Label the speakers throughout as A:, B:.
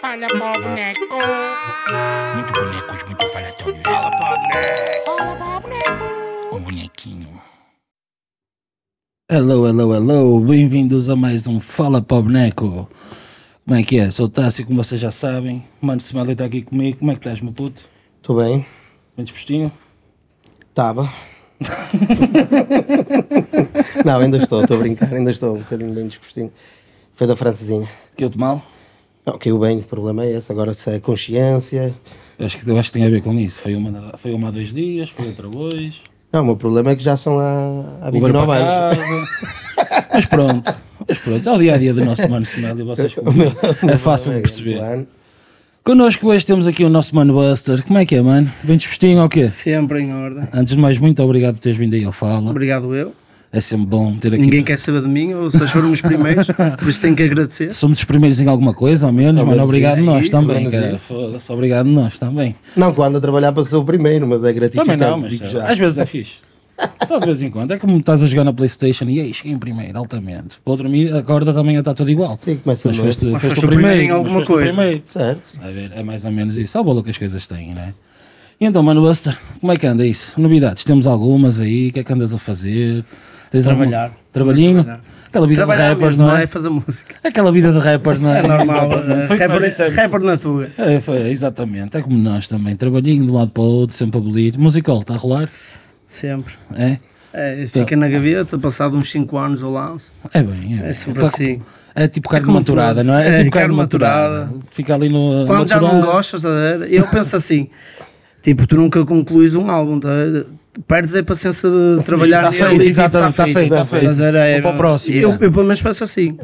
A: Fala, pau boneco.
B: Muito bonecos, muito falatórios.
A: Fala, pau boneco.
B: Um bonequinho.
C: Hello, hello, hello, bem-vindos a mais um Fala Pau Boneco. Como é que é? Sou o Tássio, como vocês já sabem. Mano Smiley está aqui comigo. Como é que estás, meu puto?
D: Tô bem.
C: Bem dispostinho?
D: Tava. não, ainda estou, estou a brincar, ainda estou um bocadinho bem dispostinho. Foi da francesinha.
C: Que eu te mal?
D: Não, caiu bem, o problema é esse. Agora se é consciência.
C: Eu Acho que, eu acho que tem a ver com isso. Foi uma, foi uma há dois dias, foi outra hoje.
D: Não, o meu problema é que já são há, há
C: Uber
D: 29
C: para
D: anos.
C: casa. Mas pronto, mas pronto. É o dia a dia do nosso mano Smiley, vocês compreendem. É fácil de perceber.
D: Ano.
C: Connosco hoje temos aqui o nosso mano Buster. Como é que é, mano? Bem dispostinho ou quê?
E: Sempre em ordem.
C: Antes de mais, muito obrigado por teres vindo aí ao Fala.
E: Obrigado eu.
C: É sempre bom ter aqui.
E: Ninguém quer saber de mim, ou vocês foram os primeiros, por isso tenho que agradecer.
C: Somos os primeiros em alguma coisa, ao menos, mano.
D: menos
C: Obrigado
D: isso,
C: nós
E: isso,
C: também,
D: menos
C: cara.
D: isso.
C: Foda-se, obrigado nós também.
D: Não, quando a trabalhar para ser o primeiro, mas é gratificante.
C: Também não, mas
D: digo já.
C: às vezes é fixe. Só de vez em quando. É como estás a jogar na Playstation e aí, cheguei em primeiro, altamente. Vou dormir, acordas amanhã está tudo igual.
D: Sim, começa
C: Mas
D: de noite.
C: foste,
E: Mas
C: foste
E: foste
C: o
E: o
C: primeiro
E: primeiro em alguma
C: mas foste o
E: coisa.
C: primeiro.
D: Certo.
C: A ver, é mais ou menos isso. Olha o bolo que as coisas têm, né? E então, mano Buster, como é que anda isso? Novidades? Temos algumas aí? O que é que andas a fazer? Tens algum-
E: Trabalhar.
C: Trabalhinho? Aquela vida de
E: Trabalhar
C: rappers,
E: mesmo,
C: não é?
E: fazer música.
C: Aquela vida de rappers, não é?
E: É normal,
C: Foi
E: eh,
C: o que nós
E: rapper,
C: dissemos.
E: rapper na tua.
C: É, foi, exatamente, é como nós também. Trabalhinho de um lado para o outro, sempre a bolir. Musical, está a rolar?
E: Sempre.
C: É?
E: É, fica na gaveta, passado uns 5 anos eu lanço.
C: É bem, é, bem.
E: É sempre
C: Tá-
E: assim.
C: É tipo carne
E: como
C: maturada,
E: tudo.
C: não é?
E: É,
C: tipo
E: carne
C: Fica ali no.
E: Quando já não
C: maturada.
E: gostas, tá a ver? eu penso assim: tipo, tu nunca concluís um álbum, tá a ver? perdes a paciência de trabalhar
C: Está Tá
E: nele
C: feito,
E: e, tipo,
C: exatamente,
E: tá
C: está feito, está feito.
E: Mas era,
C: Vou
E: era,
C: para o próximo.
E: É,
C: é.
E: Eu,
C: já.
E: eu pelo menos penso assim.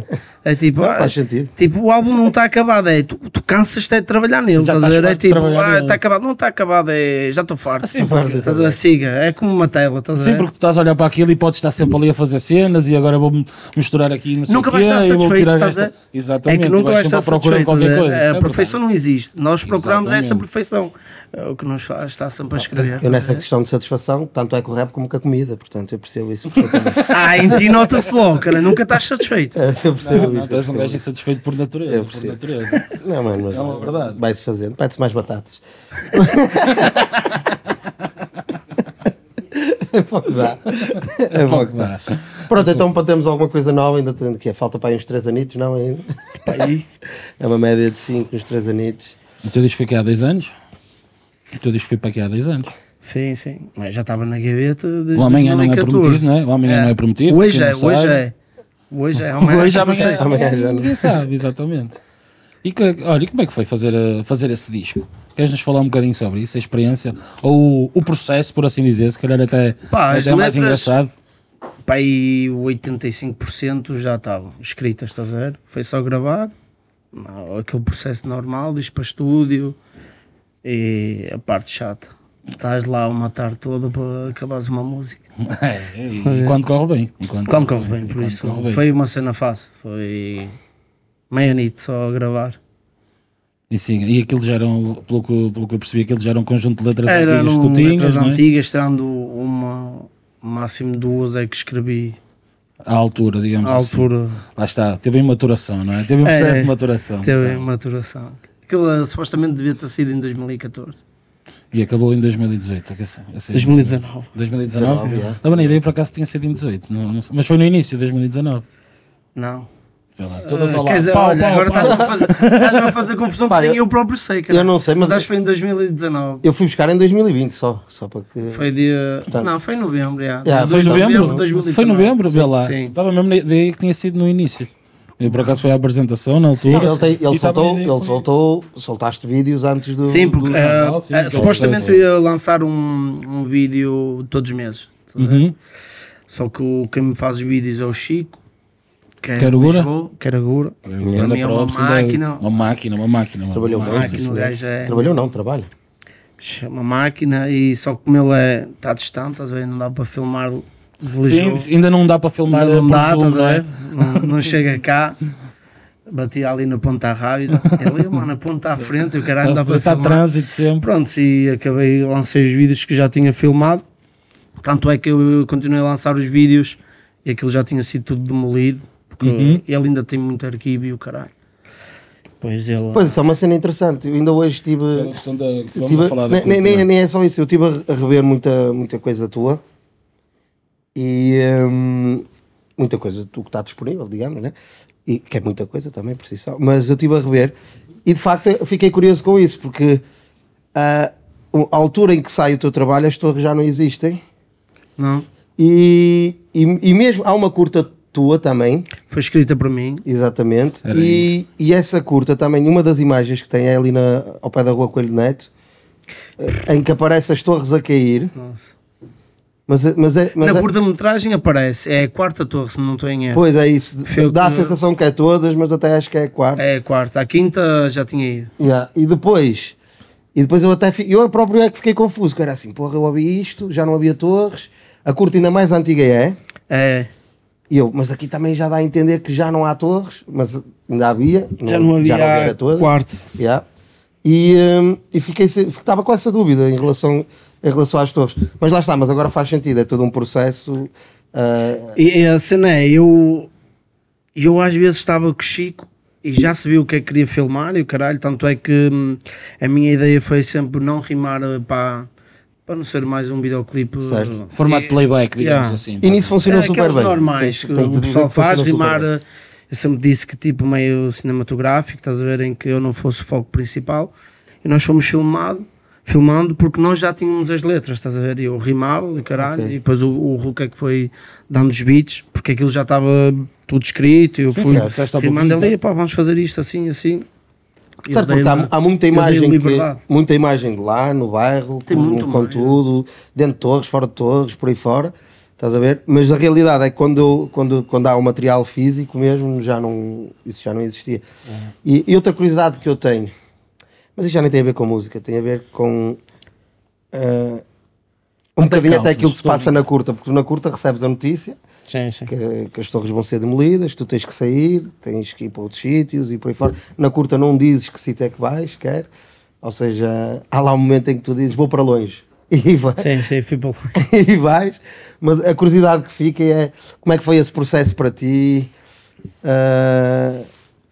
E: É tipo, ah,
D: faz sentido.
E: tipo o álbum não está acabado, é tu, tu cansas-te é de trabalhar nele,
C: Já
E: estás a
C: estás
E: ver? É
C: farto de
E: tipo,
C: trabalhar
E: ah,
C: nele.
E: está acabado, não está acabado, é, já estou farto.
C: Assim,
D: Parte de
E: Estás a ver? Siga, é como uma tela, estás a
C: Sim,
E: ver?
C: porque tu estás a olhar para aquilo e podes estar sempre ali a fazer cenas e agora vou misturar aqui não sei
E: Nunca
C: o quê,
E: vais estar
C: eu vou
E: satisfeito,
C: tirar
E: estás a
C: esta-
E: ver?
C: Exatamente,
E: é que nunca
C: vais
E: vais
C: sempre
E: estar
C: à procura de
E: satisfeito.
C: qualquer
E: estás a ver?
C: coisa. É
E: A
C: verdade.
E: perfeição não existe. Nós procuramos essa
C: Exatamente. Ah,
E: perfeição. É O que nos faz estar sempre a escrever.
D: Eu
E: estás a
D: nessa
E: ver?
D: questão de satisfação, tanto é com o rap como com a comida, portanto eu percebo isso. perfeitamente.
E: Ah, em ti nota-se logo, cara. Nunca estás satisfeito.
D: Eu percebo
C: Não,
D: isso.
C: tu és um
D: eu
C: gajo
D: percebo.
C: insatisfeito por
E: É,
C: natureza.
D: Eu
C: Por
D: percebo.
C: natureza.
D: Não, mano, mas
C: É uma verdade.
D: vai-se fazendo, pede-se mais batatas. é pouco dá. É pouco dá.
C: Vá.
D: Pronto, então para termos alguma coisa nova, ainda tendo que é, falta para aí uns 3 anitos, não ainda?
E: Aí,
D: É uma média de 5, uns 3 anitos.
C: E tu dizes que foi aqui há dois anos? E tu dizes que foi para aqui há dois anos?
E: Sim, sim. Mas já estava na gaveta desde
C: O amanhã não é
E: 2014.
C: prometido, não é? O amanhã não é prometido,
E: Hoje
C: quem
E: é,
C: não
E: hoje
C: sabe.
E: é. Hoje é, amanhã.
C: Hoje
E: não
C: amanhã,
E: sei.
C: amanhã,
D: Amanhã É, já não.
C: ninguém sabe, exatamente. E, que, olha, e como é que foi fazer, eh, fazer esse disco? Queres nos falar um bocadinho sobre isso, a experiência, ou o processo, por assim dizer, se calhar até,
E: Pá, as
C: até é mais
E: letras-
C: engraçado.
E: Pá, aí 85% já estavam escritas, estás a ver? Foi só gravar, não, aquele processo normal, diz para estúdio e a parte chata. Estás lá uma tarde toda para acabares uma música.
C: E quando corre bem. e Quando,
E: Quando corre bem, por
C: quando
E: isso.
C: corre bem.
E: Foi uma cena fácil. Foi meia-noite só a gravar.
C: E, sim, e aquilo já eram, pelo que, pelo que eu percebi, aquilo já era um conjunto de letras
E: Era
C: antigas que tu
E: no
C: tinhas,
E: letras
C: não é?
E: antigas, tirando uma, máximo duas é que escrevi
C: à altura, digamos
E: à
C: assim.
E: altura.
C: Lá está, teve em maturação, não é? Teve um processo
E: É,
C: de maturação.
E: Teve
C: Tá.
E: maturação. Aquilo eh, supostamente devia ter sido em 2014.
C: E acabou em 2018, que essa- essa-
E: 2019.
C: 2019?
D: 19,
C: Estava na ideia, por acaso tinha sido em 18, não- não sei. mas foi no início de 2019.
E: Não. Eh,
C: Vê lá, Todas ao
E: Ah, Quer
C: lado.
E: dizer,
C: Pau,
E: olha,
C: pau,
E: agora
C: pau.
E: estás-me a fazer- estás-me a fazer confusão
D: Pá,
E: que nem
D: eu-
E: eu próprio sei, cara.
D: eu não sei, mas-
E: acho que foi em 2019.
D: Eu fui buscar em 2020 só, só para que.
E: Foi dia. não, foi em novembro. Já.
D: Já,
C: Foi em
E: tá Dois-
C: novembro?
E: 2019.
C: Foi em novembro, vê lá.
E: Sim.
C: Estava mesmo na ideia que tinha sido no início. E por acaso foi a apresentação na altura.
D: Ele, tem- ele
C: E estava na
D: soltou,
C: ideia
D: ele
C: que foi-
D: soltou, soltaste vídeos antes do.
E: Sim, porque
D: do-
E: eh,
C: normal, sim, é
E: eh,
C: do
E: supostamente eu
C: processo.
E: ia lançar um, um vídeo todos os meses. tá vendo?
C: Uhum.
E: Só que o, quem me faz os vídeos é o Chico, que é
C: Quer
E: de
C: agora?
E: Lisboa, que era Gura. Para mim é uma
C: Props, ainda-
E: máquina.
C: Uma máquina, uma máquina. uma
D: Trabalhou
C: máquina.
D: bem.
E: máquina,
D: sim,
E: o
D: senhor.
E: gajo é-
D: Trabalhou não, trabalha.
E: É uma máquina e só que como ele é, está distante, estás a ver? Não dá para filmar de Lisboa.
C: Sim, ainda não dá para filmar.
E: Ainda não
C: por
E: dá,
C: Zoom,
E: estás
C: não
E: a
C: é?
E: ver? Não, não chega cá. Bati ali na ponta rápida. Ele, mano, a ponta à frente, o caralho, não dá
C: Está,
E: para
C: está
E: filmar.
C: Tá- trânsito sempre.
E: Pronto, e acabei, lancei os vídeos que já tinha filmado. Tanto é que eu continuei a lançar os vídeos e aquilo já tinha sido tudo demolido. porque
C: Uhum.
E: ele ainda tem muito arquivo e o caralho. Pois ele.
D: Pois, isso é uma cena interessante. Eu ainda hoje estive.
C: Aquela questão da- que estivemos
D: tive-
C: a falar da
D: nem, nem-
C: cultura.
D: nem- nem é só isso, eu estive a rever muita, muita coisa tua e hum, muita coisa tu que está disponível, digamos, né? E que é muita coisa também por si só, mas eu estive a rever e de facto eu fiquei curioso com isso porque ah, a altura em que sai o teu trabalho as torres já não existem
E: Não.
D: e, e, e mesmo há uma curta tua também
E: Foi escrita para mim.
D: Exatamente.
C: Era
D: E, e essa curta também, uma das imagens que tem é ali na, ao pé da rua Coelho Neto, eh, em que aparecem as torres a cair.
E: Nossa.
D: Mas, é- mas é. Mas
E: Na
D: é-
E: curta-metragem aparece. É a quarta torre, se não estou em erro.
D: pois é isso.
E: Foi o
D: Dá a
E: que-
D: sensação que é todas, mas até acho que é a quarta.
E: É a quarta. A quinta já tinha ido.
D: Yeah. E depois. E depois eu até fi- eu próprio é que fiquei confuso, que era assim, porra, eu ouvi isto, já não havia torres, a curta ainda mais antiga é,
E: É.
D: e eu, mas aqui também já dá a entender que já não há torres, mas ainda havia,
E: Já não havia
D: era
E: a quarta.
D: Yeah. E, hum, e fiquei, estava com essa dúvida em relação, em relação às torres. Mas lá está, mas agora faz sentido, é todo um processo. ah,
E: E, e a cena é, eu, eu às vezes estava com o Chico e já sabia o que é que queria filmar e o caralho, tanto é que hum, a minha ideia foi sempre não rimar eh, para, para não ser mais um videoclipe.
D: Certo.
C: Formato playback, digamos
E: Yeah.
C: assim.
D: e nisso funcionou
E: É,
D: super
E: aqueles
D: bem.
E: normais
D: Tenho-
E: que
D: tenho
E: o
D: de dizer
E: pessoal
D: que
E: faz,
D: funcionou super
E: rimar.
D: bem.
E: eh, Eu sempre disse que tipo meio cinematográfico, estás a ver, em que eu não fosse o foco principal. E nós fomos filmado, filmando porque nós já tínhamos as letras, estás a ver? E eu rimava e caralho, e depois o, o Hulk é que foi dando os beats, porque aquilo já estava tudo escrito. e Eu
C: Sim,
E: fui
C: certo, disseste há pouco
E: rimando
C: isso.
E: ali, pá, vamos fazer isto assim, assim. E eu
D: Certo,
E: dei-lhe-
D: porque há, há muita
E: eu dei-lhe
D: imagem,
E: liberdade.
D: que, muita imagem de lá, no bairro,
E: Tem
D: com,
E: muito
D: com
E: mais. é.
D: tudo, dentro de torres, fora de torres, por aí fora, estás a ver? Mas a realidade é que quando, quando, quando há o material físico mesmo, já não, isso já não existia.
E: É.
D: E, e outra curiosidade que eu tenho, mas isso já nem tem a ver com música, tem a ver com... ah, um
C: Até
D: bocadinho até
C: calças,
D: aquilo que se
C: estou a
D: passa na curta, porque tu na curta recebes a notícia
E: Sim, sim.
D: que, que as torres vão ser demolidas, tu tens que sair, tens que ir para outros sítios e por aí fora. Na curta não dizes que sítio é que vais, quer. Ou seja, há lá um momento em que tu dizes vou para longe e vais,
E: Sim, sim, fui para lá.
D: e vais. Mas a curiosidade que fica é como é que foi esse processo para ti? Ah,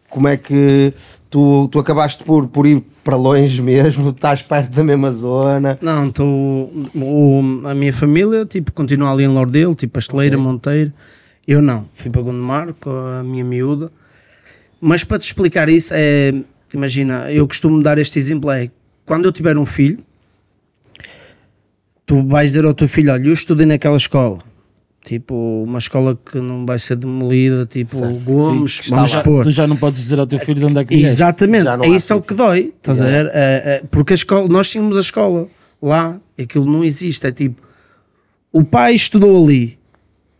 D: como é que tu, tu acabaste por, por ir para longe mesmo? Estás perto da mesma zona?
E: Não, estou. o- A minha família, tipo, continua ali em Lordelo, tipo, Pasteleira, Monteiro. Eu não. Fui para Gondomar com a minha miúda. Mas para te explicar isso, é. Imagina, eu costumo dar este exemplo: é quando eu tiver um filho, tu vais dizer ao teu filho: olha, eu estudei naquela escola. Tipo, uma escola que não vai ser demolida, tipo, Gomes,
C: Sim,
E: vamos
C: tu já-
E: pôr.
C: Tu já não podes dizer ao teu filho de onde é que vieste.
E: Exatamente,
D: Já não
E: é
D: há
E: isso é o que dói, estás a ver? É, é, porque a escola, nós tínhamos a escola lá, aquilo não existe, é tipo, o pai estudou ali,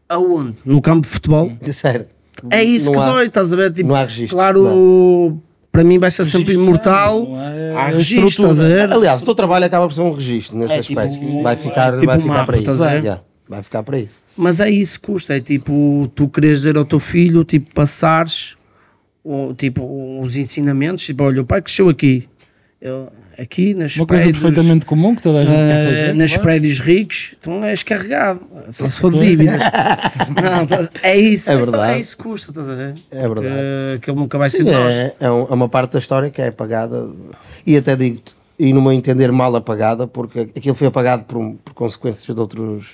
E: aonde? No campo de futebol?
D: Certo.
E: É isso
D: Hum. Não
E: que
D: há-
E: dói, estás a ver? Tipo,
D: não há registro,
E: claro, para mim vai ser sempre
C: Registro,
E: imortal,
C: não é
E: há registro,
C: estrutura.
E: estás a ver?
D: Aliás, o teu trabalho acaba por ser um registro nesse aspecto. vai ficar,
E: É, tipo
D: vai
E: um
D: ficar
E: mapa,
D: para
E: estás
D: isso.
E: a ver?
D: Yeah, vai ficar para isso.
E: Mas é isso que custa, é tipo, tu queres dizer ao teu filho, tipo, passares o, tipo, os ensinamentos, tipo, olha, o pai cresceu aqui, eu, aqui nas
C: Uma coisa perfeitamente comum que toda a gente quer
E: Ah,
C: fazer.
E: nos
C: claro.
E: prédios ricos, tu és carregado, só se for de dívidas. não, estás- é isso,
D: É
E: é, só,
D: verdade.
E: é isso que custa, estás a ver?
D: É
E: Porque eh,
D: verdade.
E: aquilo nunca vai ser
D: Sim,
E: de nós.
D: é, é um- é uma parte da história que é apagada e até digo-te, e no meu entender, mal apagada, porque aquilo foi apagado por, um- por consequências de outros.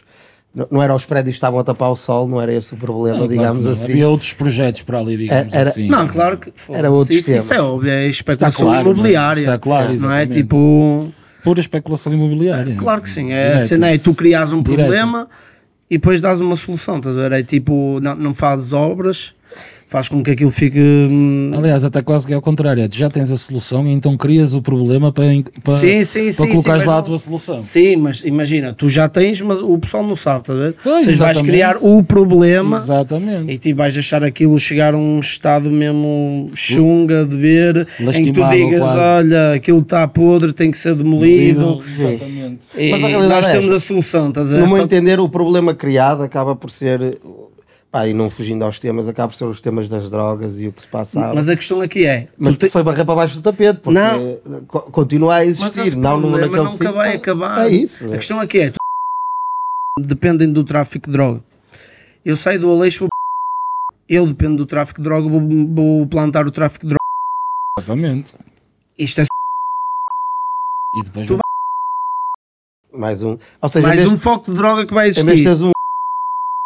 D: Não, não era os prédios que estavam a tapar o sol, não era esse o problema,
E: Ah,
C: Claro,
D: digamos
C: não,
D: assim.
E: é
C: Havia outros projetos para ali, digamos
D: Era-
C: assim.
E: Eh, Não, claro que
D: Era outros
E: isso, isso é
D: temas.
E: óbvio, é especulação
C: claro, mas
E: imobiliária.
C: está claro,
E: não é
C: exatamente.
E: tipo.
C: Pura especulação imobiliária.
E: Claro que sim. É, a
C: Direto.
E: cena é tu crias um
C: Direto.
E: problema e depois dás uma solução, estás a ver? É tipo, não, não fazes obras, faz com que aquilo fique. hum,
C: Aliás, até quase que é ao contrário. é Tu já tens a solução, então crias o problema para, para,
E: Sim, sim,
C: para
E: sim,
C: colocares
E: sim, mas
C: lá a
E: não-
C: tua solução.
E: Sim, mas imagina, tu já tens, mas o pessoal não sabe, estás a ver?
C: Pois,
E: Vocês vais
C: exatamente.
E: criar o problema
C: Exatamente.
E: e tu vais deixar aquilo chegar a um estado mesmo chunga de ver, em que tu
C: Lastimável,
E: digas,
C: quase.
E: olha, aquilo está podre, tem que ser demolido.
C: Exatamente.
E: E
D: Mas a realidade
E: nós
D: é
E: temos
D: essa.
E: a solução, estás a ver?
D: No meu
E: Só que-
D: entender, o problema criado acaba por ser. Pá, e não fugindo aos temas, acaba por ser os temas das drogas e o que se passava. Mas,
E: Mas a questão aqui é, tu te-
D: foi barra para baixo do tapete, porque
E: Não.
D: co- continua a
E: é? mas
D: existir,
E: esse
D: não no-
E: problema
D: naquele
E: nunca
D: sítio.
E: vai acabar.
D: É isso.
E: A questão aqui é, tu... dependem do tráfico de droga. Eu saio do Aleixo, vou eu dependo do tráfico de droga, vou, vou plantar o tráfico de droga.
C: Exatamente.
E: Isto é
C: E depois
E: Tu
D: Mais um. Ou seja,
E: mais
D: em vez,
E: um foco de droga que vai
D: em vez de
E: existir.
D: teres um.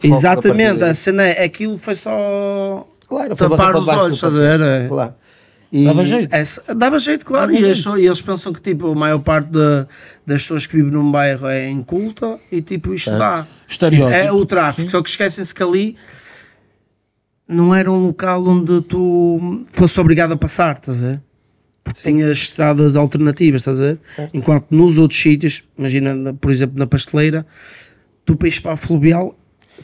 E: Exatamente,
D: partida.
E: a cena é aquilo foi só
D: Claro, foi
E: tapar
D: para
E: os
D: baixo
E: olhos,
D: do
E: estás a ver? É.
D: Claro. E,
C: dava jeito.
E: Essa- dava jeito, claro,
D: Uhum.
C: Dava
E: e eles,
C: jeito.
E: só- e eles pensam que tipo, a maior parte da- das pessoas que vivem num bairro é inculta e tipo isto dá.
C: Estereótipo.
E: É o tráfico, só que esquecem-se que ali não era um local onde tu fosse obrigado a passar, estás a ver? Porque tinhas estradas alternativas, estás a ver? Enquanto nos outros sítios, imagina, na- por exemplo, na pasteleira, tu para ires para a fluvial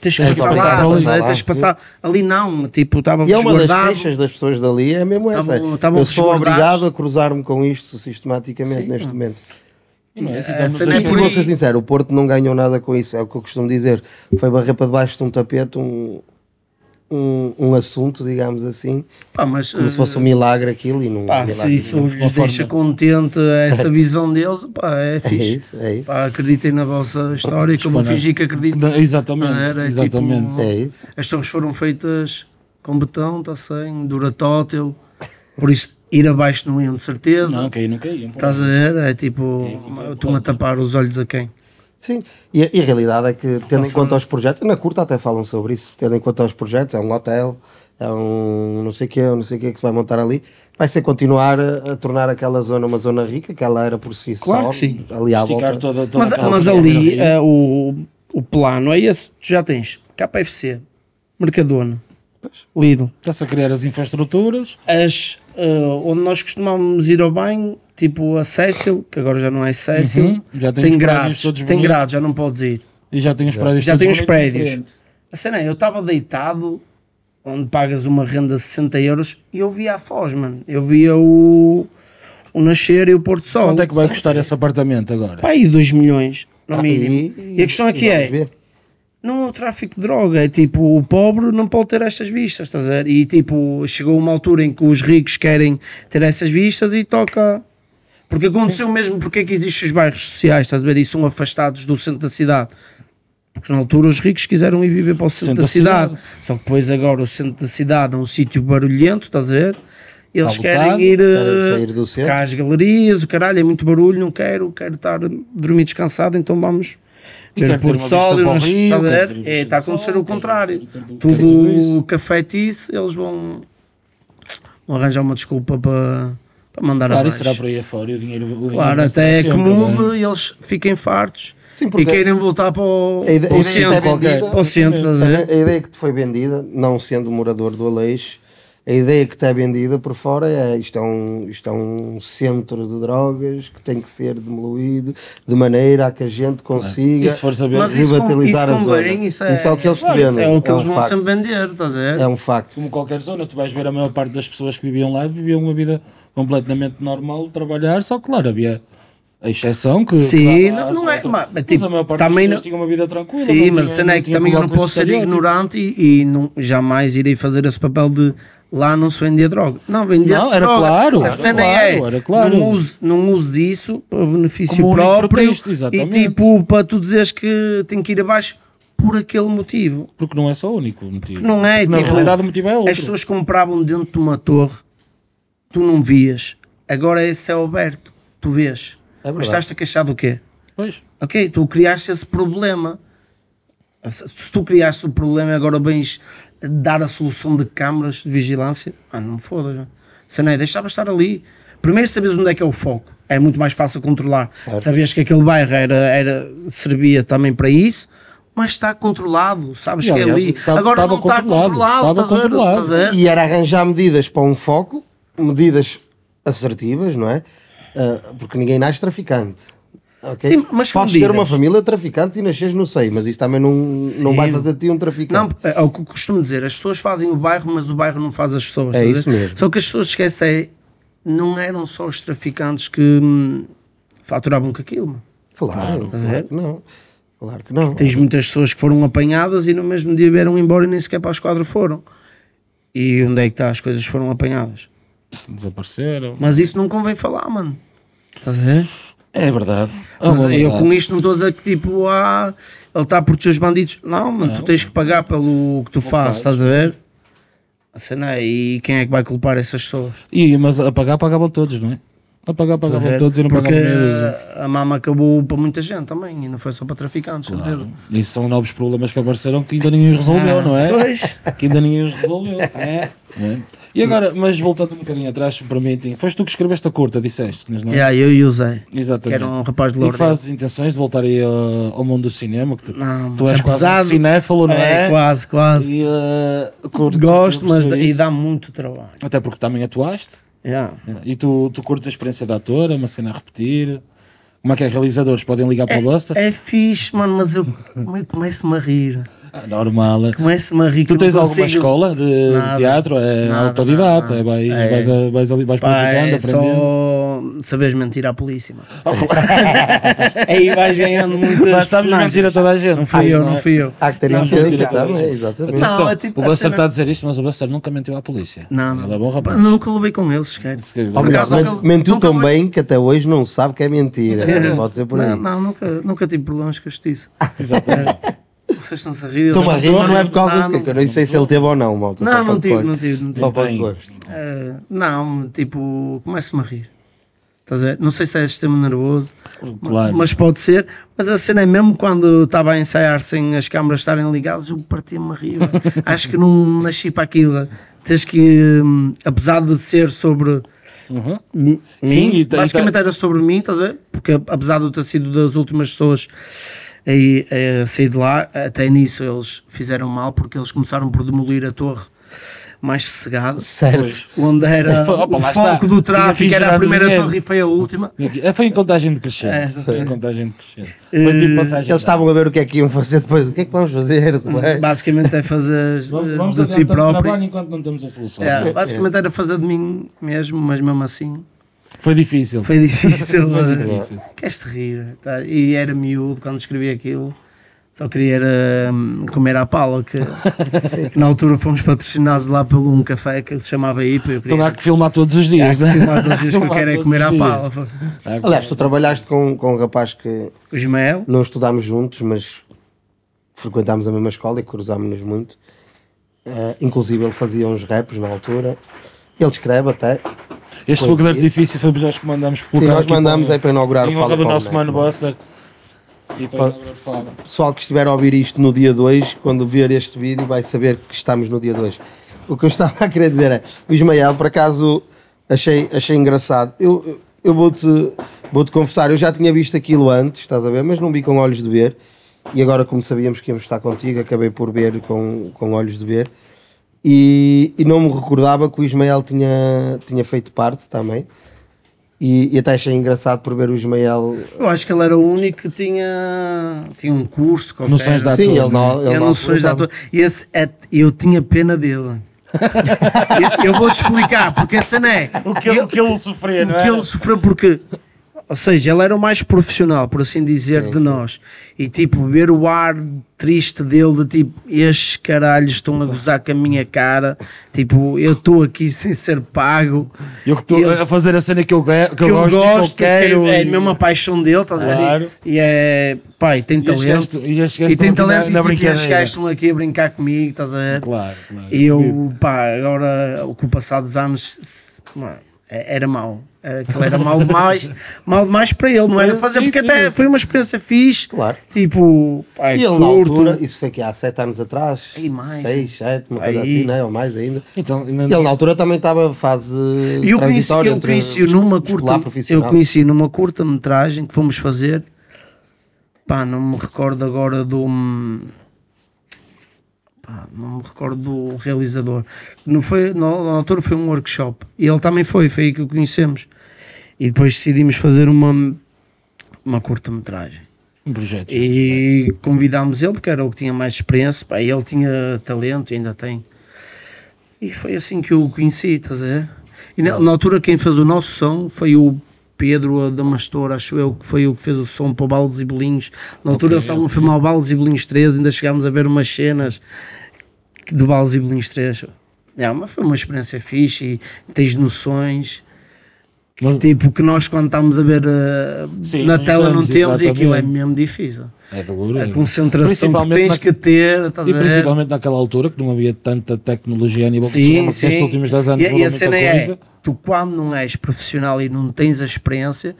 E: tens que
D: Tens que
E: passar
D: É passar
E: lá,
D: por ali.
E: estás a ver? Tens que
D: Passar
E: passar ali, não, tipo, estava
D: E é uma das
E: resguardado.
D: queixas das pessoas dali, é mesmo essa.
E: Estavam- estavam
D: eu sou
E: desbordados.
D: obrigado a cruzar-me com isto sistematicamente
E: Sim,
D: neste
E: não.
D: momento.
C: E não é assim,
E: a
C: estamos
E: cena
C: a-
E: é
D: E
E: por
D: vou
E: aí.
D: ser sincero, o Porto não ganhou nada com isso. É o que eu costumo dizer. Foi barrer para debaixo de um tapete um, um, um assunto, digamos assim,
E: Pá, mas, eh,
D: como se fosse um milagre aquilo e não.
E: Uhum. Pá,
D: milagre
E: se isso
D: nenhum.
E: vos deixa contente eh, essa visão deles, pá, é
D: É
E: fixe.
D: isso, é isso.
E: Pá, acreditem na vossa história, como eu
C: Disponível.
E: fingi que acredito.
C: Não, Exatamente.
E: Era, tipo,
C: exatamente.
D: É isso.
E: As torres foram feitas com betão, está sem, duratótil, por isso ir abaixo não iam de certeza.
C: Não, caí, não caí. um
E: Estás a ver? É tipo, estão a tapar os olhos a quem?
D: Sim, e a, e a realidade é que, tendo em conta aos projetos, na curta até falam sobre isso, tendo em conta aos projetos, é um hotel, é um não sei o que, não sei o que que se vai montar ali, vai ser continuar a, a tornar aquela zona uma zona rica, que ela era por si
E: Claro
D: só,
E: que sim.
D: ali à
C: Esticar
D: volta.
C: toda, toda
E: Mas,
C: aquela
E: mas
C: zona
E: ali
C: da
E: eh, o, o plano é esse: tu já tens KFC, Mercadona, Lidl,
C: Está-se a criar as infraestruturas.
E: as eh, onde nós costumávamos ir ao banho, tipo a Cecil, que agora já não é Cecil,
C: Uhum, já tem
E: tem
C: os prédios
E: grades,
C: todos
E: tem
C: bonitos.
E: grades, já não podes ir.
C: E já tem os prédios.
E: Já
C: todos
E: tem os
C: bonitos
E: prédios.
C: diferentes.
E: A cena é, eu estava deitado, onde pagas uma renda de 60 euros, e eu via a Foz, mano. Eu via o, o nascer e o pôr do sol.
C: Quanto é que vai custar esse apartamento agora?
E: Pá, aí 2 milhões, no
D: Ah,
E: mínimo. E, a questão aqui
D: vamos
E: é,
D: ver.
E: não é o tráfico de droga, é tipo, o pobre não pode ter estas vistas, estás a ver? E tipo, chegou uma altura em que os ricos querem ter essas vistas e toca. Porque aconteceu mesmo, porque é que existem os bairros sociais, estás a ver? E são afastados do centro da cidade. Porque na altura os ricos quiseram ir viver para o centro, da, cidade. Só que depois agora o centro da cidade é um sítio barulhento, estás a ver? Eles
C: Está
E: querem
C: lotado,
E: ir
D: querem sair do
E: eh,
D: centro.
E: cá às galerias, o caralho, é muito barulho, não quero, quero estar dormir descansado, então vamos
C: E quero
E: ver o pôr
C: ter
E: do
C: uma
E: sol,
C: vista
E: e
C: para o
E: nós-
C: rio,
E: está a
C: quero
E: ver?
C: ter uma
E: É,
C: vista
E: está a
C: do
E: acontecer
C: sol,
E: o
C: quero
E: contrário.
C: ter um tudo
E: Tudo cafetice, eles vão, vão arranjar uma desculpa para, para mandar
C: Claro, isso
E: abaixo.
C: será por aí afora. e O dinheiro, o dinheiro
E: Claro,
C: vai
E: até
C: ser
E: é que
C: sempre,
E: mude
C: né?
E: e eles fiquem fartos
D: Sim,
E: e
D: porque
E: querem voltar para o,
D: a ide-
E: para
D: a
E: o
D: ideia
E: centro.
D: é vendida,
E: para o centro, estás a
D: A,
E: ver?
D: a ideia que te foi vendida, não sendo morador do Aleixo, a ideia que te é vendida por fora é isto é um, isto é um centro de drogas que tem que ser demolido de maneira a que a gente consiga
C: E se for saber,
E: Mas isso, com, isso
D: revitalizar a zona.
E: convém, isso é,
D: Isso é o que eles te
E: claro, isso
D: vendem,
E: é o que
D: é
E: eles
D: um
E: vão
D: facto.
E: sempre vender, estás a ver?
D: É um facto.
C: como qualquer zona, tu vais ver a maior parte das pessoas que viviam lá viviam uma vida completamente normal, trabalhar, só que, claro, havia a exceção que.
E: Sim,
C: claro, há
E: não- não é-
C: outras-
E: mas,
C: mas
E: tipo,
C: a maior parte das
E: também
C: pessoas
E: não-
C: tinha uma vida tranquila.
E: Sim,
C: não
E: mas a
C: tinha-
E: cena é que
C: tinha
E: também eu não
C: problemas com
E: posso ser
C: estereótipos.
E: ignorante e, e não, jamais irei fazer esse papel de lá não se vendia droga. Não, vendia-se
C: Não, era
E: droga.
C: claro,
E: a
C: era
E: cena
C: claro,
E: é,
C: era claro.
E: Não, use, não use isso para benefício
C: Como um único
E: próprio
C: pretexto,
E: e
C: exatamente.
E: tipo para tu dizeres que tem que ir abaixo por aquele motivo.
C: Porque não é só o único motivo.
E: Que não é,
C: Na
E: tipo,
C: realidade, o motivo é outro.
E: As pessoas compravam dentro de uma torre, tu não vias. Agora esse é aberto, tu vês.
D: É verdade.
E: Mas estás-te a queixar do quê?
C: Pois.
E: Ok, tu criaste esse problema. Se tu criaste o problema e agora vens dar a solução de câmaras de vigilância, ah, não me fodas. mano. Se não é, deixava estar ali. Primeiro sabes onde é que é o foco. É muito mais fácil controlar.
D: Certo.
E: Sabias que aquele bairro era, era, servia também para isso, mas está controlado. Sabes
C: E,
E: que é
C: aliás,
E: ali.
C: tá-
E: agora
C: tava
E: não está
C: controlado,
E: controlado.
C: tava
E: estás a ver?
C: controlado.
E: Estás a ver?
D: E era arranjar medidas para um foco, medidas assertivas, não é? Ah, porque ninguém nasce traficante. ok?
E: Sim, mas com
D: Podes ter
E: medidas.
D: uma família traficante e nasces no seio, mas isso também não, não
E: Sim.
D: vai fazer de ti um
E: Não,
D: traficante.
E: é o que eu costumo dizer, as pessoas fazem o bairro, mas o bairro não faz as pessoas.
D: É
E: estás a
D: isso
E: ver?
D: mesmo.
E: Só que as pessoas esquecem, é, não eram só os traficantes que hum, faturavam com aquilo. mano.
D: claro,
E: Claro. é.
D: claro que não. Claro que não.
E: Tens muitas pessoas que foram apanhadas e no mesmo dia vieram embora e nem sequer para a esquadra foram. E onde é que está as coisas foram apanhadas?
C: Desapareceram.
E: Mas isso não convém falar, mano. Estás a ver?
C: É verdade.
E: Mas
C: É uma
E: eu
C: verdade.
E: com isto não estou a dizer que tipo, ah, ele está a proteger os bandidos. Não, mano, tu tens que pagar pelo que tu fazes,
C: fazes.
E: estás a ver? A cena é, e quem é que vai culpar essas pessoas?
C: E, mas a pagar, pagavam todos, não é? A pagar, pagavam todos e não
E: Porque
C: pagavam menos.
E: a mama acabou para muita gente também, e não foi só para traficantes, certeza.
C: E são novos problemas que apareceram que ainda ninguém resolveu, não é?
E: Ah, Pois.
C: Que ainda ninguém os resolveu. Não é? E agora, mas voltando um bocadinho atrás, se me permitem, foste tu que escreveste a curta, disseste, mas não é?
E: Yeah, eu e o Zé, que
C: Exatamente.
E: era um rapaz de
C: E
E: Lourdes.
C: fazes intenções de voltar aí uh, ao, ao mundo do cinema? Que tu,
E: Não,
C: tu és quase
E: apesar
C: um
E: de-
C: cinéfalo, não é?
E: É, quase, quase.
C: E, eh, curto-
E: Gosto,
C: curto
E: mas
C: perceber
E: e
C: isso.
E: dá muito trabalho.
C: Até porque também atuaste. né?
E: Yeah.
C: E tu, tu curtes a experiência da atora, uma cena a repetir. Como é que é? Realizadores podem ligar para o Buster?
E: É fixe, mano, mas eu eu começo-me a rir.
C: Ah, Normal.
E: é Começo-me a rir. que
C: Tu
E: eu
C: tens
E: não
C: alguma
E: consigo-
C: escola de, de
E: Nada.
C: teatro? É
E: Nada,
C: autodidata,
E: nada,
C: é, vais,
E: nada.
C: Vais, a- vais ali, vais
E: Pá,
C: praticando,
E: é
C: aprendendo.
E: só saberes mentir à polícia, mano. Aí vais ganhando muitas
C: Mas sabes
E: personagens.
C: mentir a toda a gente.
E: Não fui
C: Ah,
E: eu,
C: não é?
E: não fui eu.
D: Há que ter
E: Não,
C: foi
D: inteligência
C: direto.
D: também, exatamente.
E: Não,
C: Atenção,
E: é tipo
C: o
E: a
C: Buster
E: cena-
C: está a dizer isto, mas o Buster nunca mentiu à polícia.
E: Não, não.
C: Ele é bom rapaz.
E: Nunca levei com eles, esquece.
C: Se calhar-
D: Ou melhor,
E: acaso,
D: men-
E: nunca-
D: mentiu
E: nunca
D: tão
E: me-
D: bem que até hoje não sabe que é mentira. Pode ser por aí.
E: Não, não, nunca, nunca tive problemas com a justiça.
C: Exatamente.
E: Vocês estão-se a rir. eu
D: Estou a
E: não-
D: rir, mas não é por causa
E: Não,
D: de que eu
E: não-
D: nem sei se ele teve ou não, malta. só
E: Não, não
D: pode
E: tive,
D: pôr.
E: não tive, não tive.
D: Só pode
C: Tem.
D: pôr.
E: Eh, não, tipo, começo-me a rir. Estás a ver? Não sei se é sistema nervoso,
C: Oh, Claro.
E: mas pode ser. Mas a cena é mesmo quando eu estava a ensaiar sem as câmaras estarem ligadas, eu partia-me a rir. mano. Acho que não nasci para aquilo. Tens que, hum, apesar de ser sobre
C: Uhum.
E: mim,
C: Sim, e tá-
E: basicamente
C: e tá-
E: era sobre mim, estás a ver? Porque apesar de eu ter sido das últimas pessoas a, a sair de lá, até nisso eles fizeram mal porque eles começaram por demolir a torre mais sossegado,
D: Certo.
E: onde era
C: Opa, lá
E: o
C: está.
E: foco do
C: Ainda fiz
E: tráfico, era
C: girar
E: a primeira
C: dinheiro.
E: torre e foi a última.
C: E aqui- é, Foi em contagem decrescente.
E: É, Eh,
C: foi em contagem decrescente. Foi tipo passagem.
D: Eles estavam a ver o que é que iam fazer depois. O que é que vamos fazer?
E: Basicamente é fazer
C: Vamos vamos
E: de ti
C: adiantando trabalho
E: próprio.
C: enquanto não temos a solução.
E: É, basicamente era fazer de mim mesmo, mas mesmo assim
C: Foi difícil.
E: Foi difícil. eh,
C: Foi
E: mas-
C: difícil.
E: Queres-te rir? tá? E era miúdo quando escrevi aquilo. Só queria era, hum, comer à pala, que, que na altura fomos patrocinados lá por um café que se chamava IPA. Eu
C: Então
E: queria
C: há que filmar todos os dias, né?
E: filmar todos os dias que eu
C: Filmar
E: quero é
C: todos
E: comer
C: os
E: à
C: dias.
E: pala.
C: Há que-
D: Aliás, tu trabalhaste com, com um rapaz que
E: O Ismael,
D: não estudámos juntos, mas frequentámos a mesma escola e cruzámos-nos muito. Eh, inclusive, ele fazia uns raps na altura. Ele escreve até.
C: Este fogo de
D: Pois é.
C: artifício foi nós que mandamos
D: Sim,
C: colocar
D: nós
C: aqui para-
D: mandámos aí para inaugurar o
C: em honra
D: Fala
C: do
D: Paulo
C: nosso
D: Neto,
C: mano
D: não é?
C: Buster. E para inaugurar o Fala.
D: pessoal que estiver a ouvir isto no dia 2, quando ver este vídeo, vai saber que estamos no dia 2. O que eu estava a querer dizer é: o Ismael, por acaso, achei, achei engraçado. Eu, eu vou-te vou -te confessar, eu já tinha visto aquilo antes, estás a ver, mas não vi com olhos de ver. E agora, como sabíamos que íamos estar contigo, acabei por ver com, com olhos de ver. E, e não me recordava que o Ismael tinha, tinha feito parte também. E, e até achei engraçado por ver o Ismael.
E: eu acho que ele era o único que tinha, tinha um curso qualquer.
C: Noções da-
D: Sim,
C: ator,
D: ele não. Ele
E: Eu
D: não
E: não sou
D: apresentava.
E: exator. Esse é- eu tinha pena dele. eu eu vou-te explicar, porque a cena é.
C: O que,
E: eu-
C: o que ele sofria, não
E: o
C: é?
E: que ele sofreu porque ou seja, ele era o mais profissional, por assim dizer, de nós. E tipo, ver o ar triste dele, de tipo, estes caralhos estão a gozar com a minha cara, tipo, eu estou aqui sem ser pago.
C: Eu que estou
E: Ele-
C: a fazer a cena que eu, ga- que
E: Que
C: eu gosto, que eu quero.
E: é a
C: e-
E: mesma paixão dele, estás a
C: Claro.
E: ver? E é, pai, tem
C: E estes gajos-
E: talento.
C: Então e estes gajos
E: E tem
C: estão aqui na-
E: talento,
C: na
E: e tipo, estes
C: brincadeira.
E: gajos estão aqui a brincar comigo, estás a ver?
C: Claro, claro.
E: E eu, pá, agora com o passar dos anos se- mano, é- era mau. Era- Aquilo era mal demais, mal demais para ele, não era fazer,
C: Sim,
E: porque
C: sim.
E: até foi uma experiência fixe.
D: Claro.
E: Tipo, pá,
D: E ele na
E: curto.
D: altura, isso foi que há 7 anos atrás,
E: E mais.
D: 6, 7, uma coisa
E: Aí.
D: assim, né? ou mais ainda.
C: Então,
D: Ele na altura também estava fase
E: E eu conheci,
D: transitória
E: eu
D: entre
E: conheci numa
D: escolar
E: curta, eu
D: profissional.
E: conheci numa curta metragem que fomos fazer. Pá, não me recordo agora do hum, pá, não me recordo do realizador. Não foi, na, na altura foi um workshop e ele também foi, foi aí que o conhecemos. E depois decidimos fazer uma uma curta-metragem.
C: um projeto.
E: E convidámos ele porque era o que tinha mais experiência. Pá, ele tinha talento, ainda tem. E foi assim que eu o conheci, estás a ver? E na, na altura quem fez o nosso som foi o Pedro Adamastor, acho eu, que foi o que fez o som para o Baldes e Bolinhos. Na altura eles estavam a filmar o Baldes e Bolinhos 3, ainda chegámos a ver umas cenas que- do Baldes e Bolinhos 3. É, mas foi uma experiência fixe e tens noções que
C: Mas-
E: Tipo, que nós quando estamos a ver eh,
C: Sim,
E: na
C: não
E: tela não
C: estamos,
E: temos e aquilo é
C: exatamente.
E: mesmo difícil.
C: É duro.
E: A
C: é.
E: concentração que
C: Principalmente
E: tens
C: na-
E: que ter, estás
C: E
E: a ver?
C: principalmente naquela altura que não havia tanta tecnologia a nível
E: Sim,
C: profissional, porque
E: sim.
C: estes últimos 10 anos
E: e,
C: mudou
E: e a
C: muita
E: cena
C: coisa.
E: é, tu quando não és profissional e não tens a experiência,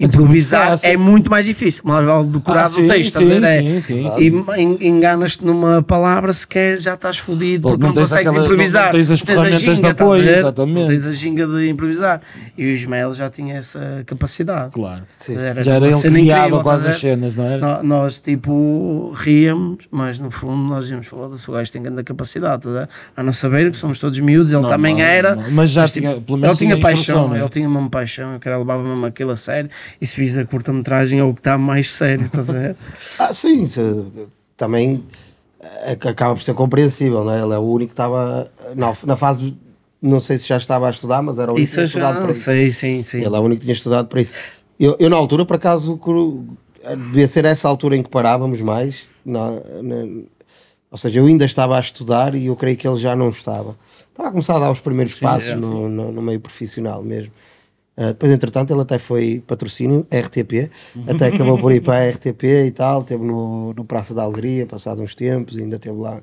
E: improvisar
C: fácil.
E: é muito mais difícil. Mais vale decorar
C: Ah, sim,
E: o texto, estás a
C: sim,
E: ver?
C: sim,
E: É,
C: sim,
E: e en- enganas-te numa palavra sequer, já estás fodido
C: Pô,
E: porque
C: não
E: não,
C: tens
E: consegues
C: aquela-
E: improvisar.
C: não tens as
E: a
C: ferramentas de
E: ginga, estás a
C: apoio,
E: ver?
C: exatamente.
E: Não tens a ginga de improvisar. E o Ismael já tinha essa capacidade.
C: Claro.
E: Era
C: Já era
E: uma
C: ele que
E: cena incrível,
C: criava
E: estás
C: quase
E: a
C: as
E: ver?
C: cenas, não era?
E: No- Nós, tipo, ríamos, mas no fundo nós íamos falar do gajo tem grande capacidade, tá a ver? a não saber que somos todos miúdos, ele
C: Não,
E: também
C: não,
E: era. tipo,
C: não. Mas já tinha- pelo menos
E: ele tinha,
C: tinha
E: paixão,
C: instrução, né?
E: ele tinha mesmo paixão, eu cara, levava mesmo aquilo a sério. E se vis a curta-metragem é o que está mais sério, estás a ver?
D: Ah, sim, se- também é, que acaba por ser compreensível, não é? Ele é o único que estava na, na fase, não sei se já estava a estudar, mas era o único que
E: Isso
D: tinha
E: eu já
D: estudado para
E: não
D: isso.
E: sei, sim, sim.
D: Ele é o único que tinha estudado para isso. Eu, eu, na altura, por acaso, cru- devia ser essa altura em que parávamos mais, na- na- ou seja, eu ainda estava a estudar e eu creio que ele já não estava. Estava a começar a dar os primeiros passos
E: é,
D: no, no- no meio profissional mesmo. Ah, depois, entretanto, ele até foi patrocínio, RTP, até acabou por ir para a RTP e tal, teve no, no Praça da Alegria, passado uns tempos, ainda esteve lá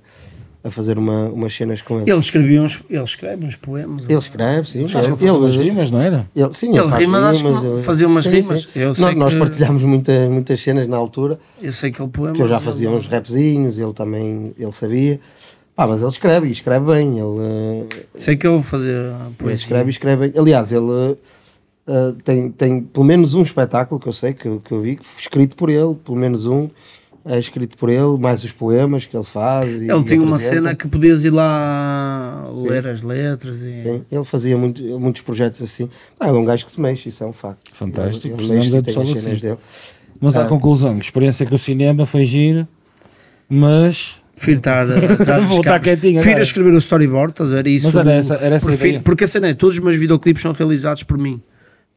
D: a fazer uma, umas cenas com ele.
E: Ele escrevia uns, ele escreve uns poemas.
D: um Ele escreve, sim.
C: Acho que ele fazia umas rimas, não era?
D: Ele, sim,
E: Ele
D: faz
E: rima, acho que não-
D: ele-
E: fazia umas rimas. Eu
D: Nós,
E: sei
D: nós
E: que-
D: partilhámos muita, muitas cenas na altura,
E: Eu sei que ele poema.
D: que eu já fazia uns rapzinhos, ele também ele sabia. Pá, mas ele escreve e escreve bem. Ele, eh,
E: Sei que ele fazia
D: ele
E: poesia.
D: escreve e escreve bem. Aliás, ele eh, tem, tem pelo menos um espetáculo que eu sei que, eu- que eu vi, que foi escrito por ele, pelo menos um. É escrito por ele, mais os poemas que ele faz. e-
E: Ele
D: e
E: tinha uma
D: apresenta.
E: cena que podias ir lá ler as letras e.
D: Sim, Ele fazia muito- muitos projetos assim. Ah, ele é um gajo que se mexe, isso é um facto.
C: Fantástico,
D: Ele- ele
C: precisamos
D: mexe
C: de
D: e tem as
C: pessoal
D: cenas
C: assim.
D: dele.
C: Mas
E: É.
C: à conclusão, a experiência com o cinema foi gira, mas
E: Prefiro estar, a- estar
C: Vou estar
E: arriscado.
C: quietinho
E: Prefiro
C: agora.
E: a escrever o storyboard, estás a ver? Isso,
C: Mas era essa- era essa a
E: prefiro-
C: ideia.
E: Porque a cena é, todos os meus videoclipes são realizados por mim.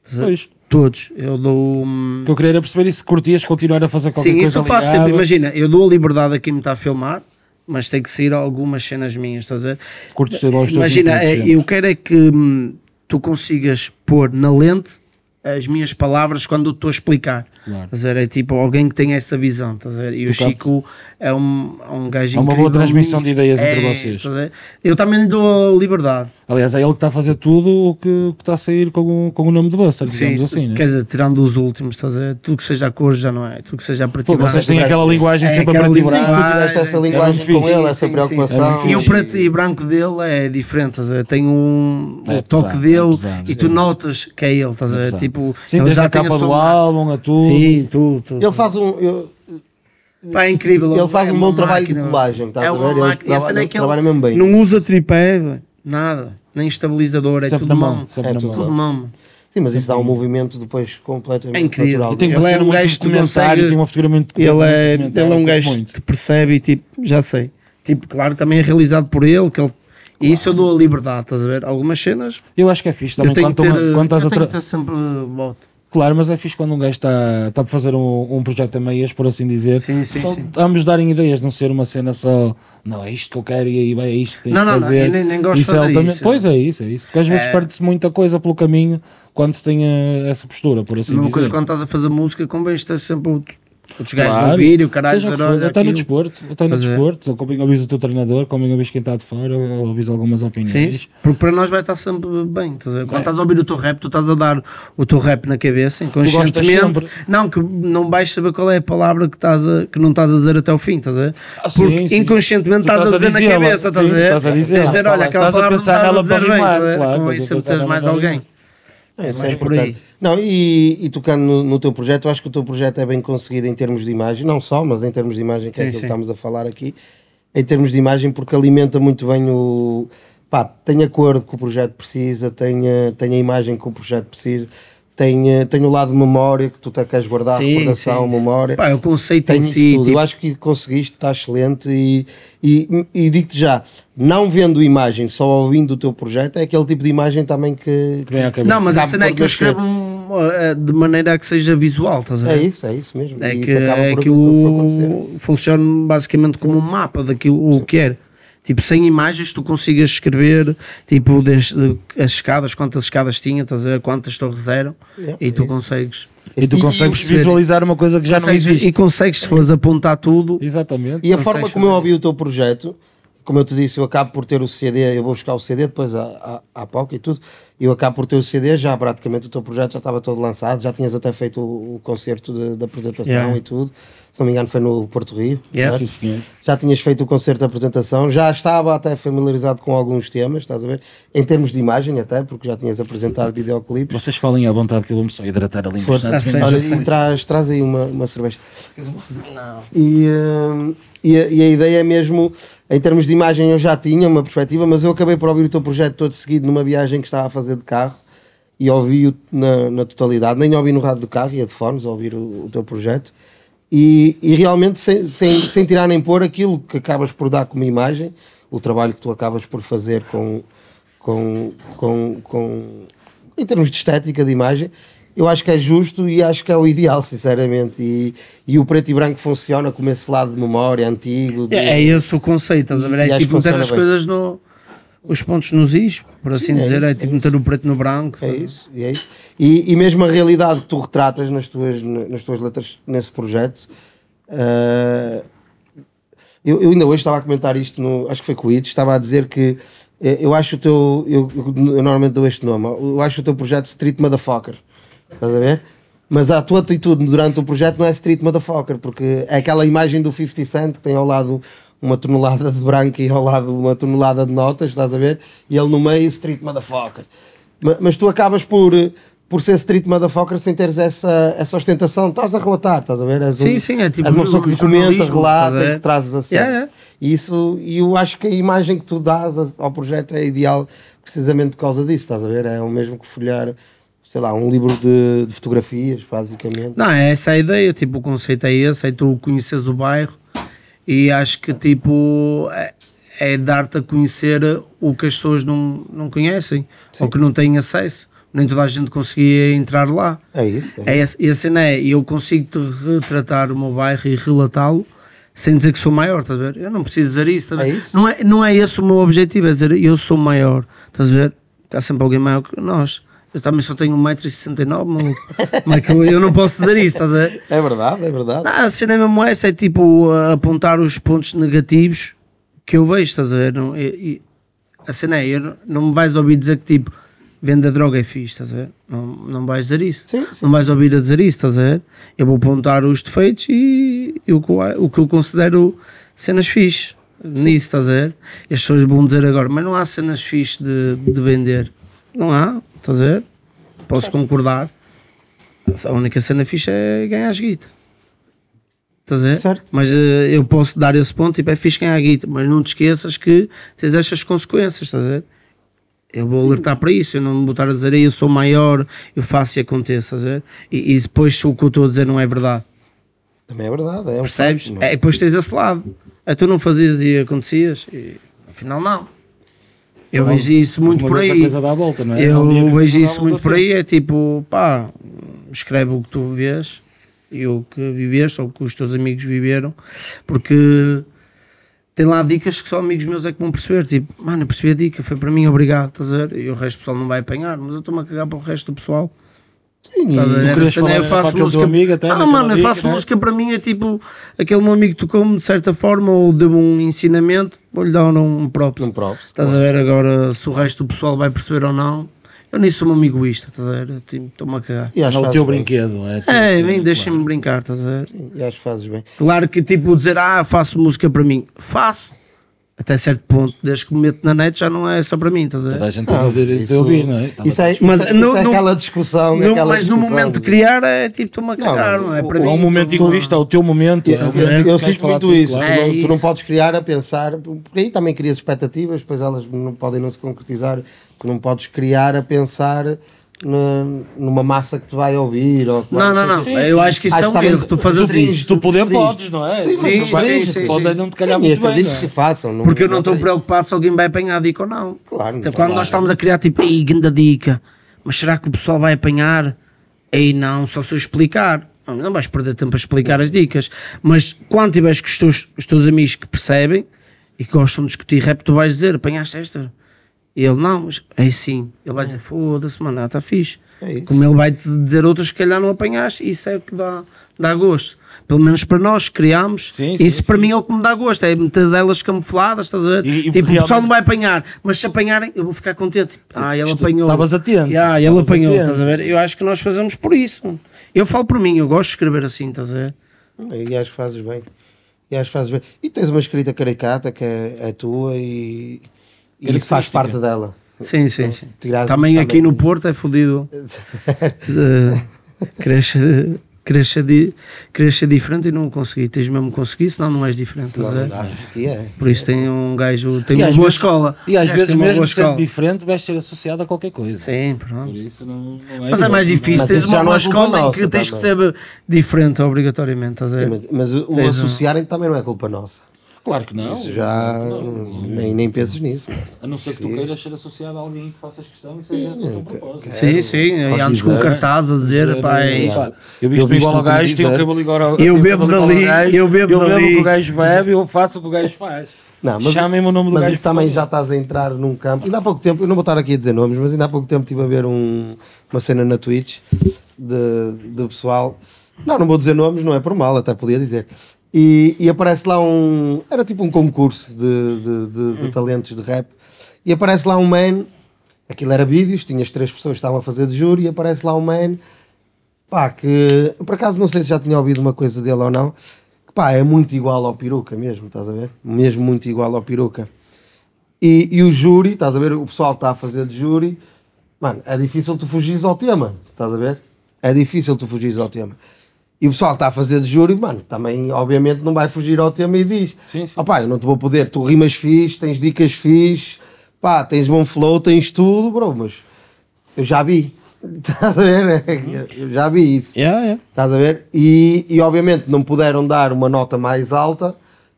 E: Estás a ver?
C: pois,
E: Todos. Eu dou. hum,
C: o que eu queria era perceber e se curtias continuar a fazer qualquer
E: Sim,
C: coisa
E: isso eu faço
C: ligada.
E: sempre. Imagina, eu dou a liberdade a quem me está a filmar, mas tem que sair algumas cenas minhas, estás a ver?
C: Curtes ter lá os teus
E: Imagina,
C: inputs
E: é,
C: sempre.
E: eu quero é que hum, tu consigas pôr na lente as minhas palavras quando eu estou a explicar.
C: Claro.
E: Estás a ver? É tipo alguém que tenha essa visão. Estás a ver? E o
C: Tu captas.
E: Chico é um, é um gajo
C: Há uma boa
E: incrível
C: transmissão
E: nisso.
C: de ideias entre
E: É,
C: vocês.
E: estás a ver? Eu também lhe dou a liberdade.
C: Aliás, é ele que está a fazer tudo o que, o que está a sair com o, com o nome de Buster, digamos assim, né?
E: quer dizer, tirando os últimos, estás a ver? Tudo que seja a cor já não é, tudo que seja a preto
C: Pô,
E: e branco.
C: vocês têm aquela linguagem
E: É
C: sempre a
E: aquela
C: partir
D: Sim,
E: linguagem.
C: branco.
D: tu tiveste essa
E: Era muito
D: linguagem com
C: difícil.
D: ele,
E: Sim,
D: essa
E: sim,
D: preocupação.
E: E o preto e branco dele é diferente, estás a ver? tem um
C: É
E: o toque
C: pesado,
E: dele
C: é pesado,
E: e tu
C: sim.
E: notas que é ele, estás a ver?
C: Exato.
E: Tipo,
C: Sim,
E: ele
C: desde
E: já
C: a
E: tem a
C: capa do
E: sua-
C: álbum, a tudo.
E: Sim, tudo. tudo.
D: Ele faz um. eu-
E: Pá, é incrível.
D: Ele faz
E: é
D: um
E: uma
D: bom trabalho de
E: máquina.
D: colagem, estás
E: é
D: a ver?
E: uma
D: Ele
E: máquina. E a
D: traba-
E: cena é
D: ele
E: que ele
D: trabalha mesmo bem.
E: Não usa tripé, velho, nada. Nem estabilizador, é
C: Sempre
E: tudo
C: na mão,
E: mão.
C: sempre
D: É
C: na
D: tudo
C: mão.
E: Tudo mão.
D: sim, mas isso dá um movimento depois completamente
E: É incrível.
D: natural.
C: E tem uma
E: Ele é
C: cena
E: um
C: muito
E: gajo que tu
C: documentário,
E: consegue-
C: tem um uma figura muito
E: Ele é,
C: muito
E: ele é um
C: documentário,
E: gajo
C: muito.
E: que te percebe e tipo, já sei. Tipo, claro, também é realizado por ele. Que ele E isso eu dou a liberdade, estás a ver? Algumas cenas
C: Eu acho que é fixe também
E: eu tenho
C: quando,
E: que ter, eh,
C: tão- quando
E: eu
C: estás a
E: tenho
C: tra-
E: que ter sempre bote.
C: Claro, mas é fixe quando um gajo está está a fazer um, um projeto a meias, por assim dizer.
E: Sim, sim,
C: Só
E: sim.
C: Ambos darem ideias, não ser uma cena só. Não, é isto que eu quero e aí vai, é isto que tens
E: Não,
C: que
E: não, não,
C: fazer.
E: eu nem- nem gosto de fazer
C: altamente-
E: isso.
C: Pois é, isso, é isso. Porque às vezes perde-se muita coisa pelo caminho quando se tem eh, essa postura, por assim
E: Mesma
C: dizer.
E: coisa quando um estás a fazer música, convém ter sempre outro- outros gajos
C: Claro.
E: a ouvir e o caralho.
C: Seja o que
E: olha,
C: for, até no
E: aquilo.
C: desporto, até no
E: Fazer.
C: desporto, como avisa o teu treinador, como avisa quem está de fora, ou avisa algumas
E: Sim,
C: opiniões.
E: porque para nós vai estar sempre bem. estás a ver? Quando estás a ouvir o teu rap, tu estás a dar o teu rap na cabeça, inconscientemente.
C: sempre.
E: Não, que não vais saber qual é a palavra que, estás a- que não estás a dizer até o fim, estás a ver?
C: Ah, sim,
E: Porque
C: sim.
E: inconscientemente
C: Tu estás
E: estás, a
C: a
E: dizer na
C: dizê-la.
E: cabeça, estás
C: Sim,
E: a ver?
C: estás a dizê-la.
E: dizer, olha, aquela
C: Estás a
E: palavra não
C: pensar
E: estás a
C: nela
E: dizer
C: para
E: bem,
C: rimar,
E: estás a ver?
C: claro,
E: com
C: estás a
E: isso
C: pensar
E: metes
C: nela
E: mais
C: para
E: alguém.
C: rimar.
D: É, isso é
E: mais por
D: importante.
E: aí.
D: Não, e, e tocando no, no teu projeto, eu acho que o teu projeto é bem conseguido em termos de imagem, não só, mas em termos de imagem, que é
E: Sim,
D: aquilo que
E: sim.
D: estamos a falar aqui, em termos de imagem, porque alimenta muito bem o. Pá, tem a cor que o projeto precisa, tem a, tem a imagem que o projeto precisa, tem, a- tem o lado de memória que tu te queres guardar,
E: Sim,
D: recordação,
E: sim, sim.
D: memória.
E: Pá, é o conceito
D: tem
E: em
D: isso
E: si,
D: tudo.
E: tipo,
D: Eu acho que conseguiste, está excelente e, e, e digo-te já, não vendo imagem, só ouvindo o teu projeto, é aquele tipo de imagem também que,
C: Que vem à cabeça.
E: Não, mas a
D: Sabe
E: cena é
D: por
E: que eu
D: nascer.
E: escrevo hum, eh, de maneira a que seja visual, estás a ver?
D: É isso, é isso mesmo.
E: É
D: E
E: que
D: isso acaba por, por acontecer.
E: aquilo funciona basicamente como um mapa daquilo o que era. Tipo, sem imagens tu consigas escrever, tipo, desde as escadas, quantas escadas tinha, estás a ver, quantas torres eram,
D: Yeah,
E: e
D: é
E: tu
D: isso.
E: consegues.
C: E tu
D: E-
C: consegues
E: perceber-
C: visualizar uma coisa que já não
E: consegues-
C: existe.
E: E consegues, se fores apontar tudo,
C: Exatamente.
D: E a
E: Consegues
D: forma como eu
E: fazer
D: ouvi
E: isso.
D: o teu projeto, como eu te disse, eu acabo por ter o CD, eu vou buscar o CD, depois à, à, à POC e tudo, eu acabo por ter o CD, já praticamente o teu projeto já estava todo lançado, já tinhas até feito o, o concerto de- da apresentação
E: Yeah.
D: e tudo, se não me engano foi no Porto Rio,
E: Yeah.
C: Sim, É assim, senhor.
D: já tinhas feito o concerto de apresentação, já estava até familiarizado com alguns temas, estás a ver, em termos de imagem até, porque já tinhas apresentado videoclipes,
C: Vocês falem à vontade que eu vou-me só hidratar ali.
D: Força.
E: Sim,
C: bastante.
E: já
D: Olha,
E: sei,
D: e traz, traz aí uma, uma cerveja. E, hum, e, a- e a ideia é mesmo, em termos de imagem, eu já tinha uma perspectiva, mas eu acabei por ouvir o teu projeto todo seguido numa viagem que estava a fazer de carro e ouvi-o na, na totalidade. Nem ouvi no rádio do carro, ia de fones a ouvir o, o teu projeto. E, e realmente, sem, sem, sem tirar nem pôr aquilo que acabas por dar como imagem, o trabalho que tu acabas por fazer com, com, com, com em termos de estética de imagem, eu acho que é justo e acho que é o ideal, sinceramente. E, e o preto e branco funciona como esse lado de memória antigo. de-
E: É, é esse o conceito, estás a ver?
D: E
E: É
D: acho que
E: tipo meter
D: funciona
E: as
D: bem.
E: coisas no. os pontos nos is, por assim
D: é
E: dizer,
D: isso,
E: é,
D: é
E: tipo meter o preto no branco.
D: É isso, e é isso. E, e mesmo a realidade que tu retratas nas tuas, nas tuas letras nesse projeto. ah, eu, eu ainda hoje estava a comentar isto, no, acho que foi com o Itch, estava a dizer que eh, eu acho o teu. Eu, eu normalmente dou este nome, eu acho o teu projeto Street Motherfucker. Estás a ver? Mas a tua atitude durante o projeto não é Street Motherfucker, porque é aquela imagem do 50 Cent que tem ao lado uma tonelada de branco e ao lado uma tonelada de notas, estás a ver? E ele no meio, Street Motherfucker. Ma- mas tu acabas por, eh, por ser street motherfucker sem teres essa, essa ostentação. Estás a relatar, estás a ver? És um
E: Sim, sim, é tipo
D: és uma pessoa que documenta,
E: jornalismo, estás a
D: relata
E: ver?
D: e que trazes assim.
E: Yeah, yeah.
D: E isso, e eu acho que a imagem que tu dás a- ao projeto é ideal precisamente por causa disso, estás a ver? É o mesmo que folhear, sei lá, um livro de, de fotografias, basicamente.
E: Não, é essa a ideia, tipo, o conceito é esse, é tu conheces o bairro e acho que tipo é, é dar-te a conhecer o que as pessoas não, não conhecem ou que não têm acesso. Nem toda a gente conseguia entrar lá.
D: É isso. É.
E: É, esse- e a cena é, eu consigo te retratar o meu bairro e relatá-lo sem dizer que sou maior, estás a ver? Eu não preciso dizer isso, estás a ver?
D: É isso?
E: Não, é, não é esse o meu objetivo, é dizer eu sou maior, estás a ver? Porque Há sempre alguém maior que nós. Eu também só tenho 1,69m, maluco. Como é que eu, eu não posso dizer isso, estás a ver?
D: É verdade, é verdade.
E: Ah, a cena é mesmo essa, é tipo a- apontar os pontos negativos que eu vejo, estás a ver? Não, e- e- a cena é, eu não, não me vais ouvir dizer que tipo venda droga é fixe, estás a ver? Não, não vais dizer isso.
D: Sim, sim.
E: Não vais ouvir a dizer isso, estás a ver? Eu vou apontar os defeitos e, e o, que eu, a- o que eu considero cenas fixes nisso, estás a ver? E as pessoas vão dizer agora, mas não há cenas fixes de, de vender. Não há, estás a ver? Posso concordar. A única cena fixe é ganhar as guita. Estás a ver?
D: Certo.
E: Mas eh, eu posso dar esse ponto, tipo, é fixe ganhar a guita, mas não te esqueças que tens estas consequências, estás a ver? Eu vou alertar para isso, eu não me botar a dizer "Ei, eu sou maior, eu faço e aconteça, estás a ver? E, e depois se o que eu estou a dizer não é verdade,
D: Também é verdade. É um
E: percebes?
D: facto, não é?
E: É, depois tens esse lado. É tu não fazias e acontecias, e, afinal não. Eu vejo isso muito
C: Uma
E: por
C: vez
E: aí.
C: A coisa dá a volta, não é? Há um dia que
E: Eu
C: tudo
E: vejo
C: dá a
E: isso
C: volta assim.
E: muito por
C: sempre.
E: aí, é tipo, pá, escreve o que tu vês e o que viveste ou o que os teus amigos viveram, porque tem lá dicas que só amigos meus é que vão perceber, tipo, mano, eu percebi a dica, foi para mim, obrigado, estás a ver? E o resto do pessoal não vai apanhar, mas eu estou-me a cagar para o resto do pessoal.
D: Sim,
E: Estás a
C: tu
E: ver?
C: querias
E: A cena é,
C: falar para
E: eu faço
C: aquele teu
E: música.
C: amigo até,
E: ah,
C: naquela
E: mano, eu
C: dica,
E: faço
C: né?
E: música para mim é tipo aquele meu amigo tocou-me de certa forma ou deu-me um ensinamento, vou-lhe dar um props.
D: Um props,
E: Estás a ver agora se o resto do pessoal vai perceber ou não. Eu nem sou um amigoísta, estás a ver? Tipo, Estou-me a cagar.
D: E acho
C: É
D: que
C: o
D: fazes
C: teu
D: bem.
C: brinquedo. É,
E: É, vem, deixem-me brincar, estás a ver?
D: E acho que fazes bem.
E: Claro que tipo dizer, ah, faço música para mim, faço. Até certo ponto, desde que me meto na net já não é só para mim, estás a ver?
C: Toda a gente tem o direito de ouvir, não é? Tá-
D: Isso é,
E: Mas
D: isso é-
E: no-
D: isso é
E: no-
D: aquela discussão.
E: Não,
D: aquela
E: mas no
D: discussão
E: momento de
D: de-
E: criar é tipo, estou-me a cagar,
D: mas
E: não, é para mim.
C: Há um momento
E: estou-me a-
C: egoísta, é o teu momento. é o
D: Eu,
C: momento
D: eu,
C: que vais
D: sinto
C: falar
D: muito
C: tudo,
D: isso.
C: claro.
D: Tu,
E: É
D: não, tu não
E: isso.
D: podes criar a pensar, porque aí também crias expectativas, depois elas não podem não se concretizar. Tu não podes criar a pensar na- numa massa que te vai ouvir. Ou, que
E: Não,
D: vai-
E: não, não. eu acho que isso é um
D: talvez-
E: erro. Tu fazes
D: tu-
E: isso.
C: Tu poder
D: Feliz.
C: podes, não é?
D: Sim,
E: sim, sim, sim,
C: Pode
E: sim.
C: não te calhar
D: Sim,
C: muito bem.
D: acredito
C: não é?
D: que façam. não-
E: Porque eu não estou
D: tem-
E: preocupado se alguém vai apanhar a dica ou não.
D: Claro, claro.
E: Então, quando nós estamos a criar tipo, ei, grande dica, mas será que o pessoal vai apanhar? Ei, não, só se eu explicar. Não, não vais perder tempo a explicar as dicas. Mas quando tiveres com os teus, os teus amigos que percebem, e gostam de discutir rap, tu vais dizer, apanhaste esta? E ele, não, mas é assim. Ele vai dizer, foda-se, mano, está fixe.
D: É isso.
E: Como ele vai te dizer outras, se calhar não apanhaste, isso é o que dá, dá gosto. Pelo menos para nós, criámos.
C: Sim, sim,
E: isso para
C: sim.
E: mim é o que me dá gosto, é meter elas camufladas, estás a ver?
C: E- e
E: tipo, o pessoal
C: realmente-
E: não vai apanhar, mas se apanharem, eu vou ficar contente. Ah, ele
C: Isto-
E: apanhou.
C: estavas atento,
E: Yeah, ele
C: estavas
E: apanhou,
C: atento.
E: estás a ver? Eu acho que nós fazemos por isso. Eu falo por mim, eu gosto de escrever assim, estás a ver?
D: E acho que fazes bem. E acho que fazes bem. E tens uma escrita caricata que é, é tua e, e isso faz
C: Característica.
D: parte dela.
E: Sim, sim, sim.
D: Tirares
E: Também aqui no
D: justamente-
E: Porto é fodido. Eh, Cresce. Cresce, di, cresce diferente e não consegui. Tens mesmo que conseguir, senão não és diferente. estás a ver?
D: E é.
E: Por isso tem um gajo, tem
C: E
E: uma
C: às
E: boa
C: vezes-
E: escola.
C: E às
E: Gajo
C: vezes,
E: tem uma
C: mesmo
E: boa
C: sendo
E: escola.
C: diferente, vais ser associado a qualquer coisa.
E: Sim, pronto.
C: Por isso não, não
E: Mas é mais difícil.
D: Mas
E: Tens
D: isso
E: uma
D: já não
E: boa
D: é culpa
E: escola em
D: nossa,
E: que tens que
D: tá
E: ser diferente, obrigatoriamente. Estás a ver?
D: Mas, mas o o
E: Tens um-
D: associarem também não é culpa nossa.
C: Claro que não.
D: Isso já nem, nem penses nisso.
C: A não ser que tu queiras ser associado a alguém que faças questão e seja esse o teu propósito.
E: Sim, sim, e
D: posso
E: antes com
D: dizer.
E: cartaz a dizer, pá, é isto. um
C: Pá, Eu visto-me
D: visto-me
C: igual ao
D: como
C: gajo, tenho o
D: dizer.
C: cabelo igual ao
E: Eu
C: tenho o
E: bebo
C: cabelo igual ao
E: dali,
C: gajo,
E: eu bebo
C: o
E: dali.
C: que o gajo bebe, eu faço o que o gajo faz.
D: Não, mas-
C: Chamem-me o nome do
D: mas
C: gajo.
D: isso
C: por
D: também
C: favor.
D: já estás a entrar num campo. Ainda há pouco tempo, eu não vou estar aqui a dizer nomes, mas ainda há pouco tempo estive a ver um- uma cena na Twitch de- do pessoal. Não, não vou dizer nomes, não é por mal, até podia dizer. E, e aparece lá um. Era tipo um concurso de, de- de- de talentos de rap. E aparece lá um man. Aquilo era vídeos, tinhas três pessoas que estavam a fazer de júri. E aparece lá um man Pá, que por acaso não sei se já tinha ouvido uma coisa dele ou não. Que, pá, é muito igual ao peruca mesmo, estás a ver? Mesmo muito igual ao peruca. E, e o júri, estás a ver? O pessoal que está a fazer de júri, mano, é difícil tu fugires ao tema, estás a ver? É difícil tu fugires ao tema. E o pessoal que está a fazer de júri, mano, também obviamente não vai fugir ao tema e diz:
C: Sim, sim.
D: "Ó pá, eu não te vou poder, tu rimas fixe, tens dicas fixe, pá, tens bom flow, tens tudo, bro, mas eu já vi. Estás a ver? Eu já vi isso.
E: Yeah, yeah.
D: Estás a ver? E, e obviamente não puderam dar uma nota mais alta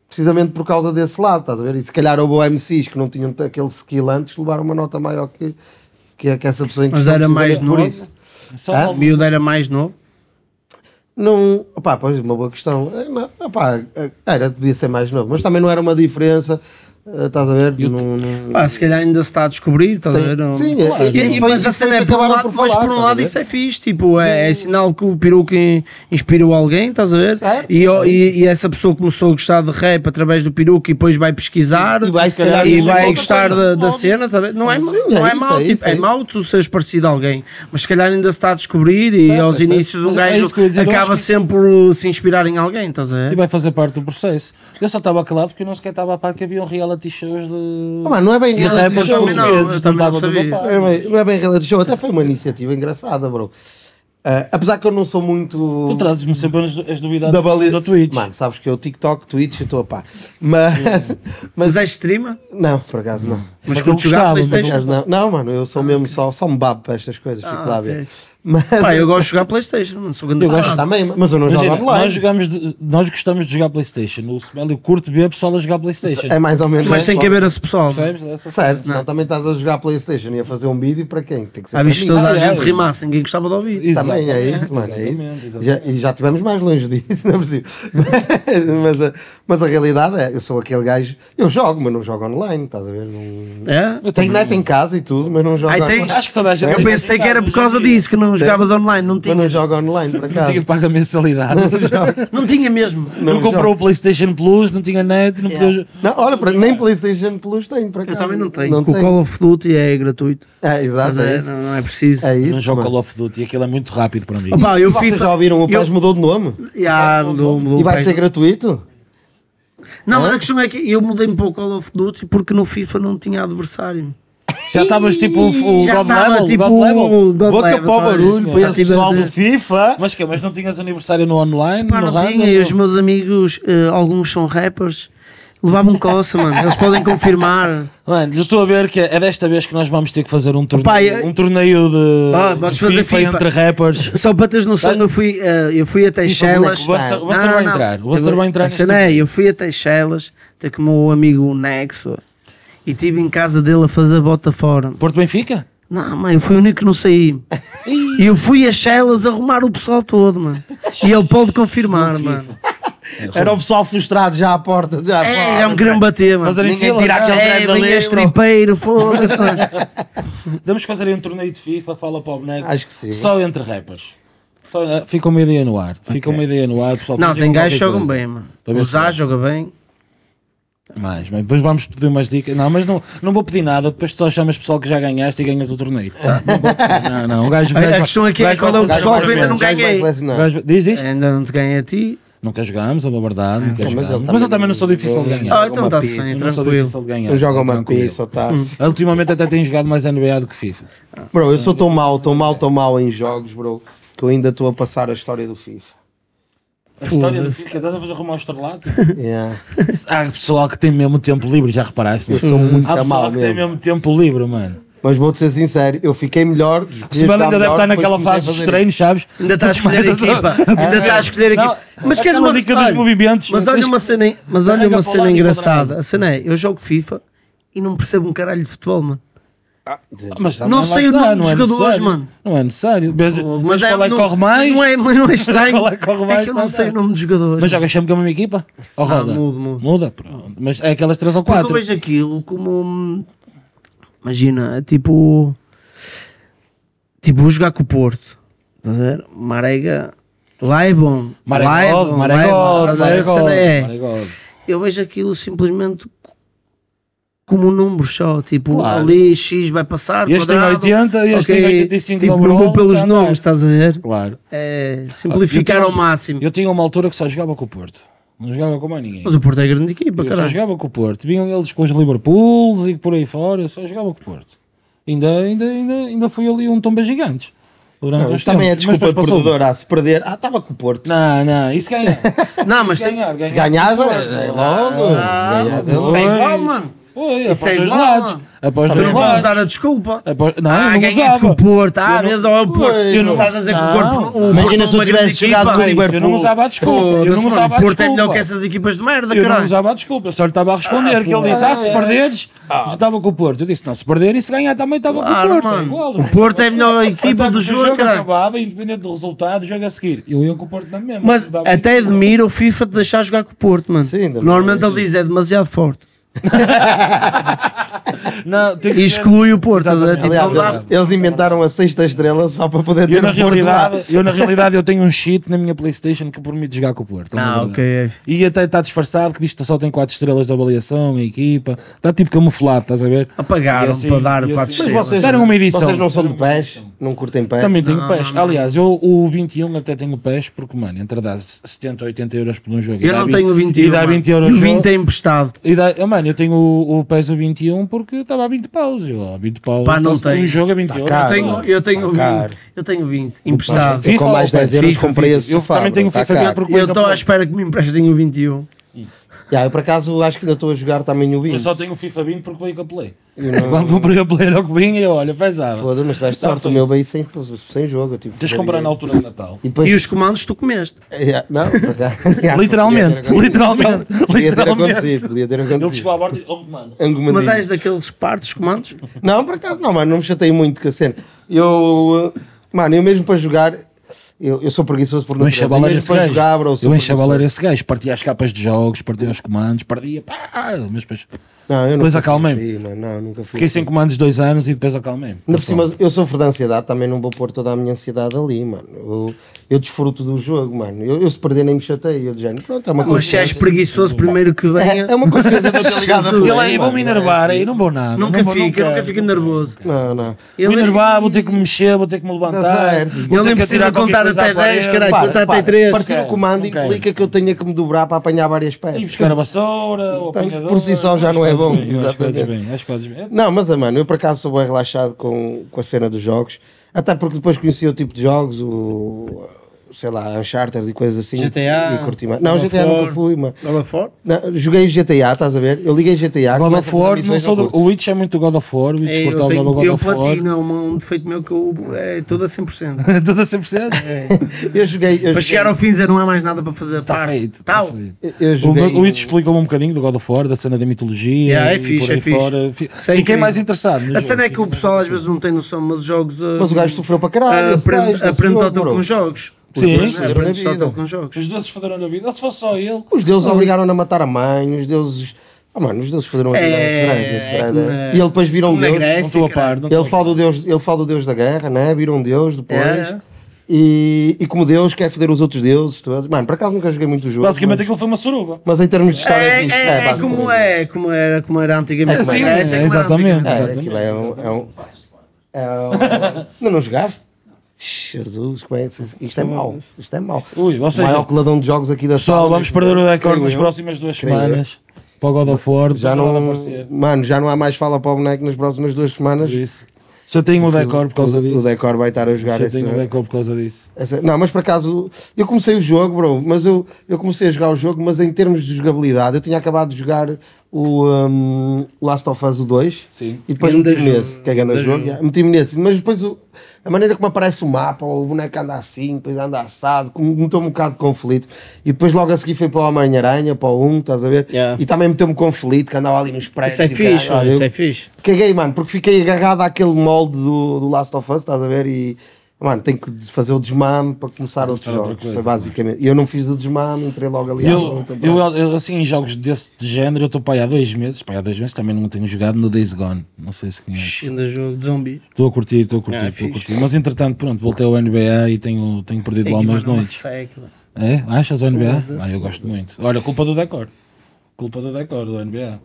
D: precisamente por causa desse lado, estás a ver? E se calhar houve MCs que não tinham t- aquele skill antes, levaram uma nota maior que, que, a- que essa pessoa em
E: Mas
D: questão,
E: era mais
D: precisamente por
E: novo?
D: isso.
C: Só
D: Hã?
E: O miúdo era mais novo.
D: Não, opá, pois uma boa questão. Eh, Não, opá, eh, era, devia ser mais novo, mas também não era uma diferença, eh, estás a ver? Não- não-
E: Pá, se calhar ainda se está a descobrir, estás a
D: Tem-
E: ver? Não-
D: sim, é-
E: Claro.
D: é-
E: E- e-
D: isso foi-
E: mas a
D: isso foi
E: cena é
D: que
E: por um
D: acabaram
E: lado,
D: por
E: mas
D: falar,
E: por um
D: estás a
E: lado
D: ver?
E: isso é fixe, tipo, é, é sinal que o peruca in- inspirou alguém, estás a ver?
D: Certo. é
E: E, o- e- e essa pessoa começou a gostar de rap através do peruca e depois vai pesquisar
D: E vai, se calhar,
E: e
D: isso é
E: vai
D: outra
E: gostar
D: coisa.
E: da, da cena, estás a ver? Não é, mau-
D: Sim, é
E: não é
D: isso,
E: mau,
D: é
E: tipo,
D: isso,
E: é
D: é isso.
E: mau tu seres parecido a alguém, mas se calhar ainda se está a descobrir e
D: Certo,
E: aos
D: é certo.
E: inícios um
C: Mas é
E: gajo
C: isso que eu ia dizer, eu
E: acaba
C: acho que
E: sempre por se inspirar em alguém, estás a
C: E
E: ver?
C: vai fazer parte do processo. Eu só estava calado porque eu não sequer estava a par que havia um reality shows de.
D: Ah, mano, não é bem
C: de
D: reality
C: rappers
D: show,
E: também não, eu
C: portugueses,
E: também não
C: estava do meu
E: sabia.
C: pai.
D: Não é bem, não é bem reality show, até foi uma iniciativa engraçada, bro. Ah, apesar que eu não sou muito.
C: Tu trazes-me sempre as, as novidades
D: da baliza.
C: do Twitch.
D: Mano, sabes que eu TikTok, Twitch, eu estou a par. Mas, mas.
E: Mas é streamer,
D: Não, por acaso não.
E: mas
C: eu
E: curto
C: gostava,
E: jogar
C: mas eu
D: Por
E: Playstation.
D: acaso não. Não, mano, eu sou mesmo só, só me babo para estas coisas, fico lá a ver.
E: ok.
D: Mas.
E: Pá, eu gosto de jogar Playstation, não sou grande
D: Ah,
E: parado.
D: também, mas eu não
C: Imagina,
D: jogo
C: nós,
D: online.
C: jogamos de- nós gostamos de jogar Playstation. O Smelly curte ver pessoal a jogar Playstation.
D: É mais ou menos.
E: Mas
D: isso.
E: tem que haver esse pessoal.
C: Percebes? É Essa-
D: Certo, senão também estás a jogar Playstation e a fazer um vídeo para quem? Tem que ser
E: Há
D: para
E: visto
D: mim.
E: toda
C: Ah,
E: a
C: é,
E: gente
C: é.
E: rimar sem ninguém gostava de ouvir.
D: Também é
C: Exatamente,
D: isso, mano. É
C: exatamente,
D: isso.
C: exatamente.
D: Já, e já estivemos mais longe disso, não é possível. mas, a, mas a realidade é, eu sou aquele gajo. Eu jogo, mas não jogo online, estás a ver? Não,
E: É?
D: Eu tenho net em casa e tudo, mas não jogo,
E: Ai, tem-
D: online.
C: Acho que toda a gente.
E: Eu pensei que era por causa disso que não jogavas online, não
D: Mas não
E: tinha.
D: jogo online, por
C: Não
D: acaso.
C: tinha que pagar mensalidade.
E: Não tinha mesmo.
C: Não, comprou o PlayStation Plus, não tinha net, não podia.
D: Não, olha, para- nem Playstation Plus tenho, por
E: Eu
D: acaso.
E: também não tenho.
D: Não
E: Porque o Call of Duty é gratuito.
D: É,
E: Mas
D: exato, é
E: é,
D: isso.
E: não, não é preciso.
D: É
C: Não
D: isso,
C: jogo
D: mano.
C: Call of Duty, aquilo é muito rápido para mim.
E: Opa, eu
D: Vocês
E: FIFA.
D: já ouviram? O
E: eu-
D: PES mudou de nome?
E: Já, mudou, mudou
D: E
E: o
D: vai
E: PES.
D: ser gratuito?
E: Não, mas a questão é que eu mudei-me para o Call of Duty porque no FIFA não tinha adversário.
C: Já estavas tipo o, o
E: Já
C: God
E: estava
C: Level?
E: tipo
C: God
E: o
C: Level?
E: God
D: Boca
E: Level,
D: para o
E: estás a ver?
D: barulho,
E: Já
D: para esse
E: tive a
D: pessoal do
E: dizer-
D: FIFA.
C: Mas que Mas não tinhas aniversário no online?
E: Pá,
C: no
E: não
C: rádio,
E: tinha. E os meus amigos, eh, alguns são rappers, levavam um coça, mano. Eles podem confirmar.
C: Mano, eu estou a ver que é desta vez que nós vamos ter que fazer um torneio,
E: Opa, eu-
C: um torneio de,
E: Ah,
C: de
E: vamos fazer FIFA.
C: entre rappers.
E: Só para teres noção, eu fui, eh, eu fui a Seychelles.
D: moleque,
C: o Buster- o Buster vai entrar, o Buster
E: Eu-
C: vai entrar
E: a
C: neste tipo.
E: cena é, eu fui a Seychelles, ter com o meu amigo Nexo e estive em casa dele a fazer bota fora.
C: Porto Benfica?
E: Não, mãe, eu fui o único que não saí. E eu fui a Seychelles arrumar o pessoal todo, mano. E ele pode confirmar, mano.
D: Era o pessoal frustrado já à porta. Já à
E: É,
D: porta.
E: já me queriam bater, mano.
C: Fazerem
D: Ninguém
C: fila,
D: tira
C: não?
D: aquele
E: É,
D: grande
E: bem
D: livro.
E: estripeiro, foda-se.
C: Temos que fazer aí um torneio de FIFA, fala para o boneco.
D: Acho que sim.
C: Só entre rappers. Só, eh, fica uma ideia no ar. Fica uma ideia no ar, pessoal.
E: Não,
C: depois
E: tem
C: digam
E: gajos que
C: qualquer
E: jogam
C: coisa.
E: bem, mano.
C: Também
E: O
C: se
E: Zá
C: faz.
E: joga bem.
C: Mais, mas depois vamos pedir umas dicas. Não, mas não, não vou pedir nada. Depois tu só chamas pessoal que já ganhaste e ganhas o torneio.
D: Ah.
C: Não, vou pedir. não, não. O gajo, o
E: A-
C: gajo
E: A
C: vai-
E: questão aqui é
C: gajo
E: qual é
C: vai-
E: o
C: gajo
E: pessoal
C: vai
E: que ainda não
C: jogar.
D: Gajo vai
E: ganhei.
D: selecionar.
C: Gajo- Diz, diz.
E: Ainda não te ganhei a ti.
C: Nunca jogámos, é uma verdade. nunca
D: É. Então, mas ele
C: jogámos.
D: também
C: mas eu também não sou
D: não-
C: difícil de
D: não-
C: ganhar.
E: Ah, então
D: uma
E: está-se
D: pizza,
E: bem,
C: Eu não sou difícil
E: tranquilo.
C: de ganhar.
D: tá Eu jogo uma
C: tranquilo.
D: pizza ou tá.
C: Hum. Ultimamente até tenho jogado mais NBA do que FIFA.
D: Bro, eu sou tão mal, tão mal, tão mal em jogos, bro, que eu ainda estou a passar a história do FIFA.
C: A história do FIFA, estás a fazer rumo ao estrelato?
D: Yeah.
C: Há pessoal que tem mesmo tempo livre, já reparaste?
D: Eu
E: Hum.
D: sou muito
C: Há pessoal
D: mal
C: que tem
D: mesmo.
C: mesmo tempo livre, mano.
D: Mas vou-te ser sincero, eu fiquei melhor.
C: O Semana ainda deve estar naquela fase dos
D: de
C: treinos, sabes?
E: Ainda está a escolher a equipa. Ainda está a escolher a
C: Não, é
E: equipa. Mas queres
C: aquela
E: uma
C: dica dos
E: olha,
C: movimentos,
E: Mas
C: tens
E: olha
C: que-
E: uma cena, en- mas
C: Carrega para
E: olha uma
C: o
E: cena
C: lado e para o
E: engraçada.
C: lado.
E: A cena é, eu jogo FIFA e não percebo um caralho de futebol, mano.
C: Ah,
D: Ah,
C: Mas
E: Não
C: também
E: sei
C: lá está, não
E: o nome dos
C: é
E: jogadores,
C: necessário.
E: mano.
C: Não é necessário. Mas,
E: Mas,
C: mas
E: é,
C: qual é que
E: não,
C: corre mais?
E: Não é, mas não é estranho.
C: Qual é que corre
E: É
C: mais?
E: que eu
C: Não
E: não sei
C: sei.
E: o nome dos jogadores.
C: Mas jogas sempre com a mesma equipa? Ou
E: Não,
C: roda?
E: mudo, mudo.
C: Muda, pronto. Mas é aquelas três ou
E: Porque
C: quatro.
E: eu vejo aquilo como. hum, Imagina, é tipo. Tipo, vou jogar com o Porto. Estás a ver? Marega. Lá é bom. lá é
C: Maregol,
E: bom, lá é bom.
C: Maregol,
E: Estás a ver? A cena é-
C: Maregol.
E: Eu vejo aquilo simplesmente co- como um número só. Tipo,
C: Claro.
E: ali X vai passar.
C: Este tem
E: quadrado,
C: 80, este
E: ok,
C: tem 85
E: Tipo,
C: overall,
E: não vou pelos
C: tá, tá.
E: nomes, estás a ver?
C: Claro.
E: É simplificar
C: Eu
E: ao
C: tinha-
E: máximo.
C: Eu tinha uma altura que só jogava com o Porto. Não jogava com mais ninguém.
E: Mas o Porto é grande equipa,
C: Eu só
E: caralho.
C: jogava com o Porto. Vinham eles com os Liverpools e por aí fora. Eu só jogava com o Porto. Ainda, ainda, ainda, ainda foi ali um tomba gigante. Durante
D: Não,
C: uns
D: mas também é
C: tempos. Mas
D: desculpa
C: depois passou.
D: perdedora. Ah, se perder, ah, estava com o Porto.
C: Não, não, isso ganha.
E: Não, mas
C: Isso
E: tem-
C: ganhar,
D: Se ganhas, é logo. se
E: Ah,
D: ganhas, é
E: isso
D: logo.
E: é igual,
C: Pois.
E: mano.
C: Oi,
E: Isso é
C: após dois
E: igual,
C: lados.
E: mano.
C: Após
E: Tu
C: dois
E: não vais usar
C: lados. É
E: a desculpa.
C: Após- Não,
E: ah,
C: eu não
E: ganhei-te
C: usava.
E: com o Porto. Ah,
C: Eu não-
E: vês, ó, o Porto.
D: Pois,
E: Eu não
D: não.
E: estás a dizer que o
C: Não.
E: Porto, o Porto
D: Imagina
E: é
D: se
E: uma
D: eu
E: grande
D: tivesse jogado
E: equipa.
D: com o
E: Foda-se,
D: Liverpool.
C: Eu não usava a desculpa. Eu não
E: é mano,
C: usava a
E: o Porto é melhor
C: desculpa.
E: que essas equipas de merda,
C: Eu não
E: caralho.
C: usava a desculpa, eu só lhe estava a responder. que ele disse: Ah,
E: é.
C: se perderes, já estava com o Porto. Eu disse: Não, se perder e se ganhar também estava
E: Ah. Claro,
C: com o Porto. é
E: mano.
C: igual,
E: o Porto é a melhor equipa
C: Até
E: do
C: que o
E: jogo, caralho.
C: acabava, independente do resultado, o jogo a seguir. Eu ia com o Porto na mesma.
E: Mas
C: não dava
E: até
C: muito.
E: admiro o FIFA de deixar jogar com o Porto, mano.
D: Sim, ainda
E: Normalmente
D: bem.
E: ele diz é demasiado forte.
C: Não, tem que
E: E
C: ser-
E: exclui o Porto. estás a ver?
C: Exatamente.
E: Tipo,
D: Aliás,
E: não dá-
D: eles inventaram a sexta estrela só para poder ter
C: Eu na,
D: o Porto lá.
C: realidade, eu, na realidade, eu tenho um cheat na minha Playstation que permite jogar com o Porto. é uma
E: Ah,
C: verdade.
E: ok.
C: E até está disfarçado que diz que só tem 4 estrelas de avaliação, a equipa. Está tipo camuflado, estás a ver?
E: Apagaram
C: E assim-
E: para dar
C: e assim-
E: quatro
D: Mas
E: estrelas.
D: vocês,
C: Fizeram uma edição.
D: vocês não são de pés, não curtem pés.
C: um Também tenho pés. Aliás, eu o 21 até tenho pés, porque, mano, entre dar 70 ou 80 euros por um jogo. e
E: Eu
C: dá
E: não
C: vi-
E: tenho 20
C: E dá 20 euros.
E: E o
C: jogo,
E: 20 é emprestado.
C: e dá- eu, mano, eu tenho o, o PES a 21 porque estava a 20 paus. Eu, ó, 20 paus.
E: Pá, não
C: então, se tem
E: tenho.
C: Um
E: Tá
C: jogo a 20 euros.
D: caro.
E: Eu tenho, eu tenho
D: caro.
E: 20. Eu tenho 20. Emprestado.
D: Eu com mais
C: FIFA,
D: 10 euros
E: FIFA,
D: comprei esse
C: Eu então
D: sofá,
C: também
D: bro,
C: tenho o
D: tá
C: FIFA
D: caro.
C: dele porque
E: Eu estou à
C: porque-
E: espera que me emprestem o 21.
D: Já, eu por acaso acho que ainda estou a jogar também o
C: Eu
D: Windows.
C: só tenho o FIFA 20 porque veio com a Play. Quando comprei a Play era o que vinha e eu, olha, faz água.
D: Foda-se, mas tiveste
C: Tá
D: sorte, o
C: feito.
D: meu veio sem, sem jogo. eu tive que
C: Tens de
D: fazer
C: comprar na
D: dinheiro.
C: altura de Natal.
D: E depois...
E: E os comandos tu comeste.
D: Yeah, Não, por acaso- yeah,
C: Literalmente,
D: podia ter
C: literalmente,
D: acontecido. Podia ter acontecido,
C: literalmente.
D: podia ter
C: Ele chegou à
D: acontecido.
C: borda e oh, mano,
E: Mas
D: Angomadinho.
E: és daqueles partos comandos?
D: Não, por acaso não, mano, não me chatei muito com a cena. Eu, eh, mano, eu mesmo para jogar, eu, eu sou preguiçoso por
C: Eu
D: natureza.
C: enchei a
D: Eu
C: balar
D: mesmo
C: esse
D: para
C: gajo.
D: jogar, bro, sou
C: eu enchei a
D: preguiçoso.
C: balar esse gajo. Partia as capas de jogos, partia os comandos, perdia. Pá, mas depois
D: Não, eu nunca
C: Depois
D: fui
C: acalmei-me. é
D: assim, mano, Não, nunca fui.
C: fiquei
D: assim.
C: sem comandos dois anos e depois acalmei.
D: Ainda por cima, eu sofro de ansiedade, também não vou pôr toda a minha ansiedade ali, mano. Eu, eu desfruto do jogo, mano. Eu, eu se perder nem me chatei, eu de género. Pronto, é uma
E: Mas se és
D: consequência.
E: preguições primeiro que
D: É, é
E: venha,
D: uma consequência de eu ter ligado a
E: Jesus.
C: Ele
D: tudo,
E: Sim,
C: aí,
D: mano,
C: vou-me
D: não é
C: enervar,
D: assim.
C: aí não vou nada.
E: nunca
C: não vou,
E: fica,
C: não
E: nunca
C: quero,
E: fica
C: não quero.
E: nervoso.
D: Não, não.
C: Vou
E: Ele- é
C: enervar, vou ter que me mexer, vou ter que me
D: Tá
C: levantar.
D: certo.
C: vou
D: Ele
C: ter
E: nem
C: que
E: precisa
C: atirar qualquer
E: contar
C: coisa
E: até
C: à parede.
E: 10, caralho. Vai,
D: Repara,
E: contar até
D: repara,
E: três.
D: Partir o
C: Quero,
D: comando
C: não quero.
D: implica que eu tenha que me dobrar para apanhar várias
C: E
D: peças.
C: buscar a vassoura, o
D: Então,
C: apanhador.
D: por si só já
C: Acho
D: não é
C: que fazes
D: bom,
C: bem, Acho que fazes
D: exatamente.
C: bem, acho que fazes bem.
D: Não, mas, ah, mano, eu por acaso sou bem relaxado com, com a cena dos jogos. Até porque depois conheci o tipo de jogos, o. Sei lá, Uncharted e coisas assim.
E: GTA,
D: E curti mais. Não,
E: God of
D: GTA nunca
E: War.
D: fui, mano.
E: Agora fora?
D: Não, joguei GTA, estás a ver? Eu liguei GTA.
C: God
D: começo a
C: of
D: fazer
C: War, não
D: missões,
C: sou do,
D: curto.
C: o Witch é muito God of War, o Witch
E: É, Eu,
C: cortava
E: tenho,
C: God
E: eu
C: of War.
E: platina, uma- um defeito meu que eu, é tudo a 100%.
C: Tudo a 100%?
D: Eu joguei. Eu
E: Para
D: joguei,
E: chegar ao fim e dizer não há mais nada para fazer.
C: Está
E: parte,
C: feito. tá
E: Tal.
C: feito.
D: eu
C: O
D: joguei
C: Luís explicou-me um bocadinho do God of War, da cena da mitologia.
E: Yeah, é
C: e
E: fixe,
C: por aí
E: é fixe.
C: fora. Fi-
E: Isso é
C: Fiquei
E: incrível.
C: mais interessado. no
E: A
C: jogo.
E: cena é que o pessoal às vezes não tem noção, mas os jogos. ah,
D: Mas o gajo sofreu para caralho.
E: ah,
D: esse
E: aprende
D: gajo, esse
E: aprende
D: jogo,
E: ao teu
D: bro.
E: com jogos.
C: Sim.
D: dois
C: Sim,
D: fuderam na
E: Aprendes
D: vida.
E: total com jogos.
C: Os deuses foderam na vida. Ou se fosse só ele.
D: Os deuses obrigaram-no a matar a mãe, os deuses. Ah, mano, os deuses foderam a vida.
E: É,
D: esse grande, esse grande.
E: na-
D: e ele depois viram um
E: na
D: deus.
E: Grécia,
C: não estou a par.
E: caralho.
C: Não estou
D: Ele
C: a par.
D: fala, do deus, ele fala do deus da guerra, né? Vira um deus depois.
E: É, é.
D: E, e como deus quer foder os outros deuses todos. Mano, por acaso nunca joguei muito o jogo.
C: Basicamente
D: mas,
C: aquilo foi uma suruba.
D: mas em termos de história.
E: É,
D: isto
E: é, é como
D: basicamente.
E: é, como era, como era antigamente.
C: É, sim,
E: Era essa
C: é,
E: como era
C: exatamente.
E: antigamente.
D: É,
C: Exatamente,
D: aquilo é um. É um, é um- não, não jogaste? Jesus, como é isso? Isto é mau. Isto é mau.
C: Ui, ou
D: O
C: seja,
D: maior coladão de jogos aqui da
C: pessoal,
D: sala,
C: vamos
D: mas-
C: perder o recorde
D: Creio
C: nas
D: eu.
C: próximas duas
D: Creio eu.
C: semanas. Para o God of War.
D: Já
C: depois ele
D: não,
C: vai aparecer.
D: mano, já não há mais fala para o boneco nas próximas duas semanas.
C: Por isso. Já tenho o decor por causa
D: o,
C: disso.
D: o Decor vai estar a jogar
C: Já
D: esse,
C: tenho o decor por causa disso.
D: essa- Não, mas por acaso eu comecei o jogo, bro. Mas eu, eu comecei a jogar o jogo, mas em termos de jogabilidade, eu tinha acabado de jogar o um, Last of Us o 2
C: Sim.
D: e depois
E: Ganda
D: meti-me
E: jogo,
D: nesse, que é grande
E: ganda
D: jogo.
E: jogo.
D: yeah, Meti-me nesse, mas depois o- a maneira como aparece o mapa, o boneco anda assim, depois anda assado, como me meteu um bocado de conflito. E depois logo a seguir foi para o Homem-Aranha, para o 1, estás a ver?
E: Yeah.
D: E também meteu-me conflito, que andava ali nos prédios.
E: Isso é
C: tipo,
D: e o caralho,
E: fixe,
D: olha,
E: mano, isso
D: eu-
E: é fixe.
D: Caguei, mano, porque fiquei agarrado àquele molde do, do Last of Us, estás a ver? E, mano, tenho que fazer o desmame para começar outros
C: outra
D: jogos.
C: coisa,
D: Foi basicamente. E eu não fiz o desmame, entrei logo ali. à
C: Eu,
D: luta, pronto.
C: eu, eu, assim, em jogos desse género, eu estou para aí há dois meses. Para aí há dois meses também não tenho jogado no Days Gone. Não sei se conhece.
E: Ainda jogo de zombies.
C: Estou a curtir, estou a curtir,
E: Ah,
C: estou a
E: fixe.
C: curtir. Mas entretanto, pronto, voltei ao NBA e tenho, tenho perdido lá umas noites. É? Achas o NBA? Ah, eu gosto muito. Olha, culpa do decor. Culpa do decor, do NBA.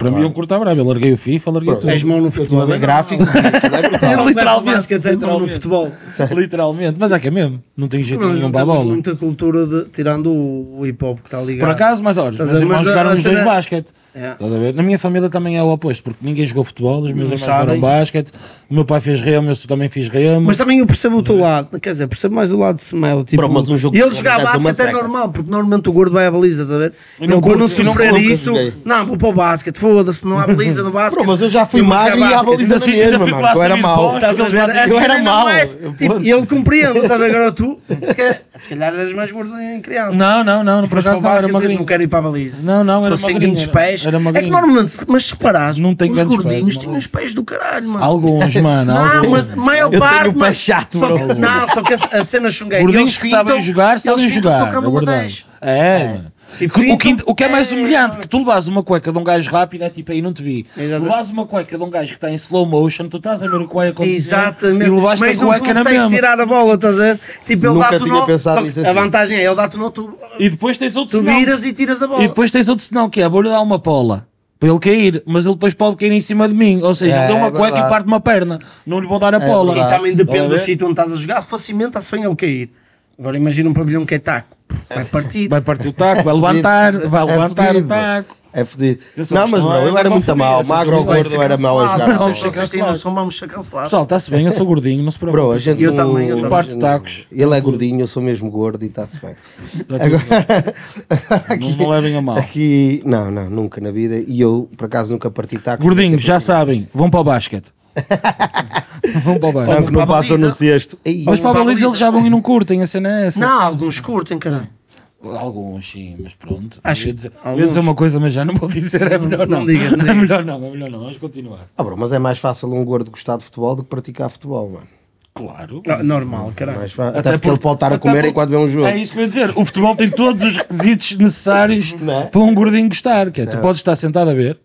C: Para mim, eu curto a brava. Eu larguei o FIFA, larguei tudo.
E: És mão no
D: Eu estive a
E: futebol.
D: ver gráficos. é
E: Só
C: Literalmente.
E: literalmente. basquete é mão no
C: Literalmente.
E: futebol.
C: Literalmente. Mas é que é mesmo. Não tenho um jeito
E: Nós
C: nenhum
E: não
C: para a
E: temos
C: bola.
E: muita cultura de, tirando o, o hip hop que está ligado.
C: Por acaso, mas olha, os
E: Estás
C: meus
E: a ver?
C: irmãos
E: Mas a-
C: jogaram
E: a
C: os dois
E: cena-
C: basquete.
E: É.
C: Estás a ver? Na minha família também é o oposto, porque ninguém jogou futebol, os meus irmãos
E: sabem.
C: jogaram basquete, o meu pai fez remo, eu também fiz remo.
E: Mas também eu percebo o teu lado, quer dizer, percebo mais o lado de Smell. Tipo,
D: Bro, mas um jogo
E: e ele
D: de
E: jogar
D: futebol,
E: basquete
D: uma seca.
E: é normal, porque normalmente o gordo vai à baliza, está a ver?
C: Eu
E: Não,
C: não
E: para
C: curto,
E: não
C: eu não
E: sofrer
D: curto, nunca
E: isso,
D: joguei.
E: não, vou para o basquete, foda-se, não há baliza no basquete.
D: Bro, mas eu já fui
E: Eu vou jogar
D: magro e à
E: basquete.
D: baliza
C: Ainda fui-
D: na
C: ainda
D: mesma,
C: fui
D: mano.
C: lá
D: Eu era
C: subir
D: mau.
C: postos,
E: Estás a ver? A
D: Eu
E: cena
D: era
E: não
D: mau.
E: é essa. Tipo,
D: Eu-
E: ele compreende, estás a ver? Agora tu, se calhar, se calhar eras mais gordo em criança.
C: Não, não, não, não, por
E: Foste para
C: acaso
E: o
C: não era
E: basquete,
C: magrinho.
E: não quero ir para a baliza.
C: Não, não, era
E: Foste sem
C: magrinho,
E: grandes
C: era-
E: pés.
C: era
E: É que
C: magrinho.
E: normalmente, mas se reparares,
C: Não tem
E: os
C: grandes pés,
E: gordinhos
C: maluco.
E: tinham os pés do caralho, mano.
C: Alguns, mano.
E: Não,
C: alguns.
E: mas a maior
D: Eu
C: um
E: parte.
D: tenho o pé
E: mas-
D: chato,
E: só
D: bro.
E: que, não, só que a, a cena chunguei.
C: Gordinhos que sabem jogar, sabem jogar.
E: Só
C: é
E: que
C: verdade. É. mano.
E: E
C: O, que,
E: pintam-
C: o que é mais
E: é.
C: humilhante, que tu levas uma cueca de um gajo rápido, é tipo aí, não te vi.
E: Exatamente.
C: Levas uma cueca de um gajo que está em slow motion, tu estás a ver o que vai acontecer
E: Exatamente.
C: e levaste
E: mas
C: a
E: não
C: cueca na
E: consegues
C: mesma.
E: tirar a bola, estás a ver? Tipo, ele
D: Nunca
E: dá-te o
D: tinha
E: nó.
D: pensado
E: só que
D: nisso
E: A
D: assim.
E: vantagem é, ele dá-te o nó, tu,
C: E depois tens outro
E: tu
C: sinal.
E: viras e tiras a bola.
C: E depois tens outro senão que é, vou-lhe dar uma pola para ele cair, mas ele depois pode cair em cima de mim. Ou seja,
D: É,
C: ele deu uma
D: é
C: cueca
D: verdade. É
C: e parte uma perna. Não lhe vou dar a pola.
D: verdade.
E: E também
C: Estás
E: depende
C: a
E: do
C: ver?
E: sítio onde estás a jogar, facilmente está sem ele cair. Agora imagina um pavilhão que é taco. Vai partir.
C: Vai partir o taco, vai levantar, vai levantar o taco.
D: É fedido.
C: Atenção,
D: Não, mas
C: isto não
D: bro,
C: é-
D: eu era
C: não
D: muito
C: confundir,
D: mal.
C: essa
D: Magro ou
C: coisa vai
D: gordo, eu era mau a jogar.
E: Não,
C: cancelado.
D: assim.
E: vocês têm noção, vamos ser cancelados.
C: Pessoal, está-se bem, eu sou gordinho, não se preocupe.
D: Bro, a gente
E: Eu
D: não-
E: também, eu também.
C: Parto tacos.
D: Ele é gordinho, eu sou mesmo gordo e está-se bem.
C: Está tudo
D: Agora, agora
C: Não- não levem a mal.
D: Aqui, não, não, nunca na vida. E eu, por acaso, nunca parti tacos. é
C: Gordinhos, já sabem, vão para o basquete. vão para o basquete.
D: Não, É que não
E: Para a
D: passam no
E: baliza.
D: cesto. Ei,
C: Mas para a
E: para a
C: baliza eles
E: baliza.
C: já vão e não curtem, a cena é essa.
E: Não, alguns curtem, caralho.
C: Alguns sim, mas pronto.
E: Acho-
C: Eu ia dizer, eu ia
E: alguns.
C: dizer uma coisa, mas já não vou dizer, é melhor não.
E: não digas, não
C: É
E: digas.
C: melhor não, é melhor não, vamos continuar.
D: Ah, bro, mas é mais fácil um gordo gostar de futebol do que praticar futebol, mano.
C: Claro.
E: Ah, Normal, caralho.
D: Mais fa- até, porque ele pode estar a
C: até
D: comer
C: porque-
D: enquanto vê um jogo.
C: É isso que eu ia dizer. O futebol tem todos os requisitos necessários
D: é?
C: para um gordinho gostar. Que é, tu podes estar sentado a ver.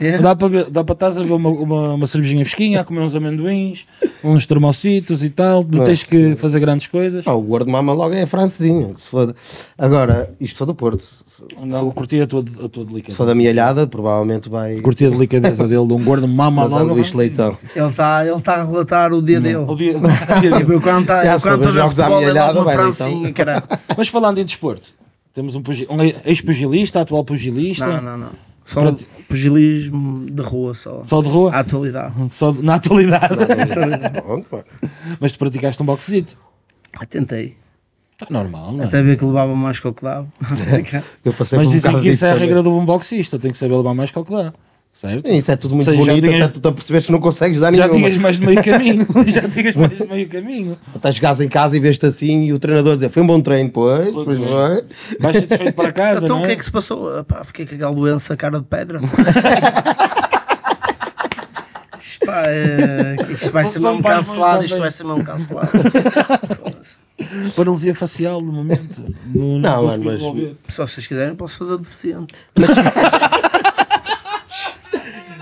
E: É.
C: Dá para, ver- dá para estás a ver uma, uma, uma cervejinha fresquinha, a comer uns amendoins, uns termocitos e tal.
D: é?
C: Não tens que fazer grandes coisas.
D: Ah, o gordo mama logo é a francesinha, que se foda. Agora, isto foi do Porto. Se
C: Não, eu curti a tua, a tua delicadeza.
D: Oh. for da mialhada, provavelmente vai.
C: Curti a delicadeza dele, de um gordo mama
D: Mas é
C: lá.
D: o Luís Leitão.
E: Ele está ele tá a relatar o dia dele.
C: O dia- o dia dele.
E: Tipo, eu quando tá-
D: Já
E: eu quando
D: soube,
E: estou a ver
D: jogos à
E: futebol, é
D: milhada,
E: logo uma
D: vai, então.
E: francinha, caralho.
C: Mas falando em desporto, temos um, pugi- um ex-pugilista, atual pugilista,
E: Não, não, não. Só um pugilismo de rua, só.
C: só de rua,
E: À atualidade.
C: só de- na atualidade.
D: Pronto, mano.
C: Mas tu praticaste um boxezito.
E: Ah, Tentei.
C: Está normal, não é?
E: Até ver que levava mais que o que dava. Tá Não sei o que.
D: Eu passei
C: Mas
D: por um
C: dizem
D: bocado
C: que isso
D: disso
C: é a
D: também.
C: regra do bom boxista, tem que saber levar mais que o que dá. Certo?
D: Sim, Isso é tudo muito
C: Ou seja, já
D: bonito,
C: tinhas-
D: até tu te apercebes que não consegues dar
C: Já
D: nenhuma.
C: tinhas mais de meio caminho, já tinhas mais de meio caminho.
D: Até chegares em casa e vês-te assim e o treinador dizer foi um bom treino, pois, pois foi.
C: Vais satisfeito para casa,
E: Então
C: não
E: o que é que se passou? Ah, pá, fiquei com aquela doença, cara de pedra. Isto, pá, é, isto vai ser
C: São
E: mesmo
C: pais, mas
E: cancelado,
C: não
E: é, isto
C: têm.
E: vai ser mesmo cancelado. Foda-se.
C: Paralisia facial no momento. Não, não,
D: Não,
C: consegui
D: mano, mas-
C: resolver.
E: Só se vocês quiserem, posso fazer deficiente.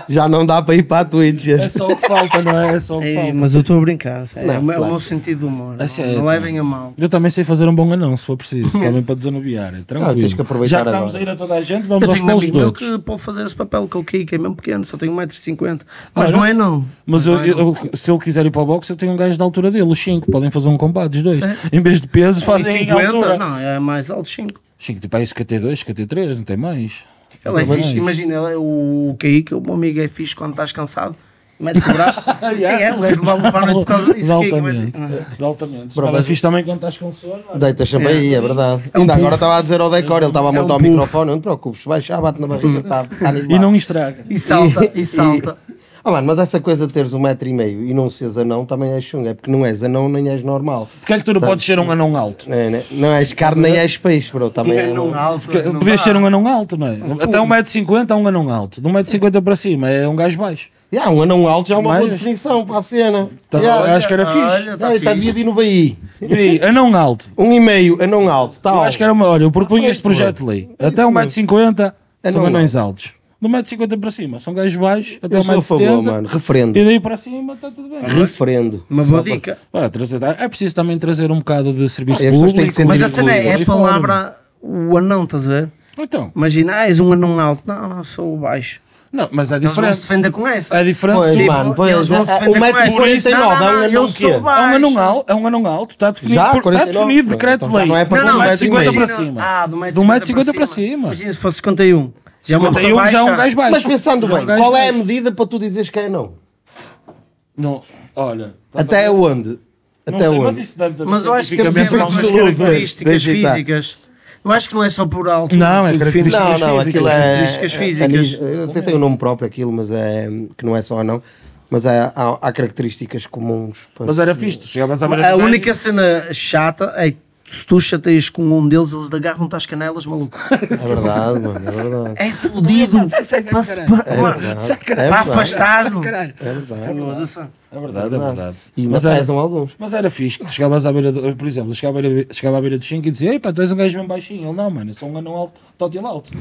D: Já não dá para ir para a Twitch.
C: É só o que falta, não é? É só o que
E: Ei,
C: falta.
E: mas eu estou a brincar. sério.
D: Não,
E: é, o meu- é
D: claro.
E: o meu sentido de humor.
C: Assim,
E: não,
C: é,
E: não
C: sim.
E: levem a mal.
C: Eu também sei fazer um bom anão, se for preciso, também para desanuviar. É tranquilo.
D: Ah, tens que aproveitar
C: Já que estamos
D: agora.
C: a ir a toda a gente, vamos
E: Eu
C: aos
E: tenho um
C: pelos
E: amigo meu
C: todos.
E: que pode fazer esse papel que eu caí, que é mesmo pequeno, só tenho 1,50m. Mas
C: Ah,
E: não é não.
C: Mas eu,
E: não é, não.
C: eu- eu- se ele quiser ir para o boxe, eu tenho um gajo da altura dele, os 5, podem fazer um combate, os dois.
E: Sim.
C: Em vez de peso, fazem
E: 1,50
C: em altura.
E: Não, é mais alto 5.
C: 5, tipo, aí isso KT2, KT3, não tem mais.
E: Ele é
C: Também
E: fixe,
C: não.
E: imagina, ele é o Kaique, o meu amigo é fixe quando estás cansado, metes o braço.
C: Yeah.
E: É, um gajo levava para a noite por causa disso. o Kaique mete-
C: Exatamente. De altamente.
D: Bro,
C: Ela é
D: mas-
C: fixe também quando estás com sono. mano.
D: Deitas também aí, é verdade.
E: É um
D: Ainda
E: puff.
D: agora estava a dizer ao decor, ele estava a
E: É um
D: montar o
E: puff.
D: microfone, não te preocupes, vai já, bate na barriga, está tá animado.
C: E não estraga.
E: E salta, e salta.
D: Ah, mano, mas essa coisa de teres um metro e meio e não seres anão também é chunga, é porque não és anão nem és normal.
C: Porquê é que tu não podes ser um anão alto?
D: Não, é- não, é- não és carne nem és peixe, bro. Também é,
E: Não alto.
C: Porque
E: não
C: Podias
E: dá.
C: ser um anão alto, não é? Até 1,50m é um anão alto. De 1,50m para cima é um gajo baixo.
D: Yeah, um anão alto já é uma boa
C: Mas-
D: definição para a cena.
C: Tá-
D: yeah.
C: eu acho que era fixe.
E: Olha, tá
D: Ah, está
E: fixe.
D: devia vir no Bahia.
C: E aí, anão alto.
D: Um e meio, anão alto,
C: Eu
D: tal.
C: acho que era uma. Olha, eu propunha este
D: feito,
C: projeto de lei. Até 1,50m são
D: Anão
C: anões altos. De 1,50m para cima são gajos baixos. Até
D: Eu sou a favor,
C: 1,70m.
D: mano. Referendo.
C: E daí para cima está tudo bem.
D: Referendo.
E: Uma boa dica.
C: Pá, trazer- é preciso também trazer um bocado de serviço
D: Ah, e as pessoas têm
C: público.
D: que sentir
E: Mas a
D: Digo,
E: cena é
C: ali
E: a
C: fora,
E: palavra, o anão, estás a ver?
C: Então,
E: Imagina, ah, és um anão alto. Não, não, sou o baixo.
C: não, mas é
E: Eles não se
C: diferente.
E: defendem com essa.
C: É diferente.
D: Pois,
C: tu-
E: Tipo,
D: mano, pois,
E: eles não
D: é-
E: se defendem
D: o metro
E: com essa.
D: e quarenta e nove,
E: Não, não,
D: é um
E: eu
D: anão
E: sou
D: quê?
E: baixo.
C: É um anão alto, é um anão alto, está definido,
D: Já,
C: por, está
D: 49,
C: definido
D: pronto,
C: decreto de
D: então
C: lei.
D: já não é para
E: Não, não,
D: um
C: do
E: é
D: metro e
C: 1,50m para
D: meio.
C: cima.
E: Ah, do
C: do 1,50m
E: 1,50
C: para cima.
E: Imagina se fosse 51. Já é uma pessoa
C: 51
E: baixa.
C: já é um gajo baixo.
D: Mas pensando
C: Já é um
D: bem,
C: gajo
D: qual é a
C: baixo.
D: medida para tu dizeres que é anão?
C: Não, olha. estás a
D: Até
C: ver?
D: onde?
C: Não
D: Até
C: sei, mas
D: onde?
C: isso deve
E: Mas eu acho que assim, é
C: cientificamente
D: Fica
E: depende
D: assim.
E: de
D: bem
E: algumas
D: desgosto,
E: características
D: deixa estar.
E: físicas. Eu acho que não é só por alto.
C: Não, é característica.
D: tá. Não,
C: Características físicas,
D: não, aquilo é.
E: características físicas.
D: é- é- Até tem um nome próprio aquilo, mas é. que não é só anão. Mas há, há, há características comuns. para-
C: Mas era fixe, tu chegavas à
D: é
C: beira
E: A
C: do gajo,
E: única cena chata é que se tu chateias com um deles, eles agarram-te às canelas, maluco.
D: É verdade, mano, é verdade.
E: É fodido. Para se- para- mano,
D: É
E: para
D: verdade.
E: afastar-me.
D: É verdade.
E: Foda-se.
C: É verdade, é verdade.
D: E
C: Mas
D: mas
C: era-
D: pesam alguns.
C: Mas era fixe que tu chegavas à beira, do, por exemplo, eu chegava à beira, chegava à beira do 5 e dizia: Ei, pá, tu és um gajo bem baixinho. Ele não, mano, eu sou um anão alto, total alto.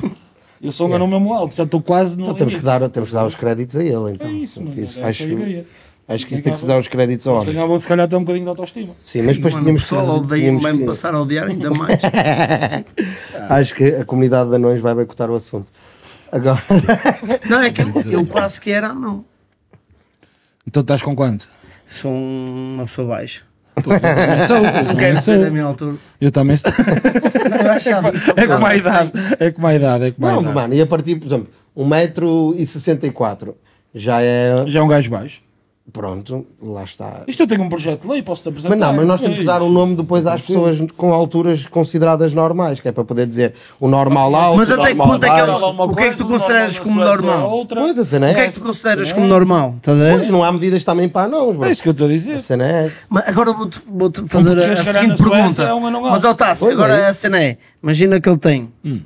C: Eu sou um anão mesmo alto, já estou quase no.
D: É. Então temos que,
C: limite.
D: dar, temos que dar os créditos a ele, então.
C: É isso, mano.
D: Isso,
C: era
D: acho,
C: essa a ideia.
D: acho que isso tem que se dar os créditos ao
C: Eles
D: homem.
C: ganhavam, se calhar, até um bocadinho de autoestima.
D: Sim, mas depois
E: Mano,
D: tínhamos
E: o pessoal
D: que.
E: odeia
D: tínhamos
E: mesmo
D: que-
E: passar a odiar ainda mais.
D: Acho que a comunidade de anões vai boicotar o assunto. Agora,
E: Não, é que eu,
C: eh,
E: eu quase que era não.
C: Então estás com quanto?
E: Sou uma pessoa baixa.
C: Pô, Eu também sou. Eu
E: Não
C: também
E: quero ser
C: sou.
E: da minha altura.
C: Eu também sou.
E: Eu achava isso.
C: É como a idade. É como a idade. É como a
D: não,
C: idade.
D: mano, e a partir, por exemplo, 1,64m já é.
C: Já é um gajo baixo.
D: Pronto, lá está.
C: Isto eu tenho um projeto de lei, posso-te apresentar. É
D: Mas
E: tá,
D: não, mas nós temos que
E: é
D: dar um nome depois às pessoas com alturas consideradas normais, que é para poder dizer o normal alto,
E: Mas
D: o
E: até que
D: normal
E: ponto é que
D: baixo.
E: eles- o que é que tu consideras como normal?
D: Pois, a cena
E: O que
D: é
E: é que tu
D: essa.
E: consideras como normal? Estás a
D: Pois,
E: ver?
D: não há medidas também para anãos, bro.
C: É isso que eu estou a dizer.
D: A cena é essa.
E: Mas agora vou-te vou-te fazer a,
C: português,
E: a
C: se calhar,
E: seguinte
C: na Suécia,
E: pergunta.
C: é uma não há.
E: Mas ao Tasso,
D: Pois
E: agora
D: é.
E: a cena é: imagina que ele tem
C: Hum.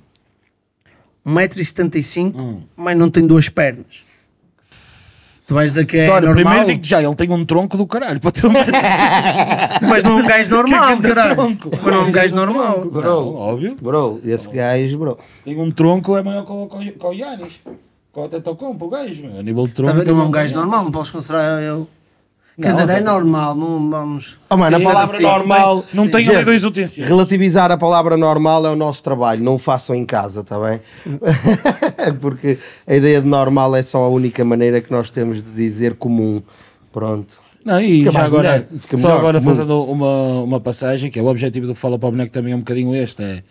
E: 1,75m, mas não tem duas pernas. Tu vais dizer que é
C: Olha,
E: normal,
C: primeiro digo já, ele tem um tronco do caralho para ter um metro e
E: mas não é um gajo normal,
C: tem
E: caralho.
C: tronco?
E: Mas não é um gajo normal.
D: Bro,
C: Não, óbvio.
D: Bro,
E: Tá
D: esse gajo, bro.
C: Tem um tronco, é maior que o- que o que o Yanis. Com o Tetocompo, o gajo, meu. A nível de tronco. né?
E: Tá bem, não é um
C: ele-
E: gajo normal, não podes considerar ele. Quer dizer,
C: tá
E: é normal, não vamos.
D: Oh, mano, a
E: Sim,
D: palavra
E: sim.
D: normal.
C: Não
E: Sim.
C: tem
D: Gente,
C: ali dois utensílios.
D: Relativizar a palavra normal é o nosso trabalho, não o façam em casa, está bem? Porque a ideia de normal é só a única maneira que nós temos de dizer comum. Pronto.
C: Não, e
D: Fica
C: já
D: mais
C: agora,
D: melhor, fica
C: só
D: melhor,
C: agora
D: muito.
C: fazendo uma, uma passagem, que é o objetivo do Fala para o Boneco também é um bocadinho este, é...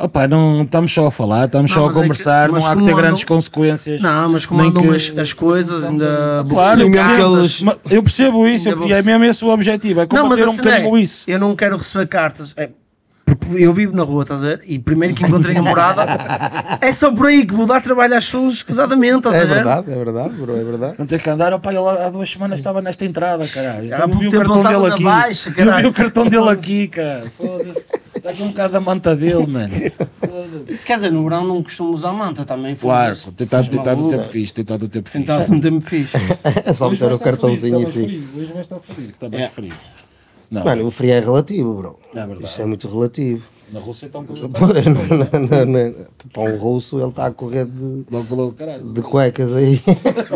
C: Opa, não estamos só a falar, estamos
E: Não,
C: só a
E: mas é que-
C: conversar,
E: mas
C: não há que
E: como
C: ter
E: andam-
C: grandes consequências.
E: Não, mas como
C: nem
E: andam
C: que-
E: as, as coisas, ainda.
C: Claro, eu
D: Sim, mesmo que
C: percebo,
D: eles-
C: mas eu percebo isso,
E: Ainda
C: e é mesmo esse o objetivo, é
E: Não, mas
C: combater um
E: assim, é,
C: bocadinho isso.
E: eu não quero receber cartas. É, porque eu vivo na rua, estás a ver? E primeiro que encontrei a morada, é só por aí que vou dar trabalho às pessoas, escusadamente, estás a
D: É
E: ver?
D: verdade, é verdade, bro, é verdade.
C: Não ter que andar, opa, ele há duas semanas estava nesta entrada, caralho.
E: Há
C: Então eu
E: pouco
C: vi o
E: tempo
C: cartão
E: ele estava
C: dele
E: na
C: aqui.
E: baixa,
C: eu vi
E: caralho.
C: o cartão dele aqui, cara. Foda-se. Está aqui um bocado da manta dele, mano. Foda-se.
E: Quer dizer, no verão não costumo usar manta também.
C: Claro,
E: foda-se.
C: tentado
E: Sou
C: tentado o
E: maluco.
C: tempo fixe, tentado o tempo fixe.
E: Tentado um tempo fixe.
D: É só
C: Hoje
D: meter
C: vai
D: o
C: estar
D: cartãozinho
C: frio,
D: assim.
C: Hoje vai estar frio, que está tá mais
E: É.
C: frio. Não,
D: Mano, o frio é relativo, bro.
C: É verdade.
D: Isso é muito relativo.
C: na Rússia estão com
D: Não, não, não, não. Para um russo, ele está a correr de,
C: logo logo, caralho.
D: de cuecas aí.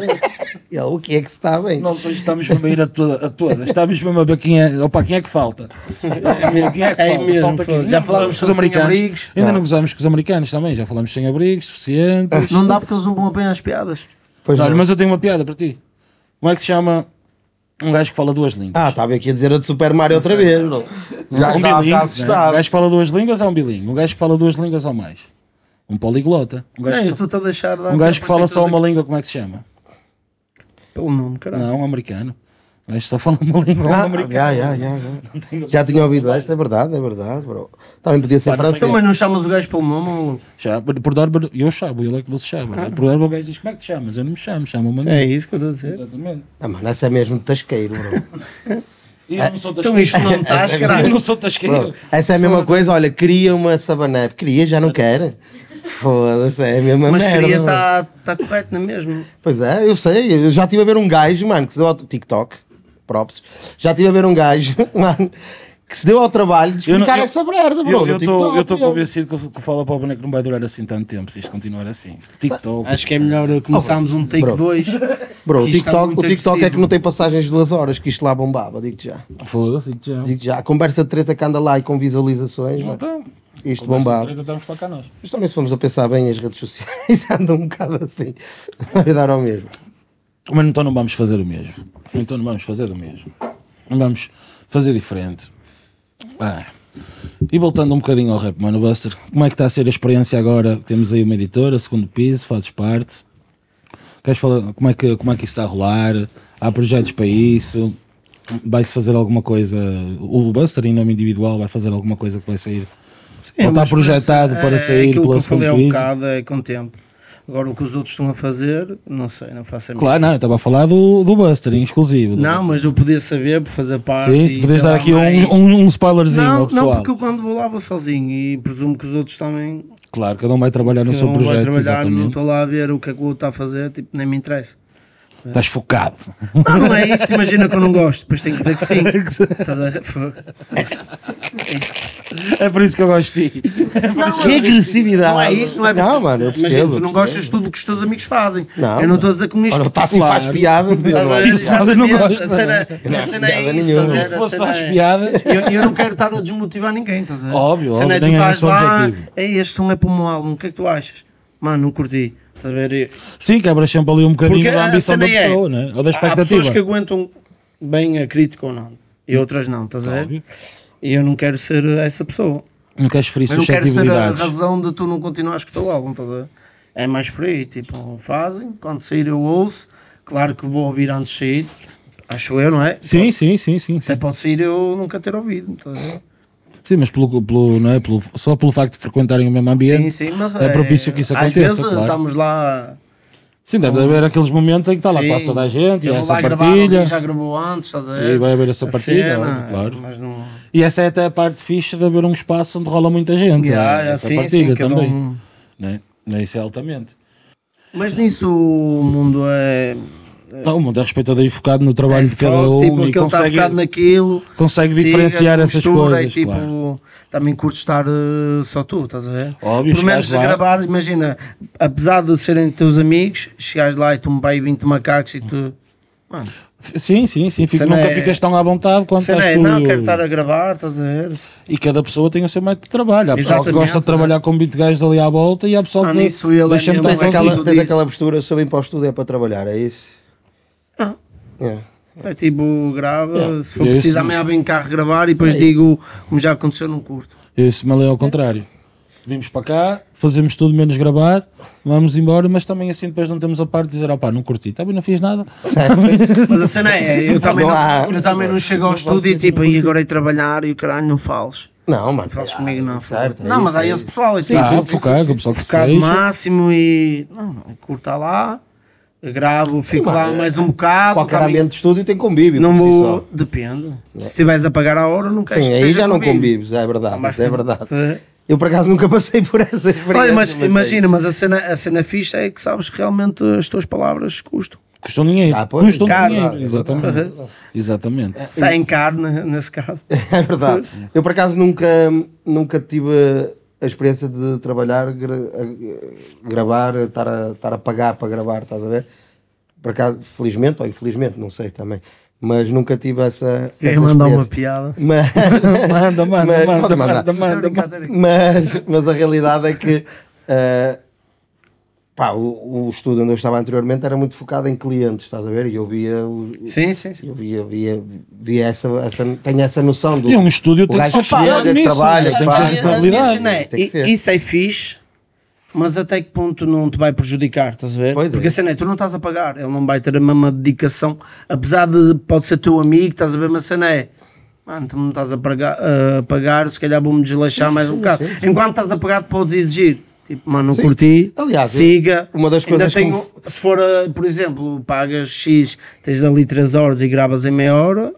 D: ele, o que é que se está bem?
C: Nós hoje estamos mesmo a ir a, toda, a todas, estamos mesmo a ver quem é, opa, quem é que falta. É mesmo, quem é que
E: É
C: falta?
E: mesmo,
C: Falta quem?
E: foda-se. Já
C: Não
E: falámos
C: gozamos
E: sobre sem-abrigos.
D: Ah.
C: Ainda não gozamos com os americanos também, já falámos sem abrigos, suficientes.
E: Não dá porque eles não vão bem às piadas.
D: Pois
C: Olha,
D: não.
C: mas eu tenho uma piada para ti. Como é que se chama um gajo que fala duas línguas?
D: Ah, estava aqui a dizer a de Super Mario outra vez, bro. Já
C: um
D: estava
C: bilingue,
D: a
C: né? Um
D: assustar.
C: gajo que fala duas línguas é um bilingue. Um gajo que fala duas línguas ou mais. Um poliglota. Um gajo,
E: Não,
C: que,
E: É, eu
C: só-
E: estou-te a deixar dar
C: um gajo que
E: por
C: fala
E: certeza
C: só uma língua, como é que se chama?
E: Pelo nome, caralho.
C: Não, um americano. Um gajo que só fala uma língua, um americano.
D: Já, já, já, já. Já tinha ouvido esta, é verdade, é verdade, bro. Também podia ser francês.
E: Então,
C: é
E: mas não chamas o gajo pelo nome, maluco?
C: Já, por por Dorba, eu chamo, ele é que não se chama. né? Por Dorba o gajo diz, como é que te chamas? Eu não me chamo, chamo-me a mim.
E: É isso que eu estou a dizer.
C: Exatamente.
D: Ah, mano, essa é mesmo de tasqueiro, bro.
C: E eu não sou
E: Então isto não estás,
C: Eu
E: caralho.
C: não sou
D: Bro,
C: tasqueiro.
D: Essa é a mesma coisa, olha, queria uma sabanep. Queria, já não quer. Foda-se, é a mesma
E: Mas
D: merda.
E: queria
D: bro.
E: estar tá, correto na mesma.
D: Pois é, eu sei. Eu já estive a ver um gajo, mano, que se deu ao TikTok, props. Já estive a ver um gajo, mano, que se deu ao trabalho de
C: Eu não-
D: explicar
C: eu-
D: essa merda, bro.
C: Eu
D: no
C: eu tô-
D: TikTok,
C: eu estou
D: meu.
C: convencido que o- que o Fala para o Boneco não vai durar assim tanto tempo, se isto continuar assim. TikTok.
E: Acho que é melhor começarmos um take
D: Bro.
E: 2.
D: Bro, o
E: Isto está
D: TikTok,
E: muito
D: o TikTok é que
E: agressivo.
D: não tem passagens de duas horas, que isto lá bombava, digo-te já.
C: Foda-se, já.
D: Digo-te já. A conversa de treta que anda lá e com visualizações, mano,
C: Então, conversa
D: isto
C: de
D: bombava.
C: treta, estamos para cá nós.
D: Mas também se formos a pensar bem, as redes sociais andam um bocado assim. Vai dar ao mesmo.
C: Mas então não vamos fazer o mesmo. Então não vamos fazer o mesmo. Vamos fazer diferente. Ah. E voltando um bocadinho ao Rap Mano Buster, como é que está a ser a experiência agora? Temos aí uma editora, segundo piso, fazes parte. Queres falar como é que, como é que isso está a rolar? Há projetos para isso? Vai-se fazer alguma coisa? O Buster, em nome individual, vai fazer alguma coisa que vai sair? Ou está
E: É, mas
C: projetado
E: parece-
C: para
E: é
C: sair
E: aquilo que
C: pela
E: eu falei há
C: segundo
E: um
C: piso?
E: bocado é com o tempo. Agora o que os outros estão a fazer, não sei, não faço a mínima.
C: Claro, não, eu estava a falar do, do Buster, em exclusivo. do-
E: Não, mas eu podia saber, por fazer parte.
C: Sim,
E: e
C: se podias
E: ter
C: dar
E: lá
C: aqui
E: mais.
C: um, um, um spoilerzinho
E: Não,
C: ao pessoal.
E: não, porque eu quando vou lá vou sozinho e presumo que os outros também.
C: Claro, cada um vai trabalhar no
E: Cada
C: seu
E: um vai
C: projeto,
E: trabalhar, não
C: exatamente.
E: estou lá a ver o que é que o outro está a fazer, tipo, nem me interessa.
C: Estás focado.
E: Não, não é isso, imagina que eu não gosto, depois tenho que dizer que sim. Estás a- Fogo.
C: É por isso que eu gosto de ti. É
D: Que agressividade!
E: Não é isso, não é?
D: Não, mano, eu
E: Imagina,
D: percebo.
E: tu não
D: eu
E: gostas de tudo o que os teus amigos fazem.
D: Não,
E: eu não
D: não.
E: estou a dizer com isto.
D: Olha, o Tassi
C: Claro.
D: faz piada. de-
E: Estás a ver?
C: O pessoal não
E: Exatamente,
C: gosta,
E: A cena,
D: não é?
E: a cena é
D: Piada
E: isso.
D: nenhuma.
E: estás a
C: Se
E: ver? A
C: fosse só
E: cena
C: as
E: é-
C: piadas.
E: Eu, eu não quero estar a desmotivar ninguém, estás a ver?
C: Óbvio,
E: A cena
C: óbvio,
E: é tu
C: nem é
E: estás
C: esse o
E: lá,
C: objetivo.
E: "Ei, este som é para o meu álbum, o que é que tu achas? Mano, não curti. Estás a ver? E-
C: Sim, quebras sempre ali um bocadinho
E: Porque
C: da
E: a
C: ambição da
E: cena é-
C: pessoa, né? ou da
E: Há pessoas que
C: expectativa.
E: aguentam bem a crítica ou não, e outras não, estás a ver?
C: Óbvio.
E: E eu não quero ser essa pessoa.
C: Não queres ferir
E: Eu não quero ser a
C: suscetibilidades.
E: razão de tu não continuares com o teu álbum, estás a ver? É mais por aí, tipo, fazem, quando sair eu ouço, claro que vou ouvir antes de sair, acho eu, não é?
C: Sim, sim, sim, sim, sim.
E: Até pode sair eu nunca ter ouvido, estás a ver?
C: Sim, mas pelo, pelo, não é? pelo, só pelo facto de frequentarem o mesmo ambiente.
E: Sim, sim, mas
C: é propício que isso
E: Às
C: aconteça,
E: vezes
C: claro.
E: estamos lá.
C: Sim, deve haver aqueles momentos em que está Tá lá
E: sim,
C: quase toda a gente, e
E: eu
C: há
E: vou
C: essa
E: lá gravar, alguém
C: partilha.
E: já gravou antes, estás a ver?
C: E vai haver essa
E: A
C: partilha,
E: cena,
C: claro.
E: Mas não.
C: E essa é até a parte fixe de haver um espaço onde rola muita gente.
E: Yeah,
C: né? essa
E: sim,
C: partilha
E: sim, cada
C: também.
E: um.
C: Né? Isso é altamente.
E: Mas nisso o mundo é.
C: Não, o mundo é respeitado e focado no
E: é
C: trabalho de cada
E: fogo,
C: um
E: tipo,
C: e
E: aquele está
C: consegue,
E: focado naquilo.
C: consegue
E: siga,
C: diferenciar essas
E: mistura,
C: coisas.
E: E, tipo,
C: claro.
E: também curto estar eh, só tu, estás a ver?
C: Óbvio,
E: Pelo menos
C: chegares lá-
E: a gravar, imagina, apesar de serem teus amigos, chegares lá e tu me vai 20 macacos e tu. Mano,
C: F- Sim, sim, sim. fico-
E: Cena
C: nunca
E: é-
C: ficas tão à vontade quanto
E: cena
C: estás
E: é,
C: tu
E: não,
C: e o-
E: quero estar a gravar, estás a ver?
C: E cada pessoa tem o seu método de trabalho. Há pessoal que
E: Exatamente,
C: gosta de trabalhar com 20 gajos ali à volta e há pessoal
E: Ah,
C: que
E: nisso ele é
C: deixa-me
E: mesmo
C: estar
D: Tens
E: Não, mas
D: aquela,
E: tudo
D: tens
E: isso-
D: aquela postura, se eu vim para o estúdio é para trabalhar, é isso?
E: Ah.
D: É.
E: É tipo, grava, se for
C: E é
E: preciso,
C: isso. É.
E: amanhã vem em carro gravar e depois digo, como já aconteceu, não curto.
C: Eu se me leio é ao contrário. Vimos para cá, fazemos tudo menos gravar, vamos embora, mas também assim depois não temos a parte de dizer, opá, não curti, também não fiz nada.
E: Mas a cena é, eu também
D: Não há-
E: não, eu também não chego ao estúdio e tipo, e agora é trabalhar e o caralho, não fales.
D: Não, mano.
E: Fales
D: ah,
E: comigo, não.
D: certo, é
E: não, mas
D: isso,
E: há
D: é
E: esse
D: isso.
E: pessoal, é
C: Ah,
E: tipo,
C: focar, que o pessoal que se
E: focado
C: deixa.
E: máximo e. Não, curta lá, gravo, fico lá mais um bocado.
D: é Qualquer
E: também
D: ambiente de estúdio tem convívio.
E: Não
D: por si
E: vou.
D: só. É.
E: Depende. Se estiveres a pagar a hora, não queres
D: Sim,
E: que
D: aí
E: esteja
D: já não
E: comigo.
D: convives, é verdade.
E: Mas-
D: isso é verdade. é
E: É.
D: Eu por acaso nunca passei por essa experiência.
E: Olha, mas
D: sei.
E: é imagina, mas a cena, a cena fixe é que sabes que realmente as tuas palavras custam.
C: Custam um dinheiro.
D: Ah, pois,
C: custam
E: caro,
C: dinheiro.
E: claro.
C: Exatamente.
E: Uhum.
C: Exatamente.
E: Sai em carne, né, nesse caso.
D: É verdade. Eu por acaso nunca, nunca tive a experiência de trabalhar, gra- a- gravar, estar a, estar a pagar para gravar, estás a ver? Por acaso, felizmente ou infelizmente, não sei também. Mas nunca tive essa.
E: Quem
D: essa
E: mandar uma
D: experiência.
E: piada.
D: Mas,
C: manda, manda, manda,
D: Mas- pode
C: manda,
D: mandar.
E: Então,
C: manda,
E: Tô a brincar,
C: manda.
E: tô a brincar.
D: mas, mas a realidade é que eh, pá, o, o estúdio onde eu estava anteriormente era muito focado em clientes, estás a ver? E eu via. o-
E: Sim, sim, sim.
D: Eu via, via, via essa, essa. Tenho essa noção do.
C: E um estúdio tem que
D: gajo
C: ser
D: que chega,
C: focado nisso.
D: trabalha,
C: né? Tem que
D: faz.
C: ter
E: Ah,
C: rentabilidade.
E: Isso, né?
D: Tem que ser.
E: Isso é fixe, mas até que ponto não te vai prejudicar, estás a ver?
D: Pois é.
E: Porque a cena é, tu não estás a pagar, ele não vai ter a mesma dedicação, apesar de pode ser teu amigo, estás a ver, mas a cena é. Mano, tu não estás a pagar, a pagar se calhar vou-me desleixar mais um bocado. Enquanto estás a pagar, tu podes exigir. Tipo, mano, não
D: Sim.
E: curti,
D: Aliás,
E: siga.
D: uma das
E: Ainda
D: coisas que
E: tenho- Se for, eh, por exemplo, pagas X, tens ali 3 horas e gravas em meia hora,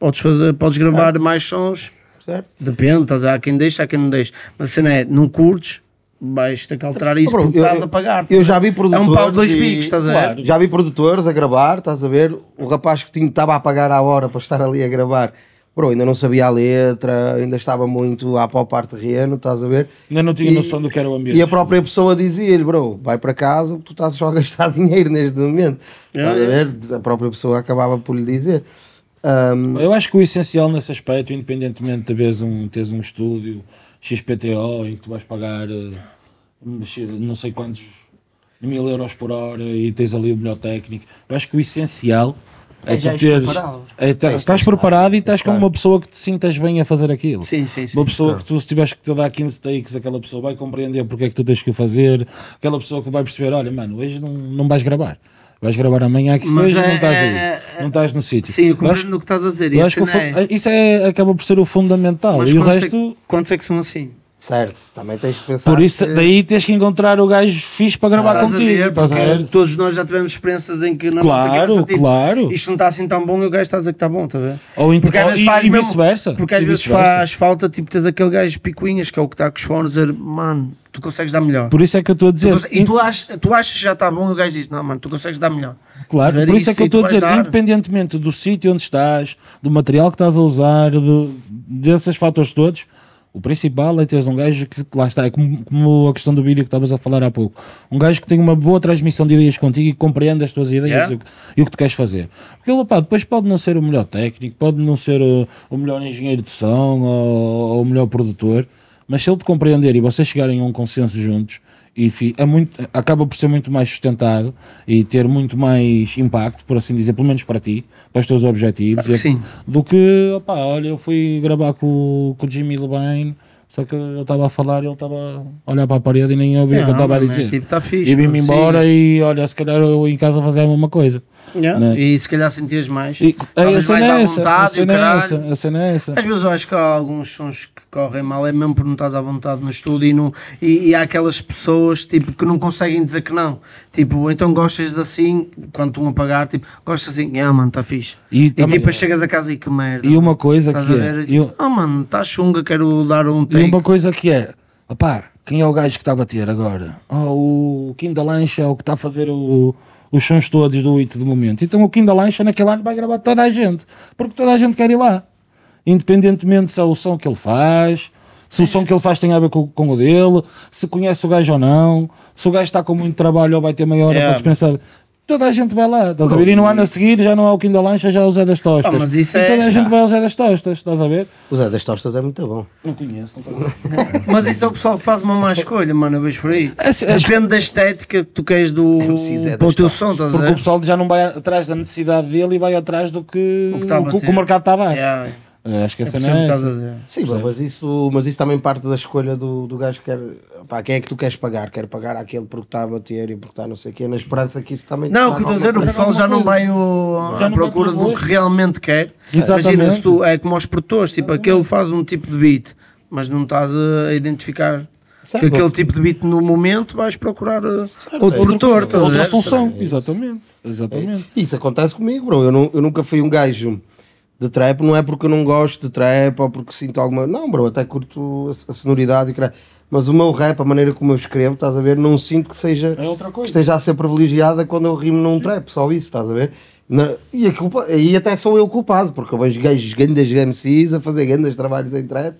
E: podes, fazer, podes gravar mais sons.
D: Certo?
E: Depende, estás a ver? há quem deixa, há quem não deixa. Mas se não é, não curtes, vais ter que alterar isso
D: Bro,
E: porque
D: tipo, eu-
E: Então estás a pagar. estás
D: Eu
E: a
D: já
E: ver?
D: vi produtores.
E: É um pau de dois
D: e-
E: bicos, estás a ver?
D: claro, Já vi produtores a gravar, estás a ver? O rapaz que tinha, estava a pagar à hora para estar ali a gravar. Bro, ainda não sabia a letra, ainda estava muito a palpar terreno, estás a ver?
C: Ainda não tinha
D: E-
C: noção do que era o ambiente.
D: E a própria pessoa dizia-lhe, bro, vai para casa, tu estás só a gastar dinheiro neste momento. Estás a ver? A própria pessoa acabava por lhe dizer.
E: Hum.
D: Ahm,
C: Eu acho que o essencial nesse aspecto, independentemente de teres um, teres um estúdio XPTO em que tu vais pagar eh, não sei quantos mil euros por hora e tens ali o melhor técnico, eu acho que o essencial é,
E: É já
C: tu
E: és
C: teres.
E: preparado.
C: é, tá- estás preparado e estás com uma pessoa que te sintas bem a fazer aquilo.
E: Sim, sim, sim.
C: Uma pessoa que tu, se tiveres que te dar 15 takes, aquela pessoa vai compreender porque é que tu tens que o fazer, aquela pessoa que vai perceber: olha, mano, hoje não, não vais gravar. Vais gravar amanhã, que isso
E: Mas
C: hoje
E: é-
C: não estás aí,
E: é- é-
C: não estás no sítio.
E: Sim, eu
C: Eu acho-
E: compreendo o que estás a dizer.
C: eu
E: isso
C: acho que o
E: não
C: fun-
E: é.
C: isso é, acaba por ser o fundamental.
E: Mas
C: e o
E: quantos,
C: resto,
E: é, que- quantos é que são assim?
D: certo, também tens de pensar.
C: por isso,
D: que-
C: daí tens que encontrar o gajo fixe para gravar
E: Estás a
C: contigo.
E: ver?
C: estás eh, a
E: Porque
C: ver? é
E: todos nós já tivemos experiências em que na nossa
C: Claro,
E: cabeça tipo,
C: claro.
E: isto não está assim tão bom e o gajo está a dizer que está bom, estás a ver?
C: Ou então-
E: porque às
C: ou-
E: vezes
C: e-
E: faz
C: e
E: mesmo-
C: vice-versa.
E: Porque às
C: E
E: vezes
C: vice-versa.
E: faz falta, tipo, tens aquele gajo picuinhas que é o que está com os fones, dizer, mano, tu consegues dar melhor.
C: Por isso é que eu estou a
E: Tu
C: dizer.
E: conse- e tu, ach, tu achas que já está bom e o gajo diz: Não, mano, tu consegues dar melhor.
C: Claro,
E: Ver
C: por isso é que eu
E: e tu
C: estou a
E: vais
C: dizer,
E: dar.
C: independentemente do sítio onde estás, do material que estás a usar, do, desses fatores todos, o principal é teres um gajo que, lá está, é como, como a questão do vídeo que estavas a falar há pouco, um gajo que tem uma boa transmissão de ideias contigo e que compreende as tuas ideias
E: Yeah.
C: e, o, que- e o que tu queres fazer. Porque ele, pá, depois pode não ser o melhor técnico, pode não ser o, o melhor engenheiro de som ou, ou o melhor produtor, mas se ele te compreender e vocês chegarem a um consenso juntos, e fi- é muito, acaba por ser muito mais sustentado e ter muito mais impacto, por assim dizer, pelo menos para ti, para os teus objetivos,
E: Claro que
C: e- é
E: sim.
C: do que, opá, olha, eu fui gravar com, o- com o Jimmy Levine, só que eu estava a falar e ele estava a olhar para a parede e nem ouvia o que eu
E: Não,
C: estava a
E: mano, é
C: dizer.
E: tipo, tá fixe,
C: e vim-me
E: mano,
C: embora
E: siga.
C: e, olha, se calhar eu em casa fazia a mesma coisa.
E: Yeah.
C: Né?
E: E se calhar sentias mais.
C: E, é, a
E: Talvez
C: cena
E: mais
C: é
E: à
C: essa, a
E: vontade e o
C: cena é essa,
E: caralho.
C: a cena é essa.
E: Às vezes eu acho que há alguns sons que correm mal, é mesmo por não estás à vontade no estúdio e, não, e, e há aquelas pessoas tipo, que não conseguem dizer que não. Tipo, então gostas de assim, quando estão a pagar, tipo, gostas assim, ah mano, está fixe.
C: E
E: E,
C: também-
E: tipo, chegas a casa e que merda.
C: E uma coisa
E: Estás
C: que
E: a
C: é-
E: ver?
C: e eu-
E: Ah mano, está chunga, quero dar um
C: E
E: take.
C: uma coisa que é, opá, quem é o gajo que está a bater agora? Oh, o Kim da Lancha é o que está a fazer o- os sons todos do IT do momento. Então o Kim da Lancha naquele ano vai gravar toda a gente, porque toda a gente quer ir lá. Independentemente se é o som que ele faz, se o som que ele faz tem a ver com, com o dele, se conhece o gajo ou não, se o gajo está com muito trabalho ou vai ter meia hora
E: Yeah.
C: para dispensar. Toda a gente vai lá, estás a ver? E no ano a seguir já não é o Kim da Lancha, já é o Zé das Tostas.
E: Ah, mas isso
C: e
E: é-
C: toda a gente vai ao Zé das Tostas, estás a ver?
D: O Zé das Tostas é muito bom.
C: Não conheço, não conheço.
E: Mas isso é o pessoal que faz uma má escolha, mano, eu vejo por aí.
C: É, é-
E: Depende da estética que tu queres do
D: preciso é
E: para o
D: das
E: teu
D: tops.
E: som, estás a
C: Porque o
E: ver?
C: pessoal já não vai atrás da necessidade dele e vai atrás do que o,
E: que tá a
C: que- o que
E: bater.
C: o mercado está a dar.
E: Yeah,
C: Eh, Acho que
E: eu
C: essa
E: percebo o
C: não
E: que
C: é.
E: estás a
C: essa.
E: dizer.
D: Sim, bro, mas isso, mas isso também parte da escolha do, do gajo que quer. Pá, quem é que tu queres pagar? Quer pagar aquele porque está a bater e porque está não sei o quê, na esperança que isso também. te
E: Não, o
D: traga
E: que eu estou a
D: alguma
E: dizer, o
D: coisa.
E: pessoal já não vai o,
C: Já
E: à
C: não vai
E: procura
C: pelo
E: do que
C: gosto.
E: realmente quer.
C: Exatamente.
E: Imagina, se tu é como aos produtores, tipo, aquele faz um tipo de beat, mas não estás a identificar
D: Certo.
E: que aquele tipo de beat no momento, vais procurar uh, outro
D: é outro-
E: produtor, estás a é
C: Outra
E: ver?
C: assunção, exatamente. exatamente.
D: Isso acontece comigo, bro. Eu, nu- eu nunca fui um gajo de trap, não é porque eu não gosto de trap ou porque sinto alguma. Não, bro, até curto a, a sonoridade e caralho. mas o meu rap, a maneira como eu escrevo, estás a ver, não sinto que seja
C: É outra
D: que
C: coisa.
D: esteja a ser privilegiada quando eu rimo num trap, só isso, estás a ver? Na- e, a culpa, e até sou eu culpado, porque eu vejo gajos grandes MCs a fazer grandes trabalhos em trap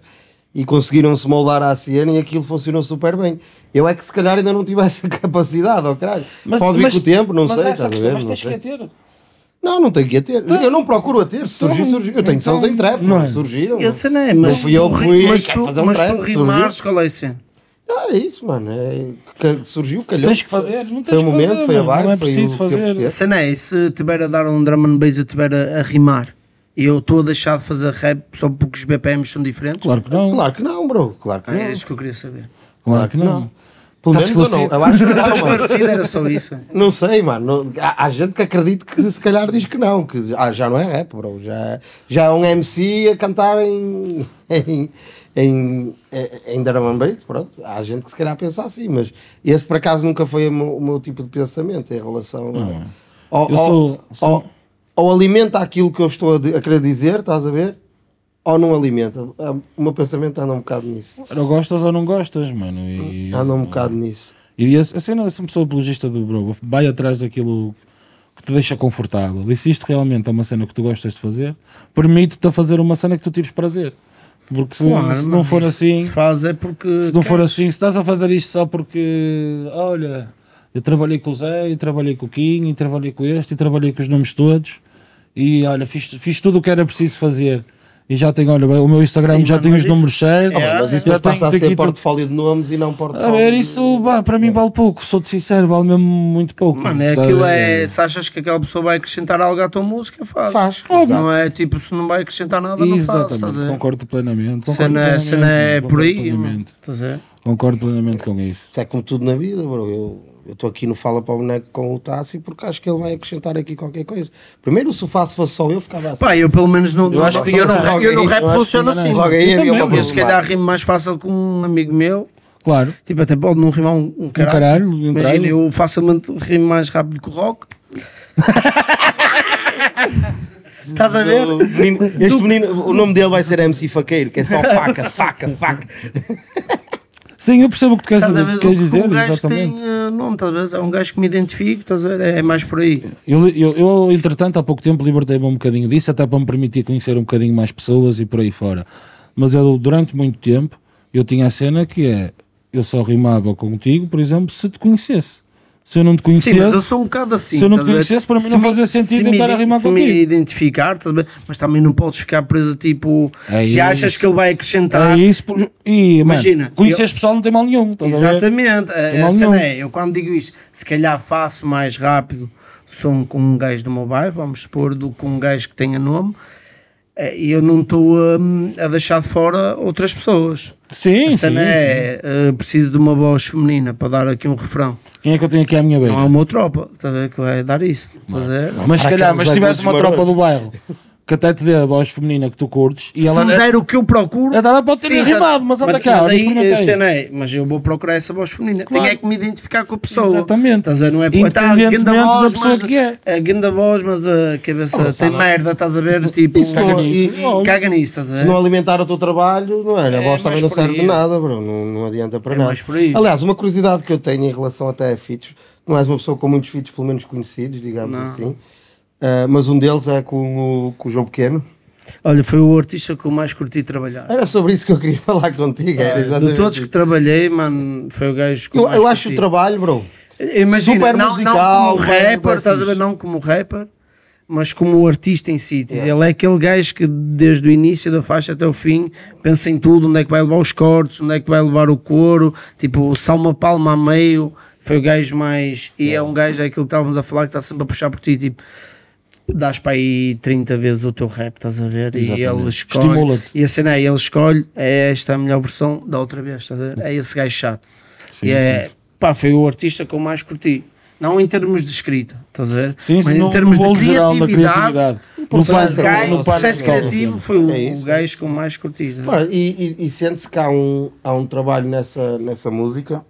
D: e conseguiram-se moldar à cena e aquilo funcionou super bem. Eu é que se calhar ainda não tive essa capacidade, ó caralho. Pode vir com o tempo, não
C: mas
D: sei,
C: Essa
D: estás a
C: questão,
D: ver?
C: mas
D: Não,
C: tens que a
D: sei.
C: ter. Então-
D: não, não tenho que a ter. eu não procuro a ter, se surgir, surgir. Eu tenho sons em trap,
C: não
D: não
C: é?
D: surgiram.
E: Eu
D: não.
E: sei, não é? Mas
D: fui eu
E: tu
D: que
E: ri-
D: fui,
E: mas
D: quer
E: tu,
D: fazer um
E: mas tu
D: trap,
E: rimares, qual é a cena?
D: Ah, é isso, mano. É, que surgiu, calhou.
C: Tens que fazer, não tens
D: Foi o
C: que
D: momento,
C: fazer,
D: foi a
C: mano,
D: vibe,
C: não é
D: foi
C: preciso
D: o que eu
C: fazer.
E: A
D: percebi.
E: cena é, se tiver a dar um drum and bass, eu tiver a, a rimar e eu estou a deixar de fazer rap só porque os BPMs são diferentes,
C: Claro que não.
D: Claro que não, bro. Claro que
E: Ah, era
D: não.
E: isso Tá que eu queria saber.
C: Claro que não. Tá
D: Pelo
C: Estás
D: menos eu não.
C: esclarecido.
D: Eu acho que não, mano.
E: Esclarecido era só isso.
D: Não sei, mano. Não- Há, há gente que acredita que se calhar diz que não, que ah, já não é rap, bro. Já, já é um MC a cantar em, em, em, em drum and bass, pronto. Há gente que se calhar pensa assim, mas esse por acaso nunca foi o meu, o meu tipo de pensamento em relação a, ao,
C: é. Eu
D: ao-
C: sou- sou-
D: ao- ou alimenta aquilo que eu estou a, di- a querer dizer, estás a ver? Ou não alimenta. Ah, O meu pensamento anda um bocado nisso.
C: Ou gostas ou não gostas, mano. E,
D: Anda um bocado nisso.
C: e a, a cena, se uma pessoa apologista do bro, vai atrás daquilo que te deixa confortável. E se isto realmente é uma cena que tu gostas de fazer, permite-te a fazer uma cena que tu tires prazer. Porque se,
E: Claro,
C: se
E: mano,
C: não for
E: isso
C: assim.
E: Se faz é porque.
C: Se não for assim, se estás a fazer isto só porque, olha, eu trabalhei com o Zé, eu trabalhei com o Kim, eu trabalhei com este, eu trabalhei com os nomes todos, e olha, fiz, fiz tudo o que era preciso fazer. E já tenho, olha, o meu Instagram
E: Sim,
C: já
E: mano,
C: tem
E: mas
C: os
E: isso-
C: números certos.
E: É,
D: Mas
E: é.
D: isso depois passa a
C: tenho
D: ser
C: aqui tudo.
D: portfólio de nomes e não portfólio
C: A ver, isso vá, para mim vale pouco, sou-te sincero, vale mesmo muito pouco.
E: Mano, é
C: Tá-
E: aquilo é. Se achas que aquela pessoa vai acrescentar algo à tua música, faz.
D: Faz,
E: Não é tipo, se não vai acrescentar nada, não faz. Estás
C: Exatamente,
E: a ver?
C: concordo plenamente.
E: A
C: concordo
E: cena, a cena é
C: plenamente,
E: por aí.
C: Concordo
E: mano.
C: plenamente,
E: Estás a ver?
C: concordo plenamente com isso.
D: Isso é como tudo na vida, bro. Eu eu estou aqui no Fala para o Boneco com o Tassi porque acho que ele vai acrescentar aqui qualquer coisa. Primeiro, se o Faço fosse só eu, ficava assim.
E: Pá, eu pelo menos não. não-
C: acho que-
E: eu, não,
D: logo
E: eu no
D: aí-
E: rap
D: eu acho que
E: funciona assim.
D: enganaste. Logo aí
E: Eu
D: havia uma
E: também, eu se
D: problemática.
E: calhar rimo mais fácil com um amigo meu.
C: Claro,
E: Tipo, até pode não rimar um, um caralho.
C: caralho, um
E: Imagina,
C: tralho.
E: eu facilmente rimo mais rápido que o rock. Estás a ver?
D: O menino- Este menino, o nome dele vai ser MC Faqueiro, que é só faca, faca, faca.
C: sim, eu percebo o que tu queres,
E: Estás a
C: dizer-
E: ver?
C: queres
E: O-
C: dizer,
E: um gajo que
C: exatamente.
E: tem eh, nome, estás a ver? É um gajo que me identifico, estás a ver? É mais por aí.
C: Eu, eu, eu, entretanto, há pouco tempo libertei-me um bocadinho disso, até para me permitir conhecer um bocadinho mais pessoas e por aí fora. Mas eu, durante muito tempo, eu tinha a cena que é, eu só rimava contigo, por exemplo, se te conhecesse. Se eu não te conhecesse...
E: Sim, mas eu sou um bocado assim.
C: se eu não te
E: estás a ver?
C: conhecesse, para mim não
E: me-
C: fazia sentido
E: se
C: eu
E: me
C: estar a
E: ide-
C: rimar
E: se
C: contigo.
E: me identificar, estás a ver? Mas também não podes ficar preso, tipo,
C: É
E: se
C: isso.
E: achas que ele vai acrescentar.
C: É isso, por- e,
E: um Imagina,
C: Imagina, conhecer
E: eu-
C: este pessoal não tem mal nenhum. estás a ver?
E: Exatamente.
C: Tem
E: A, a
C: mal
E: cena
C: nenhum.
E: é, eu quando digo isto, se calhar faço mais rápido som com um gajo do meu bairro, vamos supor, do que com um gajo que tenha nome, eh, e eu não estou hum, a deixar de fora outras pessoas.
C: Sim,
E: a
C: sim,
E: cena
C: sim.
E: é, eh, preciso de uma voz feminina para dar aqui um refrão.
C: Quem é que eu tenho aqui à minha beira?
E: Não é uma tropa, estás a ver que vai dar isso. Estás a ver?
C: mas se
D: Será que
C: calhar,
D: eles
C: mas
D: vão
C: se tivesse uma
D: desmarar?
C: tropa do bairro que até te dê a voz feminina que tu curtes e
E: Se
C: ela...
E: me der o que eu procuro.
C: É, dá lá para ter
E: sim,
C: rimado,
E: tá-
C: mas anda
E: mas,
C: cá,
E: mas
C: olha,
E: aí
C: experimentei.
E: a cena é, mas eu vou procurar essa voz feminina.
C: Claro.
E: Tenho é que me identificar com a pessoa.
C: Exatamente.
E: Estás a ver? Não é pô, tá,
C: Independentemente
E: ganda voz,
C: da pessoa
E: mas,
C: que é.
E: A ganda voz, mas a cabeça
D: tá
E: tem merda, estás a ver? Tipo,
D: Isso não- e-
E: e- caga nisso, estás a
D: Se
E: ver?
D: não alimentar o teu trabalho, não é? A voz
E: mais
D: também não
E: por
D: serve
E: aí.
D: de nada, bro. Não, não adianta para
E: É
D: nada.
E: mais por aí.
D: Aliás, uma curiosidade que eu tenho em relação até a feats, não és uma pessoa com muitos feats, pelo menos conhecidos, digamos assim, Ah, mas um deles é com o, com o João Pequeno.
E: Olha, foi o artista que eu mais curti trabalhar. Eh,
D: Era sobre isso que eu queria falar contigo. era
E: Ah, de
D: É, exatamente
E: todos
D: isso.
E: que trabalhei, mano, foi o gajo que
D: Eu,
E: mais
D: eu acho o
E: curti.
D: trabalho, bro.
E: Imagina,
D: super
E: não,
D: musical,
E: não como
D: bem-
E: rapper,
D: bem
E: estás a ver?
D: fixe.
E: Não como rapper, mas como artista em si. Ele é aquele gajo que desde o início da faixa até o fim pensa em tudo: onde é que vai levar os cortes, onde é que vai levar o couro, tipo, salma palma a meio. Foi o gajo mais. E é um gajo, é aquilo que estávamos a falar, que está sempre a puxar por ti, tipo. Dás para aí 30 vezes o teu rap, estás a ver? E ele escolhe.
C: Estimula-te.
E: E a cena é: ele escolhe, é esta a melhor versão da outra vez, estás a ver? É esse gajo chato.
C: Sim,
E: e é, pá, foi o artista que eu mais curti. Não em termos de escrita, estás a ver?
C: Sim, sim,
E: Mas em
C: no-
E: termos
C: no
E: de
C: bolo geral da
E: criatividade.
C: criatividade.
E: o
C: No
E: processo
D: plano-
E: gai-
D: no
E: o
D: plano
E: processo
D: geral,
E: criativo
C: sim.
E: foi o,
D: É isso,
E: o gajo que eu mais curti. né? estás a ver?
D: Ora, e, e- e sente-se que há um, há um trabalho nessa, nessa música.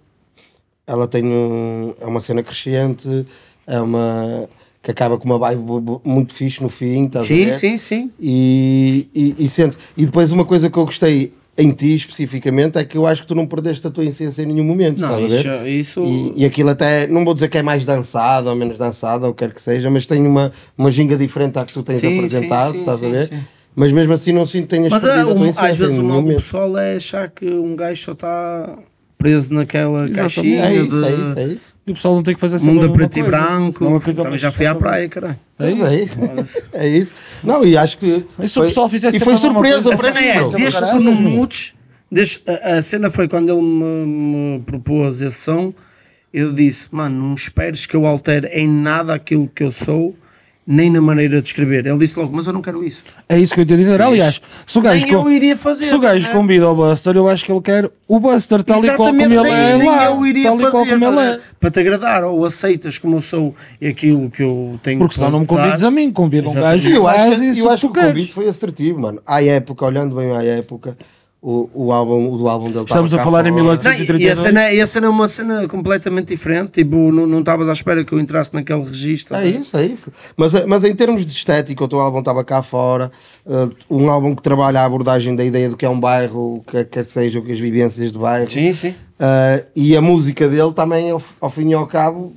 D: Ela tem um, é uma cena crescente, é uma que acaba com uma vibe bu- bu- muito fixe no fim. estás a
E: Sim,
D: ver?
E: sim, sim.
D: E, e, e sente. E depois uma coisa que eu gostei em ti especificamente, é que eu acho que tu não perdeste a tua essência em nenhum momento.
E: Não,
D: estás a
E: isso,
D: ver?
E: isso
D: E, e aquilo até, não vou dizer que é mais dançado ou menos dançado ou o que quer que seja, mas tem uma, uma ginga diferente à que tu tens
E: Sim,
D: apresentado,
E: sim, sim,
D: estás a
E: sim,
D: ver?
E: sim.
D: Mas mesmo assim não sinto que tenhas
E: Mas
C: é
D: perdido
E: há
D: a tua
E: um-
D: essência
E: às vezes
D: em
E: o
D: nenhum
E: mal do
D: momento.
E: pessoal é achar que um gajo só está preso naquela
D: Exatamente,
E: caixinha
D: é isso, é isso,
E: de
D: é isso.
C: E o pessoal não tem que fazer sempre a
E: mundo a
C: mesma
E: preto e
C: é coisa.
E: branco.
C: Senão é uma coisa
E: Também
C: mais
E: já fui à
C: chata.
E: praia, caralho.
D: É isso. É isso. É isso. Não, e acho que.
C: E se o pessoal fizesse
D: E foi
C: sempre a mesma
D: surpresa
C: coisa?
E: A
D: para
E: cena
D: ti,
E: é,
D: meu.
E: desde que tu não mudes, desde, a, a cena foi quando ele me, me propôs esse som, eu disse, mano, não esperes que eu altere em nada aquilo que eu sou, nem na maneira de escrever. Ele disse logo, mas eu não quero isso.
C: É isso que eu ia dizer. Aliás, se o gajo,
E: Nem eu
C: com-
E: iria fazer.
C: se o gajo
E: né?
C: convida o Buster, eu acho que ele quer o Buster tal e qual como
E: Exatamente,
C: ele
E: nem,
C: é
E: nem
C: lá.
E: eu iria
C: tal e qual
E: fazer,
C: como ele
E: tá a
C: é.
E: ver? Para te agradar, ou aceitas como eu sou e aquilo que eu tenho
C: Porque senão
E: para
C: não me
E: te dar.
C: convides a mim, convida um
E: Exatamente.
C: gajo
D: E
C: e
D: eu acho
C: faz
D: que,
C: isso
D: eu acho
C: tu
D: que o
C: queres.
D: convite foi assertivo, mano. À época, olhando bem à época, o, o álbum, o do álbum dele
C: Estamos
D: estava
C: a
D: cá
C: falar em
D: fora.
C: 1800.
E: Não, e- e a
C: 132.
E: cena, e a cena é uma cena completamente diferente. Tipo, não não estavas à espera que eu entrasse naquele registro.
D: É isso, é isso. Mas, mas em termos de estética, o teu álbum estava cá fora, eh, um álbum que trabalha a abordagem da ideia do que é um bairro, o que quer que seja, o que as vivências de bairro.
E: Sim, sim.
D: Eh, e a música dele também, ao, f- ao fim e ao cabo,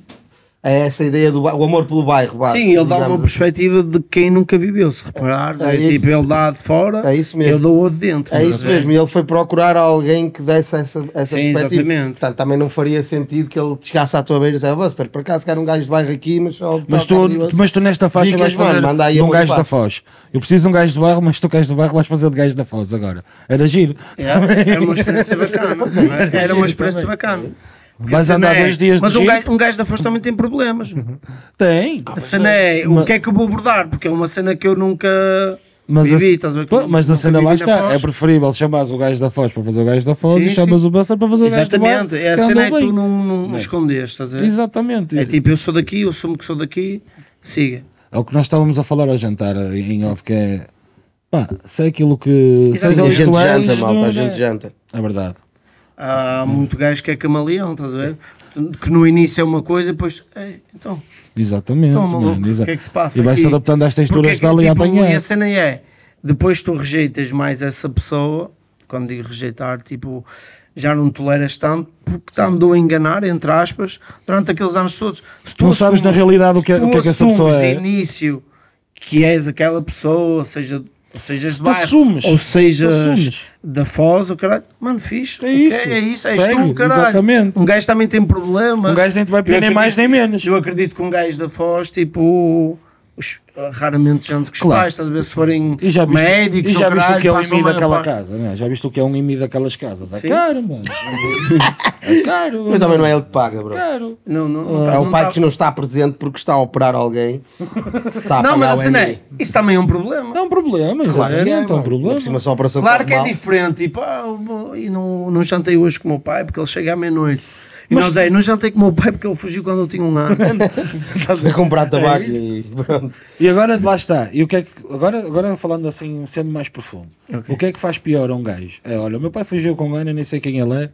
D: é essa ideia do ba- o amor pelo bairro. vá,
E: Sim, ele dá uma
D: digamos assim.
E: perspectiva de quem nunca viveu, se reparares.
D: É
E: É,
D: isso.
E: tipo, ele dá de fora,
D: É isso mesmo.
E: eu dou a de dentro.
D: É
E: estás
D: isso
E: a ver?
D: mesmo, e ele foi procurar alguém que desse essa, essa
E: Sim,
D: perspectiva.
E: exatamente.
D: Portanto, também não faria sentido que ele chegasse à tua beira e dissesse, "Oh, Buster, para cá se calhar um gajo de bairro aqui, mas só.
C: Mas
D: toca
C: tu,
D: ali, Buster."
C: mas tu nesta faixa
D: Dicas,
C: vais fazer
D: mano, manda aí
C: de um
D: uma
C: gajo
D: do
C: da
D: Papa.
C: Foz. Eu preciso de um gajo do bairro, mas tu gajo do bairro vais fazer de gajo da Foz agora. Era giro.
E: É, Era uma experiência bacana. não é? Era uma experiência bacana. Porque
C: Vais
E: a cena
C: andar
E: é-
C: dois dias de Uhum.
E: Mas um
C: jeep?
E: gajo, um gajo da Foz também tem problemas.
C: Tem.
E: A cena é o que é que eu vou abordar, porque é uma cena que eu nunca
C: Mas,
E: vivi,
C: a,
E: estás a ver? Que
C: Pô,
E: eu
C: mas a
E: nunca
C: cena
E: vivi
C: lá
E: na
C: está.
E: Foz.
C: É preferível chamares o gajo da Foz para fazer o gajo da Foz
E: Sim,
C: e
E: sim.
C: chamas o Buster para fazer o um gajo do
E: Exatamente,
C: bairro.
E: é a
C: que
E: cena
C: anda
E: é que tu
C: bem.
E: não, não, me escondes, estás a ver?
C: Exatamente.
E: É tipo, eu sou daqui, eu sou que sou daqui, siga.
C: É o que nós estávamos a falar ao jantar em off, que é pá, sei aquilo que
D: Sim,
C: seja
D: a
C: o que
D: gente
C: tu és,
D: janta, malta, a
C: não
D: gente
C: é?
D: janta.
C: É verdade.
E: Há muito gajo que é camaleão, estás a ver? Que no início é uma coisa e depois, "Ei, então,
C: Exatamente.
E: então maluco,
C: mano,
E: o
C: exa-
E: que é que se passa?
C: E vais-se
E: aqui?
C: adaptando às
E: Porque é
C: texturas
E: que,
C: dali e
E: tipo,
C: apanhar.
E: E a cena é, depois tu rejeitas mais essa pessoa, quando digo rejeitar, tipo, já não toleras tanto, porque te andou a enganar, entre aspas, durante aqueles anos todos. Se tu
C: Não sabes, na realidade, o
E: se
C: que é-
E: tu
C: o que é que essa
E: assumes
C: pessoa é.
E: de início que és aquela pessoa, seja... Ou sejas de
C: te
E: bairro,
C: assumes,
E: ou sejas
C: se te assumes.
E: da Foz, o caralho, mano, fixe, ok,
C: isso,
E: é isso, és
C: segue,
E: tu, caralho.
C: exatamente.
E: Um gajo também tem problemas.
C: Um gajo nem te vai pedir
E: Eu
C: nem mais nem menos.
E: Eu acredito que um gajo da Foz, tipo, os- raramente jante com os
C: Claro.
E: pais, estás a ver se forem
C: E já viste,
E: médicos
C: e já
E: ou
C: viste o
E: caralho,
C: que é um
E: passam
C: IMI
E: a maior
C: daquela
E: parte-
C: casa, não é? Já viste o que é um IMI daquelas casas? É
E: Sim.
C: caro, mano. É caro.
D: Mas
C: mano.
D: também não é ele que paga, bro.
C: caro.
E: Não, não, não,
C: Ah,
E: tá-
D: É o
E: não
D: pai
E: tá-
D: que não está presente porque está a operar alguém. que Está a
E: Não, mas
D: pagar o
E: assim não é.
D: MI.
E: Isso também é um problema.
C: É um problema,
D: Claro que é,
C: exatamente. É um
D: mano. Ainda
C: problema.
D: por cima, só a operação
C: tá
E: Claro que é
D: normal.
E: diferente. Tipo, ah, eu vou- e não, não jantei hoje com o meu pai porque ele chega à meia-noite. E
C: Mas-
E: nós é, não jantei com o meu pai porque ele fugiu quando eu tinha um ano.
D: Estás a
E: É
D: comprar tabaco e pronto.
C: E agora lá está. E o que é que, agora, agora falando assim, sendo mais profundo,
E: Ok.
C: o que é que faz pior a um gajo? É, olha, o meu pai fugiu com um ano, eu nem sei quem ele é,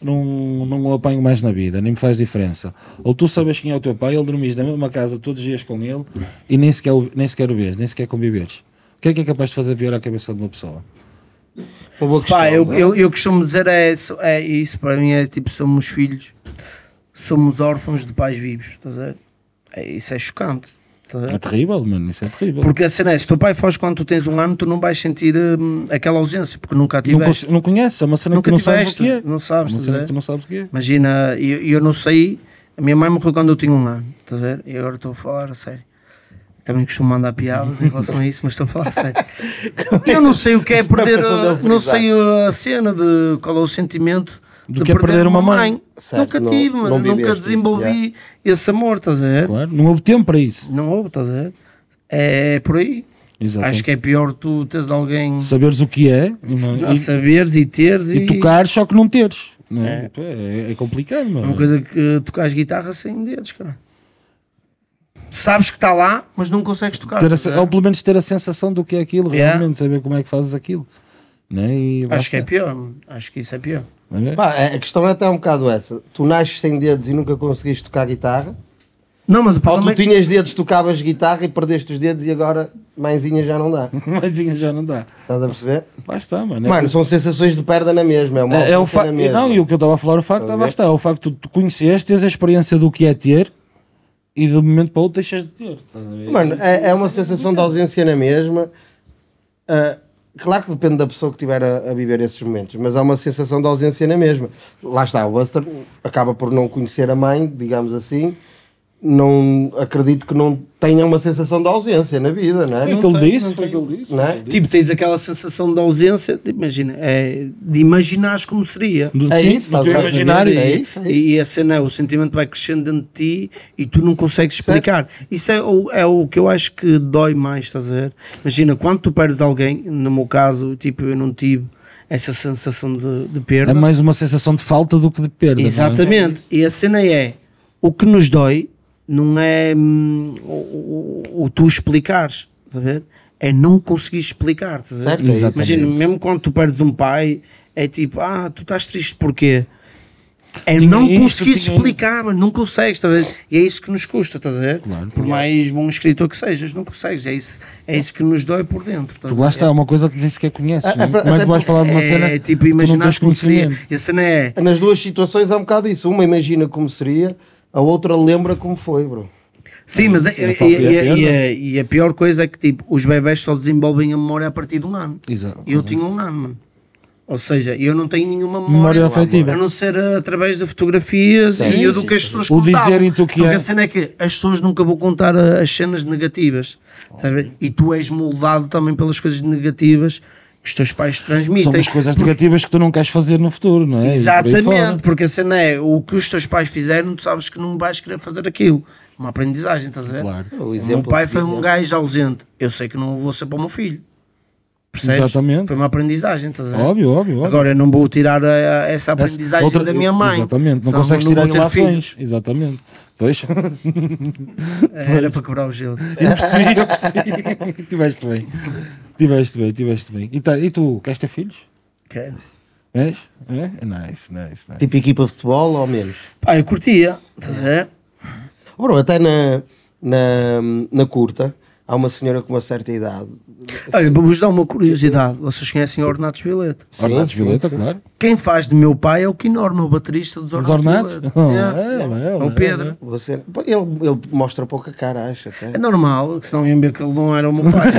C: não, não o apanho mais na vida, nem me faz diferença. Ou tu sabes quem é o teu pai, ele dormis na mesma casa todos os dias com ele e nem sequer, o- nem sequer o vês, nem sequer conviveres. O que é que é capaz de fazer pior à cabeça de uma pessoa?
D: Uma boa questão.
E: Pá, eu,
D: não é?
E: eu, eu costumo dizer é, isso- é isso, para mim é tipo, somos filhos, somos órfãos de pais vivos, estás a ver? É, isso é chocante. estás a ver?
C: É terrível, mano, isso é terrível.
E: Porque a cena é, se teu pai foge quando tu tens um ano, tu não vais sentir hum, aquela ausência, porque nunca a
C: não,
E: tiveste.
C: cons- não conheces, é uma cena que
E: Nunca
C: tu não sabes o
E: tiveste,
C: que é.
E: não sabes,
C: É uma cena
E: estás a
C: que tu não sabes o que é.
E: Imagina, eu, eu não sei, a minha mãe morreu quando eu tinha um ano, estás a ver? E agora estou a falar a sério. Também costumo mandar piadas em relação a isso, mas estou a falar a sério. Eu não sei o que é perder,
D: Começou dele
E: uh,
D: frisar.
E: não sei a cena de qual é o sentimento
C: Do
E: de
C: que é perder uma mãe.
D: Certo,
E: nunca
D: não-
E: tive,
D: não
E: mano, nunca
D: viveste isso,
E: desenvolvi esse amor, estás a ver?
C: Claro, não houve tempo para isso.
E: Não houve, estás a ver? É por aí.
C: Exato.
E: Acho que é pior tu teres alguém
C: Saberes o que é não é?
E: a
C: E-
E: saberes e teres e,
C: e tocar, só que não teres. Não é? É- é complicado,
E: É
C: mano.
E: uma coisa que tocares guitarra sem dedos, cara. Tu sabes que está lá, mas não consegues tocar. tá
C: Ter a
E: estás a
C: se-
E: ver?
C: ou pelo menos ter a sensação do que é aquilo,
E: é Yeah.
C: realmente, saber como é que fazes aquilo. Não é? E lá
E: Acho que é
C: está,
E: pior, mano. acho que isso é pior.
C: não é?
D: Pá, a a questão é até um bocado essa. Tu nasces sem dedos e nunca conseguiste tocar guitarra.
E: Não, mas o
D: Ou tu
E: problema é que
D: tinhas dedos, tocavas guitarra e perdeste os dedos e agora mãezinha já não dá.
C: Maisinha já não dá.
D: Estás a perceber?
C: Lá está, mano. É
D: Mano, são sensações de perda na mesma. É, uma
C: É, é o
D: ausência
C: fa-
D: na
C: e
D: mesma.
C: não, e o que eu estava a falar, o facto,
D: Estás a
C: lá
D: ver?
C: está, é o facto de tu conheces, tens a experiência do que é ter e de um momento para o outro deixas de ter. estás a ver?
D: Mano, é, é uma sensação de ausência na mesma. Ah, claro que depende da pessoa que estiver a, a viver esses momentos, mas há uma sensação de ausência na mesma. Lá está, o Buster acaba por não conhecer a mãe, digamos assim. Não acredito que não tenha uma sensação de ausência na vida, não é?
C: Foi
D: Não,
C: o que ele
E: tem,
C: disse,
E: não
C: foi o que ele disse.
D: é?
E: tipo, tens aquela sensação de ausência, de, imagina, é, de imaginares como seria.
C: Do-
D: É
C: sim,
D: isso,
C: do
D: estás
C: teu
D: a ver?
C: imaginário.
D: É
E: E-
D: isso, é
E: E a cena é, o sentimento vai crescendo dentro de ti e tu não consegues explicar. Isso é o, é o que eu acho que dói mais, estás a ver? Imagina, quando tu perdes alguém, no meu caso, tipo, eu não tive essa sensação de, de
C: É
E: perda.
C: mais uma sensação de falta do que de perda. não é?
E: Exatamente. E a cena é o que nos dói não é hum, o, o- o tu explicares, estás a ver? É não conseguir explicar, estás a ver?
D: Certo, é isso.
E: Imagina, mesmo quando tu perdes um pai, é tipo, ah, tu estás triste porquê? É não
C: isto,
E: conseguir
C: tinha-
E: explicar, mas não consegues, estás a ver? E é isso que nos custa, estás a ver? por mais bom escritor que sejas, não consegues, é isso, é isso que nos dói por dentro. estás a
C: Porque
E: ver?
C: lá está, é uma coisa que nem sequer conheces.
D: É- é
C: não é? Como
D: pra-
C: é que
D: sempre-
C: vais falar de uma cena?
E: É
C: que
E: tipo,
C: tu não
E: imaginar
C: tens
E: como seria.
C: conhecimento?
E: E a cena é,
D: Nas duas situações é um bocado isso. Uma imagina como seria, a outra lembra como foi, bro.
E: Sim, mas é-
C: não
E: e-
C: falta
E: e- e-
C: a perna.
E: e a- e a pior coisa é que tipo, os bebés só desenvolvem a memória a partir de um ano.
C: Exato.
E: E eu tinha um ano, mano. Ou seja, eu não tenho nenhuma memória,
C: Memória afetiva.
E: a não ser ah, através de fotografias e do que as pessoas
C: O
E: contavam.
C: dizerem-te o que
E: Só
C: é.
E: a cena é que as pessoas nunca vão contar ah, as cenas negativas. estás a ver? E tu és moldado também pelas coisas negativas que os teus pais te transmitem.
C: São as coisas
E: Porque-
C: negativas que tu não queres fazer no futuro, não é? E por aí fora.
E: Exatamente, porque a cena é o que os teus pais fizeram, tu sabes que não vais querer fazer aquilo. Uma aprendizagem, estás a ver?
C: Claro.
D: O
E: O meu
D: exemplo
E: pai
D: a
E: foi
D: seguir,
E: um
D: né?
E: gajo ausente. Eu sei que não vou ser para o meu filho. Percebes?
C: Exatamente.
E: Foi uma aprendizagem, estás a ver?
C: Óbvio, óbvio, óbvio.
E: Agora eu não vou tirar a- a- essa aprendizagem
C: Outra-
E: da minha mãe.
C: Exatamente, não
E: senão
C: consegues
E: vou
C: tirar
E: ter
C: relações.
E: filhos. É,
C: Exatamente. Pois.
E: Era para quebrar o gelo. É,
C: Eu percebi, eu percebi. Tiveste bem. Tiveste bem, tiveste bem. E, tá- e tu, queres ter filhos?
E: Quero.
C: És? É? Nice, nice, nice.
D: Tipo equipa de futebol ou menos?
E: Pá, eu curtia, estás a ver?
D: Bro, até na, na, na curta há uma senhora com uma certa idade.
E: Olha, vou-vos dar uma curiosidade. Vocês conhecem Ornatos Violeta?
C: Ornados
D: Sim,
C: Violeta, claro.
E: Quem faz de meu pai é o Quinorme, o baterista dos
C: Os ornados?
E: Ornatos. Violeta.
C: Oh,
E: Yeah.
C: ela, ela,
E: É o
C: né?
E: Pedro.
D: Você, pô, ele, ele mostra pouca cara, tá? acho até.
E: É normal, que senão iam ver que ele não era o meu pai.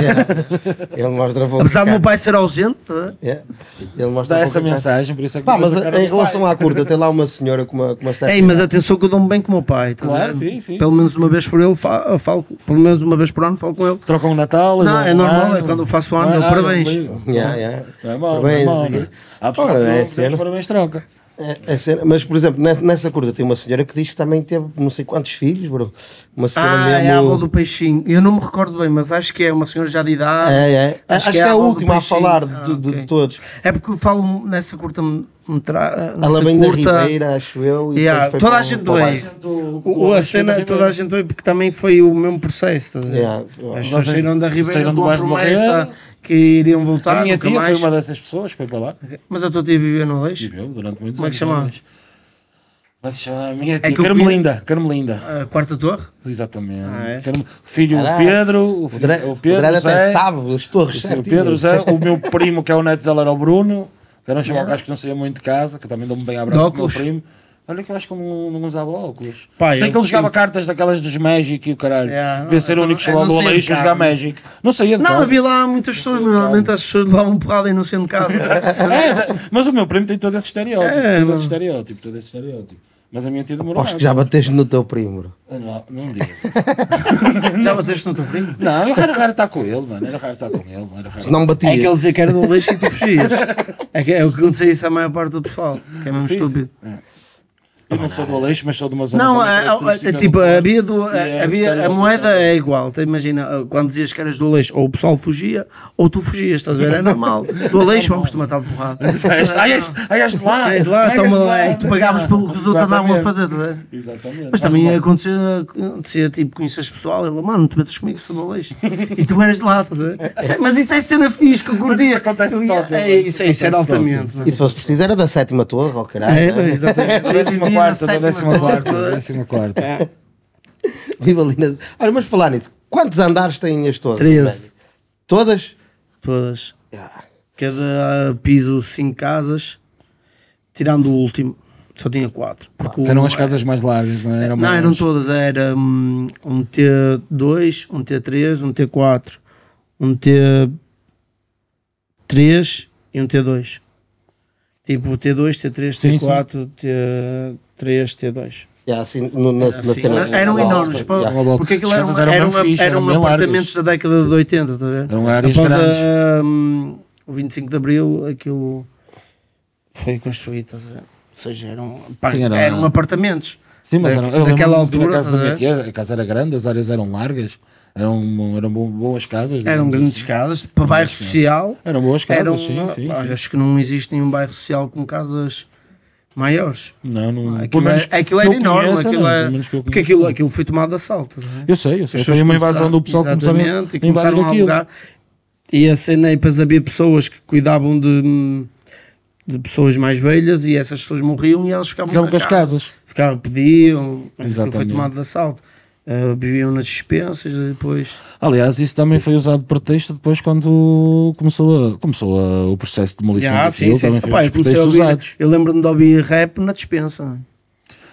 D: Ele mostra pouca
E: Apesar do
D: cara.
E: meu pai ser ausente, tá?
D: Yeah. Ele mostra
C: Dá essa
D: pouca cara.
C: mensagem, por isso é que
D: Pá,
C: não
D: mas
C: tens a cara
D: em
C: do pai.
D: relação à curta, tem lá uma senhora com uma, com uma certa
E: Ei,
D: idade.
E: mas atenção que eu dou-me bem com o meu pai. estás a
C: Claro,
E: ver?
C: sim, sim,
E: Pelo
C: sim.
E: menos uma vez por ele fa- eu falo, pelo menos uma vez por ano falo com ele.
C: Trocam o Natal.
E: Não,
C: eles
E: é
C: vão ao
E: normal, é
C: ano.
E: quando eu faço anos,
C: Ah,
E: ele,
C: ah,
E: parabéns.
C: não, não,
D: Yeah, yeah.
C: Não é mal, não é
D: Parabéns,
C: mal.
D: aqui.
C: não é? Há pessoal
D: Ora,
C: que
D: é
C: não,
D: cena.
C: os parabéns troca.
D: É- é cena- mas, por exemplo, nessa, nessa curta tem uma senhora que diz que também teve não sei quantos filhos, bro. Uma senhora
E: Ah,
D: mesmo.
E: é a avó do peixinho. Eu não me recordo bem, mas acho que é uma senhora já de idade.
D: É, é. Acho, que é a,
E: avó do
D: última a
E: peixinho.
D: falar
E: Ah,
D: de, de- de
E: ok.
D: todos.
E: É porque eu falo nessa curta metra- nessa
D: Ela vem
E: curta,
D: da Ribeira, acho eu. E
E: Yeah,
D: depois foi
E: toda
D: para
E: a
D: o-
E: gente
D: para o
E: doei.
D: bairro.
E: O- A cena, toda a gente doei, porque também foi o mesmo processo. Estás a ver?
D: Yeah.
E: As pessoas
C: Vocês
E: saíram da Ribeira
C: saíram do
E: com a
C: bairro de
E: promessa
C: Barreira.
E: que iriam voltar.
C: A minha
E: Tá, nunca
C: tia foi
E: mais.
C: uma dessas pessoas que foi para lá.
E: Mas eu estou a tia viver no Leixo.
C: Viveu durante muitos
E: Como é
C: anos.
E: que chamava?
C: mas- Como é que chamava? A minha tia.
E: que eu
C: Carmelinda. Carmelinda.
E: A quarta torre?
C: Exatamente.
E: Ah, é?
C: Carme- Filho o
D: Caralho.
C: Pedro. O
D: O
C: filho
D: Dre-
C: o
D: o
C: Pedro.
D: Dredd até
C: Zé,
D: sabe as torres,
C: O
D: certo?
C: Pedro Zé, o meu primo, que é o neto dela, era o Bruno, que era um chamado gajo que não saía muito de casa, que eu também dou-me bem à brava com o meu
E: É. óculos?
C: primo. Olha que eu acho que ele não, não usava óculos.
E: Pá,
C: Sei
E: eu-
C: que ele jogava
E: eu-
C: cartas daquelas dos Magic e o caralho.
E: Yeah,
C: Devia
E: não,
C: ser o
E: então
C: único que
E: não-
C: chegou
E: eu não
C: do
E: saía
C: Aleixo
E: de
C: a jogar
E: casa.
C: Magic. Não saía de
E: Não,
C: casa.
E: havia lá muitas pessoas,
C: então.
E: normalmente as pessoas levavam um porrada e não sendo casa.
C: É, da- mas o meu primo tem todo esse estereótipo,
E: É,
C: todo
E: não.
C: esse estereótipo, todo esse estereótipo. Mas a minha tia demorou
D: Aposto que
C: nada.
D: já bateste no teu primo. bro.
C: Não, não digas isso.
E: Já bateste no teu primo?
C: Não, eu era raro estar com ele, mano. Era raro estar com ele. Era raro.
D: Se não batia.
E: É que ele dizia que era do lixo e tu fugias. É, que, é o que acontecia isso à maior parte do pessoal, que é mesmo
C: Sim,
E: estúpido.
C: Eu não sou do Aleixo, mas sou de uma zona.
E: Não,
C: também
E: a- a- a-
C: característica do
E: tipo,
C: Porto.
E: havia do, a,
C: é,
E: havia- a
C: estereótipo,
E: moeda é igual. Tu imagina, uh, quando dizias que eras do leixo, ou o pessoal fugia, ou tu fugias, estás a ver? É normal. Do leixo, vamos-te matar de porrada.
C: Ah, este- ah, este- ah, este lá,
E: És lá,
C: ah, este
E: toma,
C: lá.
E: é que tu pagavas pelo que os outros andavam a
C: Exatamente.
E: fazer, estás a ver?
C: Exatamente.
E: Mas também é acontecia, acontecia tipo, conheces pessoal, ele, mano, tu metes comigo, sou do Aleixo. e tu eras de lá, estás a ver? Mas isso é cena fixe que eu curtia.
C: isso acontece
E: Eu ia-
C: todo,
E: É,
C: isso
E: isso, é, isso era
C: acontece todo.
E: altamente.
D: E se fosse preciso, era da sétima torre, ou caralho.
E: É,
D: né?
E: exatamente. Hoje
C: Décima
E: em dia, na
C: quarta, é
E: sétima
C: décima
E: torre,
C: quarta, décima quarta.
D: Vivo ali na... Olha, mas falar nisso, quantos andares têm as todas?
E: 13.
D: velho? Todas?
E: Todas.
D: Ah,
E: Cada piso, 5 casas. Tirando o último, só tinha 4.
C: Eram as casas mais largas, não é? Eram
E: um Não,
C: mais-
E: eram todas. Era hum, um T2, um T3, um T4, um T3 e um T2. Tipo T2, T3,
C: Sim, sim.
E: T4, T3, T2
D: já assim, no- na, na
E: assim,
D: cena. tipo,
E: eram enormes, pá,
D: já.
C: Uma
E: porque aquilo
C: As
E: eram,
C: casas
E: eram,
C: eram bem fixe,
E: eram
C: eram bem
E: apartamentos da década de 80, estás a ver?
C: Eram áreas
E: Após a-
C: grandes.
E: hum, o 25 de Abril, aquilo foi construído, estás a ver? Ou seja, eram, pá,
C: Sim, era-
E: eram apartamentos.
C: Sim, mas
E: Da-
C: eram, eu
E: É daquela
C: lembro-me de ir à
E: altura,
C: casa da minha
E: estás a ver?
C: tia, a casa era grande, as áreas eram largas, eram, eram bo- boas casas.
E: Eram
C: digamos
E: grandes
C: assim.
E: casas, para bairro social.
C: Eram boas casas,
E: eram,
C: sim, sim,
E: pá,
C: sim.
E: Acho que não existe nenhum bairro social com casas maiores.
C: Não, não. pelo
E: Aquilo,
C: Hum. menos
E: é, aquilo
C: que
E: era
C: eu
E: enorme,
C: conheça,
E: aquilo
C: não,
E: é-
C: pelo menos que eu
E: porque
C: conheça.
E: aquilo, aquilo foi tomado de assalto. estás a ver?
C: Eu sei, eu sei.
E: As
C: Então Foi
E: pessoas
C: uma invasão
E: começaram-
C: do pessoal que começava
E: exatamente, e
C: a
E: começaram
C: invadir
E: a
C: aquilo.
E: alugar. E a cena aí, depois havia pessoas que cuidavam de, de pessoas mais velhas e essas pessoas morriam e elas ficavam
C: Ficavam com as
E: a
C: casas.
E: Ficavam, pediam, mas aquilo foi
C: Exatamente.
E: tomado de assalto. Ah, viviam nas dispensas e depois.
C: Aliás, isso também foi usado de pretexto depois quando começou, a- começou a- o processo de demolição
E: Já,
C: daquilo, também foi um
E: Pá,
C: dos
E: eu comecei a
C: pretextos
E: ouvir-
C: usados.
E: eu lembro-me de ouvir rap na dispensa.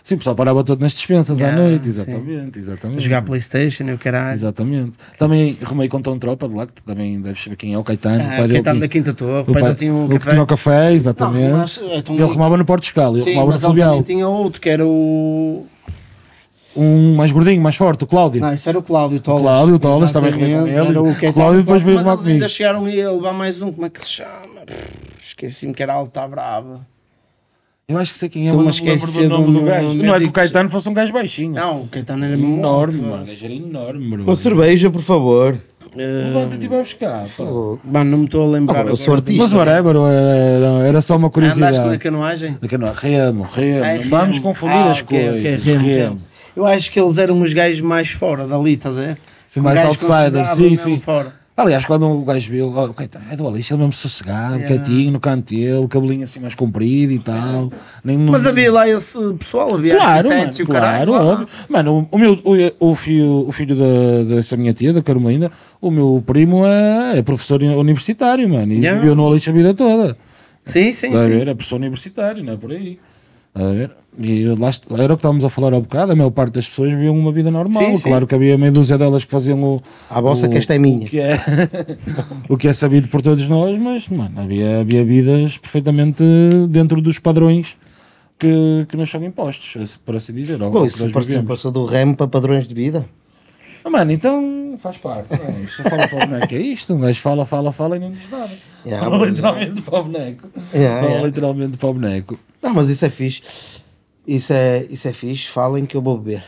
C: Sim, o pessoal parava todo nas dispensas
E: Já,
C: à noite,
E: Ah, sim.
C: exatamente,
E: A
C: exatamente.
E: jogar Playstation e o caralho.
C: Exatamente. Também arrumei contra um tropa de lá, que tu também deves saber quem é o Caetano.
E: Ah,
C: o pai dele
E: quem está
C: tinha-
E: na Quinta Torre,
C: o
E: o pai
C: pai-
E: dele tinha um
C: o que
E: café.
C: tinha o café, exatamente.
E: Não, mas, é, então-
C: ele arrumava no Porto Escala, ele
E: Sim,
C: arrumava no
E: mas ele
C: Fluvial.
E: também tinha outro, que era o.
C: Um mais gordinho, mais forte, o Cláudio.
E: Não, isso era o Cláudio Tolas.
C: Cláudio Tolas, também
E: Exatamente,
C: arrumei com
E: era
C: eles.
E: o que
C: O Cláudio depois veio
E: Mas
C: arrumar
E: eles ainda
C: comigo.
E: chegaram e a levar mais um, como é que se chama? Pff, Esqueci-me que era Alta Brava.
C: Eu acho que sei quem é,
E: Estou-me
C: mas não
E: a
C: me lembro
E: esquecer
C: do nome
E: Então, do
C: do gajo. Não
E: nome,
C: é que
E: digo
C: o Caetano fosse um gajo baixinho.
E: Não, o Caetano era
C: Enorme,
E: muito
C: mano. Era enorme, bro.
D: Uma cerveja, por favor.
C: Levanta-te e vai buscar, pá.
E: eh, Mano, não me estou a
C: Ah,
E: lembrar.
D: Agora, eu sou
E: agora.
D: artista.
C: Mas whatever, era, era só uma
E: Andaste na
C: curiosidade.
E: canoagem?
C: Porque não, remo, remo.
E: Ah, é
C: não vamos
E: remo.
C: confundir
E: Ah,
C: as
E: ok, ok,
C: coisas.
E: remo,
C: remo.
E: remo. Eu acho que eles eram os gajos mais fora dali, estás a ver?
C: Sim,
E: Um
C: mais
E: gajo
C: outsiders,
E: considerável
C: sim,
E: mesmo
C: sim.
E: Fora.
C: Aliás, quando o gajo viu, oh, o Caetano é do Alixo, ele mesmo sossegado, quietinho, no canto dele, cabelinho assim mais comprido e tal. Nem-
E: Mas
C: não-
E: havia lá esse pessoal, havia
C: Claro, mano,
E: arquitetos e o
C: claro,
E: caralho. lá.
C: óbvio. Mano, o, o meu, o, o filho, o filho da, dessa minha tia, da Carolina, o meu primo é, é professor universitário, mano, e
E: Yeah.
C: viveu no Alixo a vida toda.
E: Sim, sim,
C: Está a
E: sim.
C: ver? É professor universitário, não é por aí. Está a ver? E lá est- era o que estávamos a falar há bocado, a maior parte das pessoas viviam uma vida normal.
E: Sim, sim.
C: Claro que havia meia dúzia delas que faziam o.
D: À vossa
C: o-
D: que esta é
C: O
D: minha.
C: que é, o que é sabido por todos nós, mas mano, havia, havia vidas perfeitamente dentro dos padrões que, que nos são impostos, por assim dizer. ou-
D: Bom,
C: ou que
D: isso
C: nós
D: passou,
C: vivemos.
D: passou do remo para padrões de vida.
C: Ah, mano, então faz parte. Não, é? isto fala para o boneco, é isto. Um gajo fala, fala, fala e não diz nada.
D: Yeah,
C: fala
D: mas-
C: literalmente para o boneco.
D: Yeah,
C: fala
D: yeah.
C: literalmente para o boneco.
D: Não, mas isso é fixe. Isso é, isso é fixe. Falem que eu vou beber.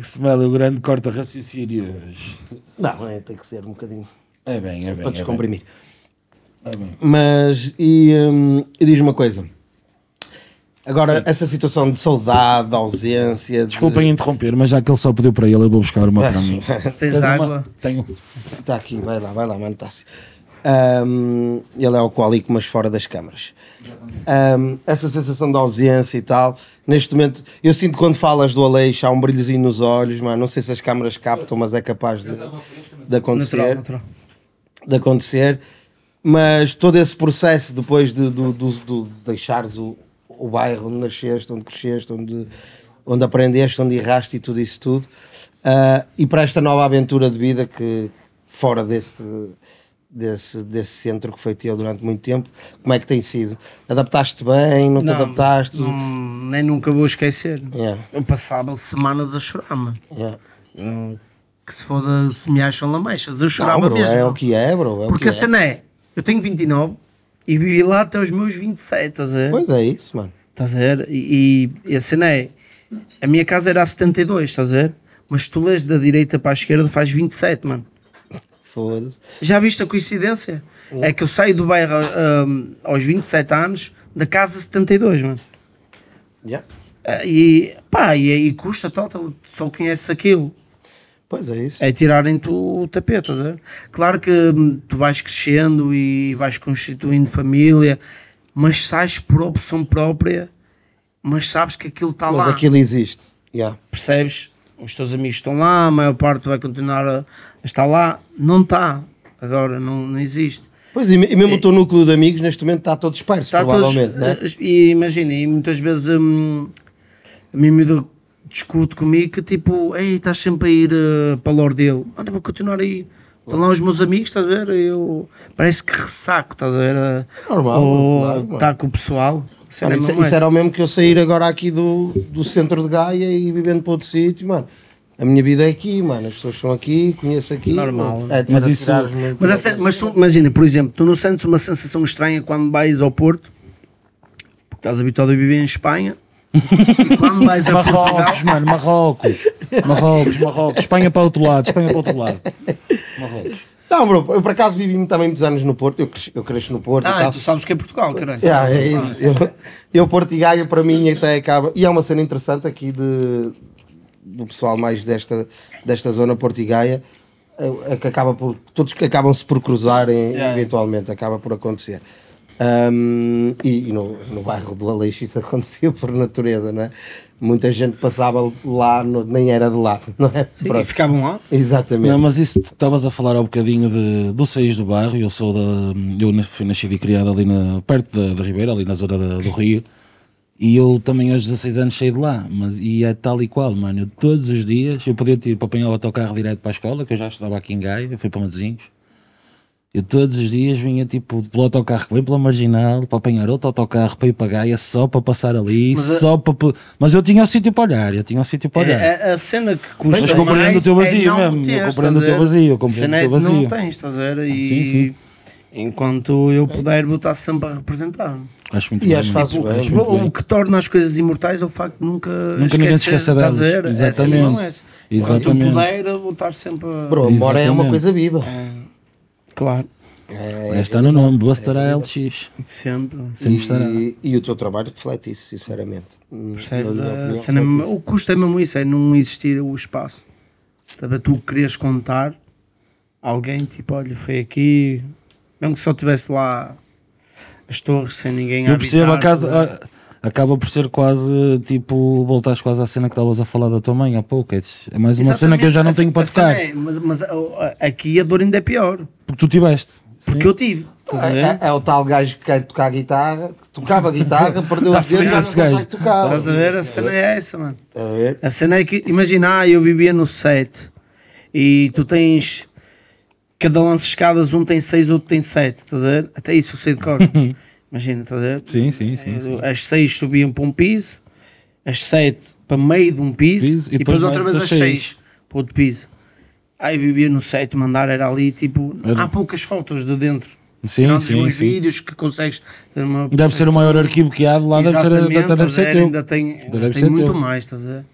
C: Smell, o grande corta raciocínios.
D: Não, é, tem que ser um bocadinho
C: É bem, é bem.
D: para
C: é bem,
D: descomprimir.
C: é bem.
D: Mas, e, hum, e diz uma coisa. Agora, essa situação de saudade, de ausência. de-
C: Desculpem interromper, mas já que ele só pediu para ele, eu vou buscar uma para mim.
E: Tens
C: uma?
E: água.
C: Tenho.
D: Está Tá aqui, vai lá, vai lá, mano, Tássio. Ahm, ele é alcoólico, mas fora das câmaras. Ahm, essa sensação de ausência e tal, neste momento, eu sinto quando falas do Aleixo, há um brilhozinho nos olhos, mano. Não sei se as câmaras captam, mas é capaz de, de acontecer.
E: Natural, natural.
D: De acontecer. Mas todo esse processo depois de, do- do- do- deixares o, o bairro onde nasceste, onde cresceste, onde, onde aprendeste, onde erraste e tudo isso tudo, ah, e para esta nova aventura de vida que fora desse, desse, desse centro que foi teu durante muito tempo, como é que tem sido? Adaptaste-te bem? Não te
E: Não,
D: adaptaste?
E: Hum, nem nunca vou esquecer.
D: Yeah,
E: Eu passava semanas a chorar, mano.
D: yeah.
E: Hum, Que se foda, se me acham lamechas, eu
D: Não,
E: chorava
D: bro,
E: mesmo.
D: é
E: mano.
D: o que é, bro. É o
E: Porque
D: que
E: a
D: é.
E: cena é, eu tenho 29 e vivi lá até os meus 27, estás a ver?
D: Pois é isso, mano.
E: Estás a ver? E, e a cena é, a minha casa era a 72, estás a ver? Mas tu lês da direita para a esquerda faz 27, mano.
D: Foda-se.
E: Já viste a coincidência? É que eu saio do bairro hum, aos 27 anos da casa 72, mano.
D: Yeah.
E: Ah, E pá, e aí custa total, só conheces aquilo.
D: Pois é isso.
E: É tirarem-te o tapete, estás a ver? Claro que hum, tu vais crescendo e vais constituindo família, mas sais por opção própria mas sabes que aquilo está
D: Mas
E: tá lá.
D: aquilo existe. Yeah.
E: percebes? Os teus amigos estão lá, a maior parte vai continuar a a estar lá. Não está, agora não, não existe.
D: Pois, e, me- e mesmo o teu núcleo de amigos neste momento está todo disperso,
E: É. Está Tá, todos.
D: provavelmente, né?
E: E imagina, e muitas vezes hum, a minha miúda discute comigo que tipo, ei, estás sempre a ir eh, para o Lordelo. Olha, vou continuar aí. Estão lá os meus amigos, estás a ver? Eu parece que ressaco, estás a ver? Eh,
D: Normal,
E: Ou
D: claro, mano.
E: estar com o pessoal. Isso
D: Mano,
E: era
D: isso,
E: mesmo
D: isso
E: essa.
D: era o mesmo que eu sair agora aqui do, do centro de Gaia e vivendo para outro sítio, mano. A minha vida é aqui, mano. As pessoas são aqui, conheço aqui.
E: Normal.
D: mano. É,
C: Mas
D: era
C: isso-
D: tirar os meus-
E: Mas, essa- é, mas tu- imagina, por exemplo, tu não sentes uma sensação estranha quando vais ao Porto, porque estás habituado a viver em Espanha, e quando vais a Portugal,
C: Marrocos, mano, Marrocos. Marrocos, Marrocos. Espanha para outro lado, Espanha para outro lado. Marrocos.
D: Não, bro, eu por acaso vivi também muitos anos no Porto. Eu cresci, eu cresci no Porto. e
E: ah,
D: tal.
E: tu sabes que é Portugal, caralho.
D: Yeah, é
E: sabes, sabes.
D: isso. Eu, eu Porto e Gaia para mim até acaba. E é uma cena interessante aqui de, do pessoal mais desta, desta zona Porto e Gaia, é- é que acaba por. Todos que acabam-se por cruzarem eventualmente, acaba por acontecer. Ahm, e e no, no bairro do Aleixo isso acontecia por natureza, não é? Muita gente passava lá, no- nem era de lá, não é?
E: Sim, e
D: Pronto.
E: ficavam lá.
D: Exatamente.
C: Não, mas isso que estavas a falar há um bocadinho de, do saís do bairro, eu sou da. Eu nas- fui nascido e criado ali na, perto da, da Ribeira, ali na zona da- do Rio, e eu também aos 16 anos saí de lá, mas e é tal e qual, mano. Eu, todos os dias eu podia tipo, apanhar o autocarro direto para a escola, que eu já estudava aqui em Gaia, eu fui para Matosinhos. Eu todos os dias vinha tipo pelo autocarro que vem pela marginal para apanhar outro autocarro para ir para Gaia só para passar ali, só para. po- Mas eu tinha o sítio para olhar, eu tinha o sítio para olhar.
E: É, a, a cena que custa
C: Mas compreendo
E: mais
C: o teu
E: é
C: vazio
E: não
C: mesmo, eu
E: teres, estás
C: compreendo o
E: a
C: teu
E: ver?
C: vazio, eu
E: A
C: compreendo
E: cena
C: o
E: é
C: teu
E: que Não
C: vazio. Ah,
E: tens, estás a ver? E
C: Sim, sim.
E: enquanto eu puder, vou estar sempre a representar-me.
C: Acho muito
D: E
C: bem,
D: acho que
C: mano.
D: fazes bem.
C: Acho muito
E: O, o que torna as coisas imortais é o facto de nunca,
C: Nunca ninguém se esqueça
E: estás a
C: delas.
E: ver? Essa
C: Exatamente.
E: não é essa. Quando eu
C: Exatamente.
E: puder, eu vou estar sempre a...
D: Bro, a memória é uma
C: Exatamente.
D: coisa viva.
E: Claro,
D: É,
C: Esta no nome, Buster ALX.
E: sempre.
C: Sempre estará.
D: E, e o teu trabalho reflete isso, sinceramente.
E: Percebes?
D: Na minha
E: A
D: opinião,
E: cena é
D: reflete
E: mesmo- o custo é mesmo isso, é não existir o espaço. Sabe, é tu querias contar a alguém, tipo, olha, foi aqui, mesmo que só tivesse lá as torres sem ninguém
C: Eu percebo,
E: habitar,
C: a casa,
E: tudo.
C: a- acaba por ser quase tipo. Voltares quase à cena que estavas a falar da tua mãe há pouco. É é mais uma cena que eu já não
E: Exatamente,
C: tenho
E: a-
C: para
E: a cena
C: tocar.
E: é, mas mas a- a- aqui a dor ainda é pior,
C: Porque tu tiveste.
E: porque eu tive, estás a
C: Ah,
E: ver?
D: É, é o tal gajo que quer tocar guitarra, que tocava guitarra, perdeu
C: Tá
D: o dedo e já não
C: frio esse gajo.
D: consegue tocar.
E: Estás Tá a
C: ah,
E: ver? A cena é essa, mano.
D: Estás a ver?
E: A cena é que, imagina, ah, eu vivia no 7 e tu tens cada lance de escadas, um tem 6, outro tem 7, estás a ver? Até isso eu sei de cor. imagina, estás a ver?
C: Sim, sim, sim. sim.
E: As 6 subiam para um piso, as 7 para meio de um piso,
C: Piso,
E: e, depois, outra
C: mais
E: vez as
C: das
E: 6
C: seis.
E: para outro piso. Aí vivia no sétimo andar, era ali tipo.
C: Era-
E: Há poucas fotos de dentro.
C: Sim,
E: Tirando os
C: sim,
E: meus
C: sim.
E: vídeos que consegues. ter uma
C: Deve ser o
E: percepção-
C: maior arquivo que há de lá, deve ser,
E: Exatamente,
C: deve, deve
E: estás a
C: ser
E: ver?
C: teu.
E: Ainda tem, ainda
C: deve
E: tem
C: ser
E: muito
C: teu.
E: mais, estás a ver?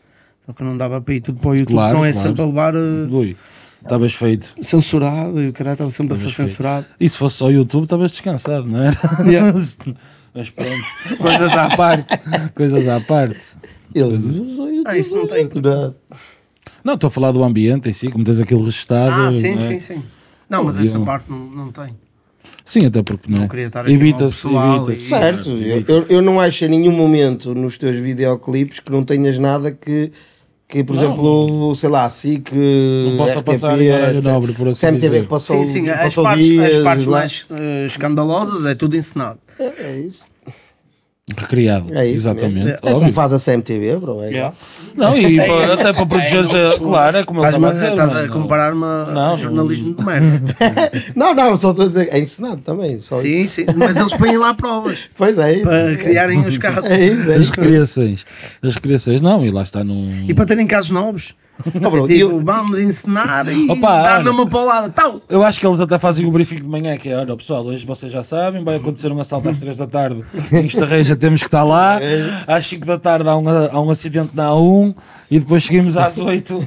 E: Só que não dava para ir tudo para o YouTube,
C: Claro,
E: senão é
C: claro.
E: sempre a levar eh,
C: Ui, estavas feito.
E: censurado e o cara estava sempre a ser
C: Estavas feito.
E: censurado.
C: E se fosse só o YouTube, estavas descansado, não era?
E: Yeah.
C: Mas pronto, coisas à parte. Coisas à parte.
D: Eles usam o
E: Ah, isso não tem.
D: YouTube, né?
C: Não, estou a falar do ambiente em si, como tens aquilo registado.
E: Ah, sim,
C: não é?
E: sim, sim. Não, mas
C: Ouviam.
E: essa parte não, não tem.
C: Sim, até porque não,
E: Não
C: é?
E: queria estar a queimar o
C: Evita-se,
E: pessoal
C: evita-se.
E: e-
D: Certo, eu, eu- eu não acho em nenhum momento nos teus videoclipes que não tenhas nada que, que por
C: Não.
D: exemplo, sei lá, assim que.
C: Não possa passar em horário nobre, por assim dizer.
D: CMTV que passou,
E: Sim, sim, as
D: passou
E: partes,
D: dias,
E: as partes
D: lá.
E: mais eh, escandalosas é tudo ensinado.
D: É, é isso.
C: Recriado.
D: É isso
C: Exatamente.
D: mesmo. É como
C: óbvio.
D: faz a CMTV, bro. É igual.
C: Não, e pa- até para proteger-se, claro, é como eu
E: É,
C: estava
E: Estás-me a-
C: a dizer.
E: Estás a
C: mano.
E: comparar-me a
C: Não,
E: jornalismo de merda.
D: Não, não, só estou a dizer. É ensinado também. Só
E: sim, sim, mas eles põem lá provas
D: Pois é. isso.
E: para criarem os casos.
D: É isso, é
C: As
D: isso.
C: criações. As criações, não, e lá está num.
E: E para terem casos novos.
D: bro,
E: tipo,
D: eu-
E: vamos ensinar e
C: Oh, Opa,
E: dar
C: olha.
E: mesmo uma paulada. Tal.
C: Eu acho que eles até fazem o briefing de manhã, que é, olha pessoal, hoje vocês já sabem, vai acontecer um assalto às 3 da tarde em Estarreja, temos que estar lá,
D: É.
C: às 5 da tarde há um, há um acidente na A1 e depois seguimos às 8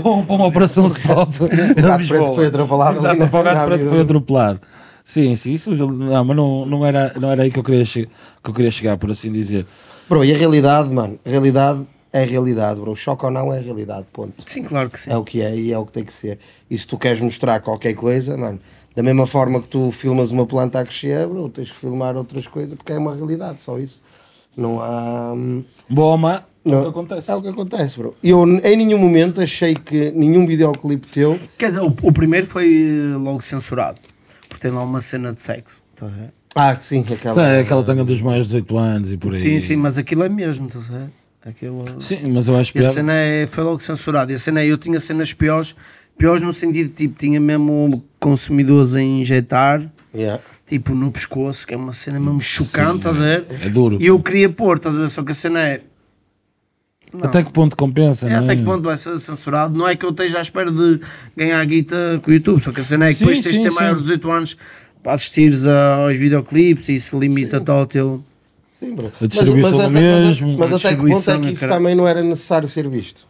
C: para, um- para uma operação stop em
D: Gato
C: Lisboa.
D: Preto foi atropelado ali
C: Exato,
D: na-
C: para o
D: na
C: gato preto
D: Avenida
C: foi
D: do-
C: atropelado. Sim, sim, isso não, mas não, não, era, não era aí que eu, queria che- que eu queria chegar, por assim dizer.
D: Bro, e a realidade, mano? A realidade é a realidade, bro. Choque ou não é a realidade, ponto.
E: Sim, claro que sim.
D: É o que é e é o que tem que ser. E se tu queres mostrar qualquer coisa, mano, da mesma forma que tu filmas uma planta a crescer, bro, tens que filmar outras coisas, porque é uma realidade, só isso. Não há. hum,
C: Boa ou má, é o
D: Não.
C: que acontece.
D: É o que acontece, bro. Eu em nenhum momento achei que nenhum videoclipe teu.
E: Quer dizer, o, o primeiro foi eh, logo censurado, porque tem lá uma cena de sexo. estás a ver?
D: Ah, sim, aquela.
C: Sabe, é aquela tanga dos mais 18 anos e por aí.
E: Sim, sim, mas aquilo é mesmo, estás a ver? Aquilo...
C: Sim, mas eu acho
E: E a
C: piada.
E: cena é- foi logo censurada. E a cena é, eu tinha cenas piores, piores no sentido de tipo, tinha mesmo consumidores a injetar,
D: Yeah.
E: tipo no pescoço, que é uma cena mesmo chocante, estás a ver?
C: é duro.
E: E eu queria pôr, estás a ver? Só que a cena é. Não.
C: Até que ponto compensa,
E: É,
C: não é?
E: até que ponto vai ser censurado? Não é que eu esteja à espera de ganhar guita com o YouTube, só que a cena é que
C: Sim,
E: depois tens de
C: sim,
E: ter maior
C: sim.
E: de 18 anos para assistires a- aos videoclipes e isso limita-te ao teu.
D: Sim, bro.
C: A distribuição
D: mas,
C: do
D: mas,
C: mesmo,
D: mas até que ponto é
E: a distribuição,
D: que isso
E: caralho.
D: também não era necessário ser visto?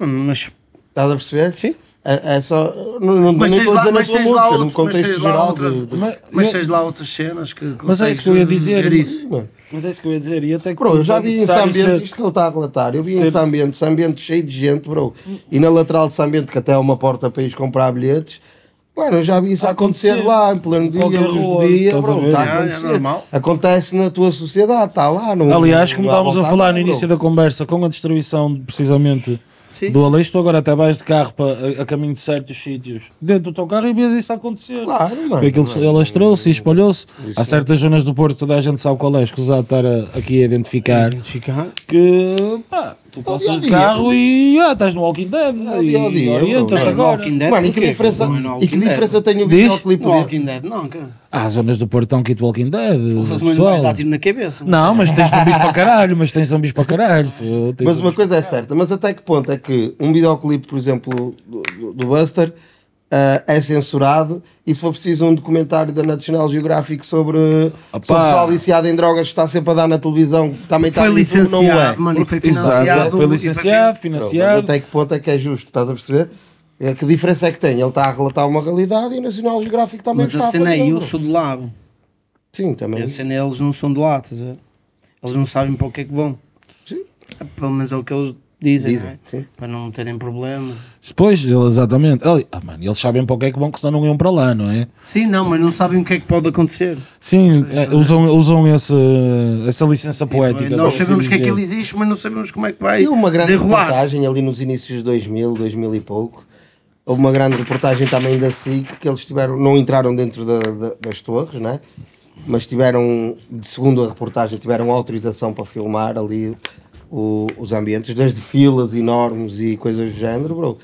E: Hum, Mas
D: Estás a perceber?
E: Sim.
D: É, é só. Não, não,
E: Mas
D: não
E: tens
D: estou a
E: lá,
D: dizer na
E: mas
D: tua
E: tens lá,
D: música, num
E: outro, mas
D: contexto
E: tens lá
D: geral.
E: outra-
D: de- de-
C: Mas-
E: mas
C: eu-
E: tens lá outras cenas que
C: Mas é
E: consegues
C: isso que eu ia dizer.
E: ver isso.
D: Mano,
C: Mas é isso que eu ia dizer. E até que
D: Bro, eu
C: ponto
D: já
C: é
D: vi em São
C: necessário
D: Bento,
C: ser-
D: isto que ele está a relatar, eu vi em
C: ser-
D: São Bento, São Bento cheio de gente, bro. E na lateral de São Bento, que até é uma porta para ir comprar bilhetes, mano, eu já vi isso
C: A
D: acontecer,
C: acontecer.
D: lá, em pleno dia,
C: Qualquer
D: luz
C: rua,
D: do dia,
C: estás a
D: bro,
C: ver?
D: está
E: É,
D: a
E: é
D: acontecer.
E: normal.
D: Acontece na tua sociedade, está lá. No,
C: Aliás, como estávamos a falar no início
D: da
C: da conversa, com a destruição precisamente
E: Sim,
C: do
E: sim.
C: Aleixo, tu agora até vais de carro para, a, a caminho de certos sítios, dentro do teu carro e vês isso acontecer.
D: Claro, mano.
C: Porque aquilo se alastrou-se e espalhou-se. Há certas zonas do Porto, toda a gente sabe qual é, escusado de estar a- aqui a identificar.
E: Identificar.
C: Que pá, tu
D: dia a
C: passas de
D: dia.
C: carro e ah, estás no Walking Dead
D: ao dia ao
C: e
D: dia,
C: orienta-te
D: bro.
C: agora.
E: Walking Dead,
D: Mano, e que
E: porquê?
D: diferença,
E: Não é no
D: e que
E: Walking
D: diferença
E: Dead.
D: tem o
C: Diz?
D: videoclipe
E: No
D: dele?
E: Walking Dead, não, cara.
C: Há zonas do Porto que estão kit Walking Dead.
E: Mas
C: pessoal.
E: vais dar tiro na cabeça.
C: Não, mas tens zumbis para caralho, mas tens zumbis para caralho. filho, tens
D: Mas uma
C: zumbis-
D: coisa é certa, mas até que ponto é que um videoclipe, por exemplo, do, do- do Buster ah, é censurado e se for preciso um documentário da National Geographic sobre,
C: Opa.
D: sobre pessoal viciado em drogas que está sempre a dar na televisão, que também está
E: Foi
D: no YouTube,
E: licenciado,
D: não é.
E: mano, e foi
C: Exato,
E: financiado.
C: foi licenciado,
D: Mas
C: financiado.
D: até que ponto é que é justo, estás a perceber? É, que diferença é que tem? Ele está a relatar uma realidade e o National Geographic também
E: Mas a
D: está
E: cena
D: a
E: é,
D: fazer
E: eu
D: outra.
E: sou de lado.
D: Sim, também.
E: A cena é, eles não são de lá, estás a ver? Eles não sabem para o que é que vão.
D: Sim.
E: Pelo menos é o que eles dizem,
D: Dizem,
E: não é?
D: sim.
E: Para não terem problemas.
C: Pois, ele- exatamente. Ali- ah, mano, eles sabem para o que é que vão, que senão não iam para lá, não é?
E: Sim, não, mas não sabem o que é que pode acontecer.
C: Sim, é, usam, usam esse, essa licença poética.
E: Nós
C: por assim
E: sabemos que
C: dizer.
E: aquilo existe, mas não sabemos como é que vai
D: tipo, E uma grande
E: desenrolar.
D: reportagem ali nos inícios de 2000, 2000 e pouco. Houve uma grande reportagem também da SIC que eles tiveram, não entraram dentro da- da- das torres, né? mas tiveram, de segundo a reportagem, tiveram autorização para filmar ali o- os ambientes, desde filas enormes e coisas do género, bro.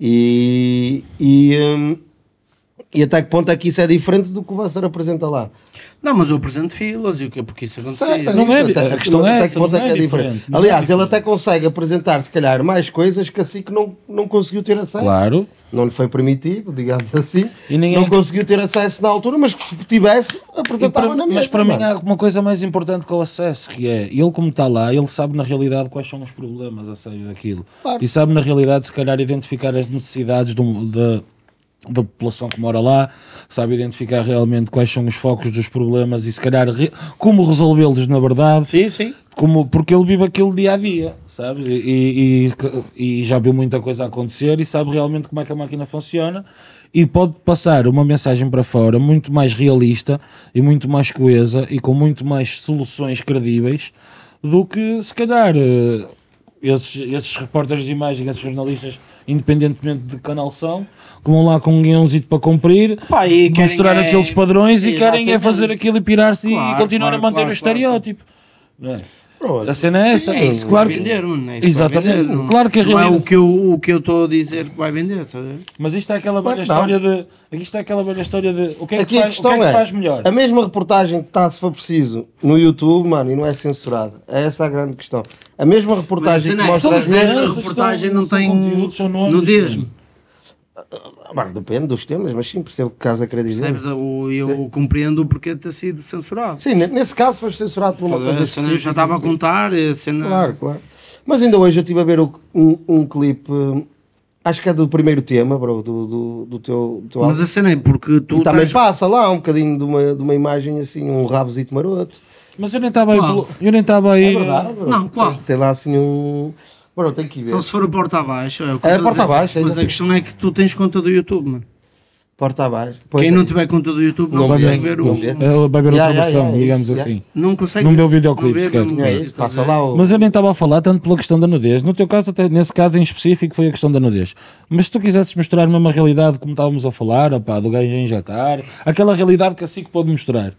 D: E, e, hum, e até que ponto é que isso é diferente do que o Buster apresenta lá?
E: Não, mas eu apresento filas e o que é porque isso acontecia.
D: Certo,
C: Não é-
D: isso, até-
C: a questão
D: até
C: é
D: que
C: essa,
D: ponto
C: não é
D: que
C: diferente, não é
D: Aliás, ele
C: diferente.
D: até consegue apresentar, se calhar, mais coisas que assim que não, não conseguiu ter acesso.
C: Claro.
D: Não lhe foi permitido, digamos assim.
C: E ninguém-
D: Não conseguiu ter acesso na altura, mas que se tivesse, apresentava
C: E para-
D: na mesma. é?
C: mas para mim
D: mano.
C: há uma coisa mais importante que o acesso, que é ele como está lá, ele sabe na realidade quais são os problemas a sério daquilo.
D: Claro.
C: E sabe na realidade se calhar identificar as necessidades do- da, da população que mora lá, sabe identificar realmente quais são os focos dos problemas e se calhar re- como resolvê-los na verdade
E: Sim, sim.
C: como, porque ele vive aquilo dia a dia, sabes? E, e- e- e já viu muita coisa acontecer e sabe realmente como é que a máquina funciona e pode passar uma mensagem para fora muito mais realista e muito mais coesa e com muito mais soluções credíveis do que se calhar eh, esses, esses repórteres de imagem, esses jornalistas, independentemente de que canal são, que vão lá com um guiãozito para cumprir,
E: Pá, e querem
C: mostrar
E: é-
C: aqueles padrões e querem é
E: Exatamente.
C: fazer aquilo e pirar-se e- e
E: Claro,
C: continuar
E: claro,
C: a manter
E: claro,
C: o
E: claro, claro.
C: estereótipo. Não é?
D: Pronto.
C: A cena é essa.
E: É isso que
C: claro
E: vai vender, mano. É isso que vai
C: Exatamente.
E: vender, não-
C: Claro que a
E: não é
C: realidade-
E: o que eu o que eu estou a dizer que vai vender, estás a ver?
D: Tá,
C: Mas isto é aquela velha
D: Claro que não.
C: história de. Aqui está aquela velha história de. O que é que,
D: Aqui a
C: faz, o que,
D: questão
C: é que
D: é,
C: faz melhor?
D: a mesma reportagem que está, se for preciso, no YouTube, mano, e não é censurada. É essa a grande questão. A mesma reportagem
E: cena
D: que
E: é-
D: mostra...
E: são
D: as
E: licenças,
D: mesmas-
E: essa reportagem não
C: são
E: tem
C: conteúdos, são nomes,
E: nudez.
C: mano.
D: Ah, mano, depende dos temas, mas sim, percebo que caso a querer dizer.
E: Percebes? Eu, eu compreendo o porquê de ter sido censurado.
D: Sim, ne- nesse caso foste censurado por uma coisa
E: a cena eu já
D: específica.
E: estava a contar, é a cena.
D: Claro, claro. Mas ainda hoje eu estive a ver o- um, um clipe, hum, acho que é do primeiro tema, bro, do, do, do teu, do teu
E: Mas
D: álbum.
E: a cena é porque tu
D: E também
E: estás-
D: passa lá um bocadinho de uma, de uma imagem assim, um rabosito maroto.
C: Mas eu nem estava aí.
E: Qual?
C: pelo- Eu nem estava aí.
D: É bro.
E: Não, qual?
D: Tem lá assim um. Bro, tem que ir ver.
E: Só se for a porta abaixo. É, o que
D: É,
E: eu estou
D: porta
E: dizer.
D: abaixo, é
E: Mas a
D: exatamente.
E: questão é que tu tens conta do YouTube, mano.
D: porta abaixo. Pois
E: Quem
D: é.
E: não tiver conta do YouTube não,
D: Não
E: consegue
D: consegue,
E: ver um. o.
D: não vê.
C: Ele É, vai ver
D: Yeah,
C: a tradução,
D: yeah, yeah,
C: digamos
D: isso, yeah.
C: assim.
E: Não consegue
C: Não
E: ver.
C: vê o videoclipe
E: não vê,
C: sequer.
E: não
D: Não
E: vê,
D: é isso,
E: estás
D: passa
E: a ver?
D: lá o.
C: Mas eu nem estava a falar tanto pela questão da nudez. No teu caso, até nesse caso em específico, foi a questão da nudez. Mas se tu quisesses mostrar mesmo a realidade, como estávamos a falar, opá, do gajo a injetar, aquela realidade que a SIC pode mostrar,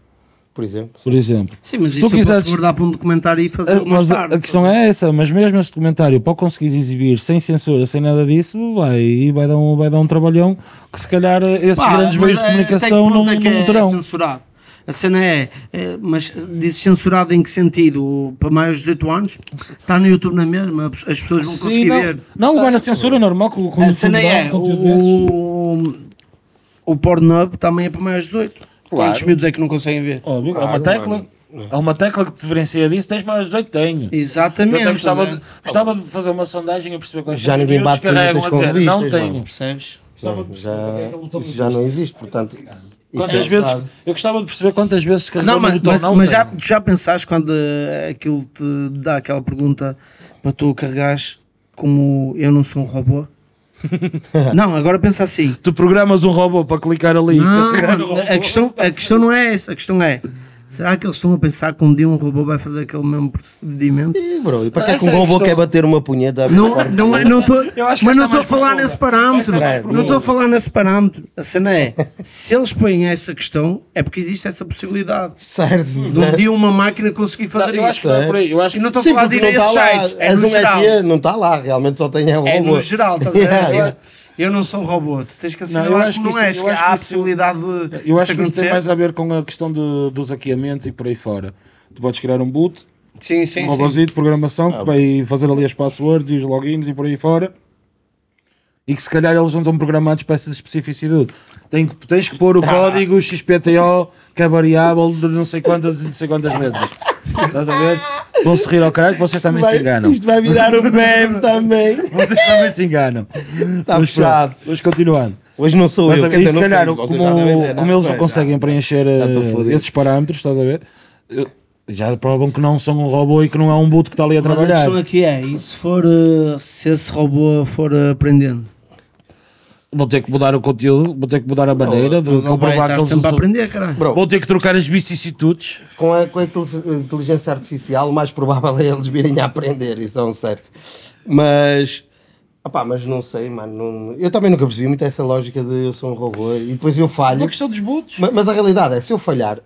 D: Por exemplo.
C: por exemplo.
E: Sim, mas
C: Se
E: isso
C: tu
E: eu
C: quiseres-
E: posso guardar para um documentário e fazer
C: Ah,
E: mais
C: Mas a,
E: tarde.
C: a questão é essa, mas mesmo esse documentário, para o conseguires exibir sem censura, sem nada disso, vai, vai, dar, um, vai dar um trabalhão que se calhar esses
E: Pá,
C: grandes
E: mas
C: meios de
E: é-
C: comunicação
E: até que
C: não,
E: ponto é que
C: não
E: é
C: terão.
E: censurado. A cena é, é, mas dizes censurado em que sentido? Para maiores de 18 anos? Está no YouTube na mesma, as pessoas vão
C: Sim,
E: conseguir ver.
C: não, não, vai na censura normal com, com
E: a cena
C: conteúdo-
E: é,
C: conteúdo desses.
E: o, o Pornhub também é para maiores de 18. Quantos miúdos é que não conseguem ver?
C: Óbvio, há uma tecla, há uma tecla que te diferencia disso, tens mais 18, tenho. Eu
E: Exatamente. é.
C: até gostava,
E: estás a
C: de,
E: ver?
C: gostava de fazer uma sondagem a perceber quais
D: Já
C: são os
D: ninguém
C: miúdos
D: bate
C: que carregam a
D: punhetas com
C: dizer, não
D: revistas,
C: tenho.
D: mano.
E: Percebes?
C: Gostava de perceber porque é que
D: Já,
C: aquele botão
D: isso já não existe, portanto. isso
C: Quantas
D: é-
C: vezes, eu gostava de perceber quantas vezes carregou
E: Não,
C: no
E: mas,
C: botão
E: mas,
C: não
E: mas já,
C: tenho.
E: já pensaste quando eh, aquilo te dá aquela pergunta para tu carregares como eu não sou um robô? não, agora pensa assim.
C: Tu programas um robô para clicar ali. tá
E: Não,
C: e carregar no robô.
E: a, questão, a questão não é essa, a questão é. Será que eles estão a pensar que um dia um robô vai fazer aquele mesmo procedimento?
D: Ih, bro, e para que é que
C: Essa é
D: um
C: a
D: robô
C: questão.
D: quer bater uma punheta?
E: Não, não, é- não tô,
C: Eu acho que esta
E: mas não
C: é
E: estou a
C: mais
E: falar
C: profunda.
E: nesse parâmetro.
C: Esta é mais
E: Não estou a falar nesse parâmetro. A cena é: se eles põem essa questão, é porque existe essa possibilidade.
D: Certo.
E: De um dia uma máquina conseguir fazer
C: Eu acho que
E: isso. é.
C: vai por aí. Eu acho
E: E não
C: que
E: estou a falar de ir a esses sites, é
D: és
E: no
D: um
E: geral.
D: ET, não está lá, realmente só tem a robô.
E: É no geral, estás a ver?
D: Yeah,
E: Tipo,
D: yeah.
E: Eu não sou um robô, tu tens que assinalar
C: Não, eu
E: não,
C: acho
E: que não
C: que isso-
E: és,
C: eu
E: que
C: acho
E: há
C: que
E: a
C: isso-
E: possibilidade de
C: eu
E: isso
C: acho que isso tem
E: acontecer.
C: mais a ver com a questão do- dos hackeamentos e por aí fora. Tu podes criar um boot,
E: Sim, sim,
C: um
E: sim.
C: robôzinho de programação
D: Ah,
C: que vai fazer ali as passwords e os logins e por aí fora. E que se calhar eles não estão programados para essa especificidade. Tem que, tens que
D: Ah.
C: pôr o código XPTO, que é variável de não sei quantas e não sei quantas letras. Estás a ver? Vão-se rir ao caralho que vocês também se enganam.
D: Isto vai virar um meme também.
C: Vocês também se enganam.
D: Está
C: Mas pronto,
D: Tá fechado.
C: Mas continuando.
D: Hoje não sou
C: Mas,
D: eu.
C: a-
D: quer
C: e
D: dizer,
C: se
D: não
C: calhar,
D: somos,
C: como,
D: vocês já devem né? ter, não,
C: como eles não
D: pois,
C: conseguem preencher eh,
D: estou fodido.
C: esses parâmetros, estás a ver? Eh, Já provam que não são um robô e que não é um boot que está ali a
E: Mas a
C: trabalhar.
E: questão aqui é, e se for, eh, se esse robô for aprendendo?
C: Vou ter que mudar o conteúdo, vou ter que mudar a maneira de
E: Mas ele vai
C: comprovar que
E: estar
C: eles
E: sempre a
C: usam.
E: aprender, caralho.
D: Bro,
C: Vou ter que trocar as vicissitudes.
D: com a, com a intel- inteligência artificial, o mais provável é eles virem a aprender, isso é um certo. Mas, opá, mas não sei, mano. não- eu também nunca percebi muito essa lógica de eu sou um robô e depois eu
C: É
D: falho.
C: questão dos boots.
D: Ma- Mas, a realidade é, se eu falhar,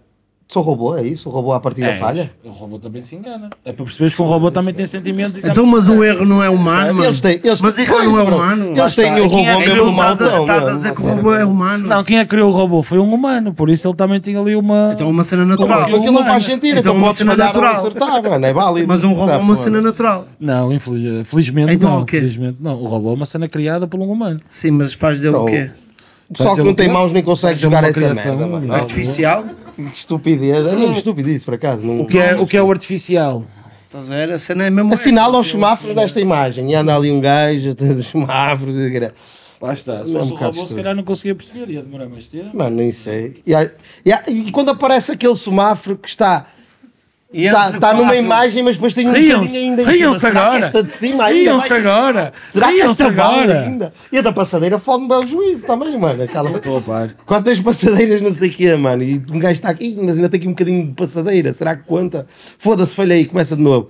D: sou robô, é isso? O robô à partida falha?
C: O robô também se engana. É para perceberes que um robô também tem sentimentos e
E: Então,
C: também-
E: mas o erro não é humano, mano.
D: Ah, Eles têm- eles-
E: mas errar não é
D: Pois, bro,
E: humano.
D: eles têm o robô
E: Então
D: mesmo
E: estás a-
D: maltão,
E: Estás a
D: mano.
E: dizer que o robô é humano.
C: Não, quem é que criou o robô foi um humano, por isso ele também tinha ali uma.
E: Então é uma cena natural.
D: Aquilo não faz sentido, então,
E: Então uma
D: podes
E: cena
D: falhar
E: natural.
D: ou acertar, mano, é válido.
E: Mas um robô
D: Tá
E: é uma
D: foda.
E: cena natural.
C: Não, infeliz- felizmente
E: Então,
C: não.
E: o quê?
C: Felizmente não. O robô é uma cena criada por um humano.
E: Sim, mas faz dele o quê?
D: O pessoal que não tem mãos nem consegue
C: Fazer uma
D: jogar essa
C: criação, né?
D: merda, mano.
C: não.
E: Artificial?
D: Que estupidez. É mesmo estupidez, por acaso. Não...
C: O que, é, o que é o artificial?
E: Estás a ver? A cena é mesmo
D: Assinala
E: essa.
D: aos semáforos nesta imagem. E anda ali um gajo, tem os semáforos e caralho.
C: Lá está.
D: se fosse um bocado estranho.
C: calhar não conseguia perceber, ia demorar mais tempo.
D: Mano, nem sei. E, há- e há- e quando aparece aquele semáforo que está,
E: E
D: está,
E: entra
D: está Tá, numa
E: quatro.
D: imagem, mas depois tem um
C: Riam-se,
D: bocadinho ainda em
C: riam-se
D: cima. Será que
C: agora.
D: esta de cima ainda
C: Riam-se
D: vai-
C: agora.
D: Será que
C: Riam-se
D: esta vai
C: agora.
D: ainda? E a da passadeira fode-me bem o juízo também, mano. Aquela...
C: Estou a par.
D: Quantas passadeiras não sei o quê, mano? E um gajo está aqui, mas ainda tem aqui um bocadinho de passadeira. Será que conta? Foda-se, falha aí, começa de novo.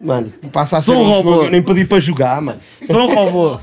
D: Mano, passa a ser
C: Sou um robô.
D: jogo, Eu nem pedi para jogar, mano.
C: Sou um robô.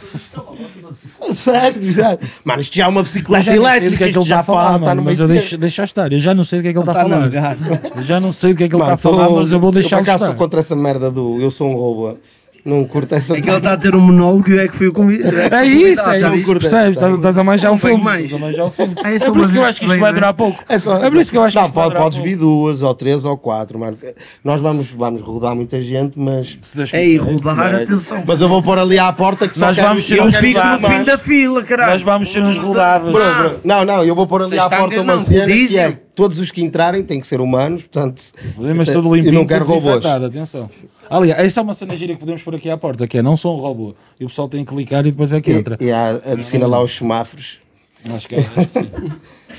D: Sério, sério. Mano, isto já é uma bicicleta
C: Eu não sei do
D: elétrica, isto já pá, está
C: mano,
D: no
C: tá mas
D: meio
C: eu
D: de-
C: deixo, deixa estar. Eu já não sei do que é que ele
D: Tá
C: está a
E: Está a
C: falar.
E: navegar.
C: Eu já não sei do que é que ele
D: Mano,
C: está a falar,
D: tô-
C: mas eu vou
D: eu
C: deixar
D: por acaso
C: estar.
D: sou contra essa merda do eu sou um robô. Não curto essa
E: É que
C: tá
E: ele está a ter um monólogo e eu é que fui o convidado.
C: É isso, é
E: já
C: isso,
E: viste?
D: curto
C: percebes?
D: esta.
C: Estás- Estás a manjar um
E: Não vem
C: filme.
E: mais.
C: Estás a manjar um filme.
E: Ah, é
C: É
E: só
C: por
E: uma
C: isso que eu
E: vez
C: acho que
E: que
C: isto
E: vem,
C: vai
E: não é?
C: durar pouco.
D: É, só-
C: É por isso que eu acho que
D: Não,
C: isto vai
D: pode,
C: durar
D: podes
C: pouco.
D: vir duas ou três ou quatro, mano. Nós vamos, vamos rodar muita gente, mas.
C: Se Deus
E: É
C: quiser.
E: ir rodar, atenção.
D: Mas eu vou pôr ali à porta que só
C: Nós
D: quero-
C: vamos ser
D: só
E: Eu
C: uns
D: quero
E: fico
D: usar
E: no fim
D: mais.
E: da fila, caralho.
C: Nós vamos ser uns rodados.
E: Bro,
D: Bro, bro. Não, não, eu vou pôr ali
E: Vocês
D: à
E: estão
D: porta
E: a
D: uma
E: não,
D: cena que é
E: rodízio.
D: todos os que entrarem têm que ser humanos, portanto.
C: Mas
D: até-
C: todo
D: eu
C: limpinho,
D: não quero
C: todo
D: robôs.
C: desinfetado, atenção. Aliás, essa é uma cena gira que podemos pôr aqui à porta, que é não sou um robô. E o pessoal tem que clicar e depois é que
D: E,
C: entra.
D: e há a de assinalar os semáforos.
C: Acho que é.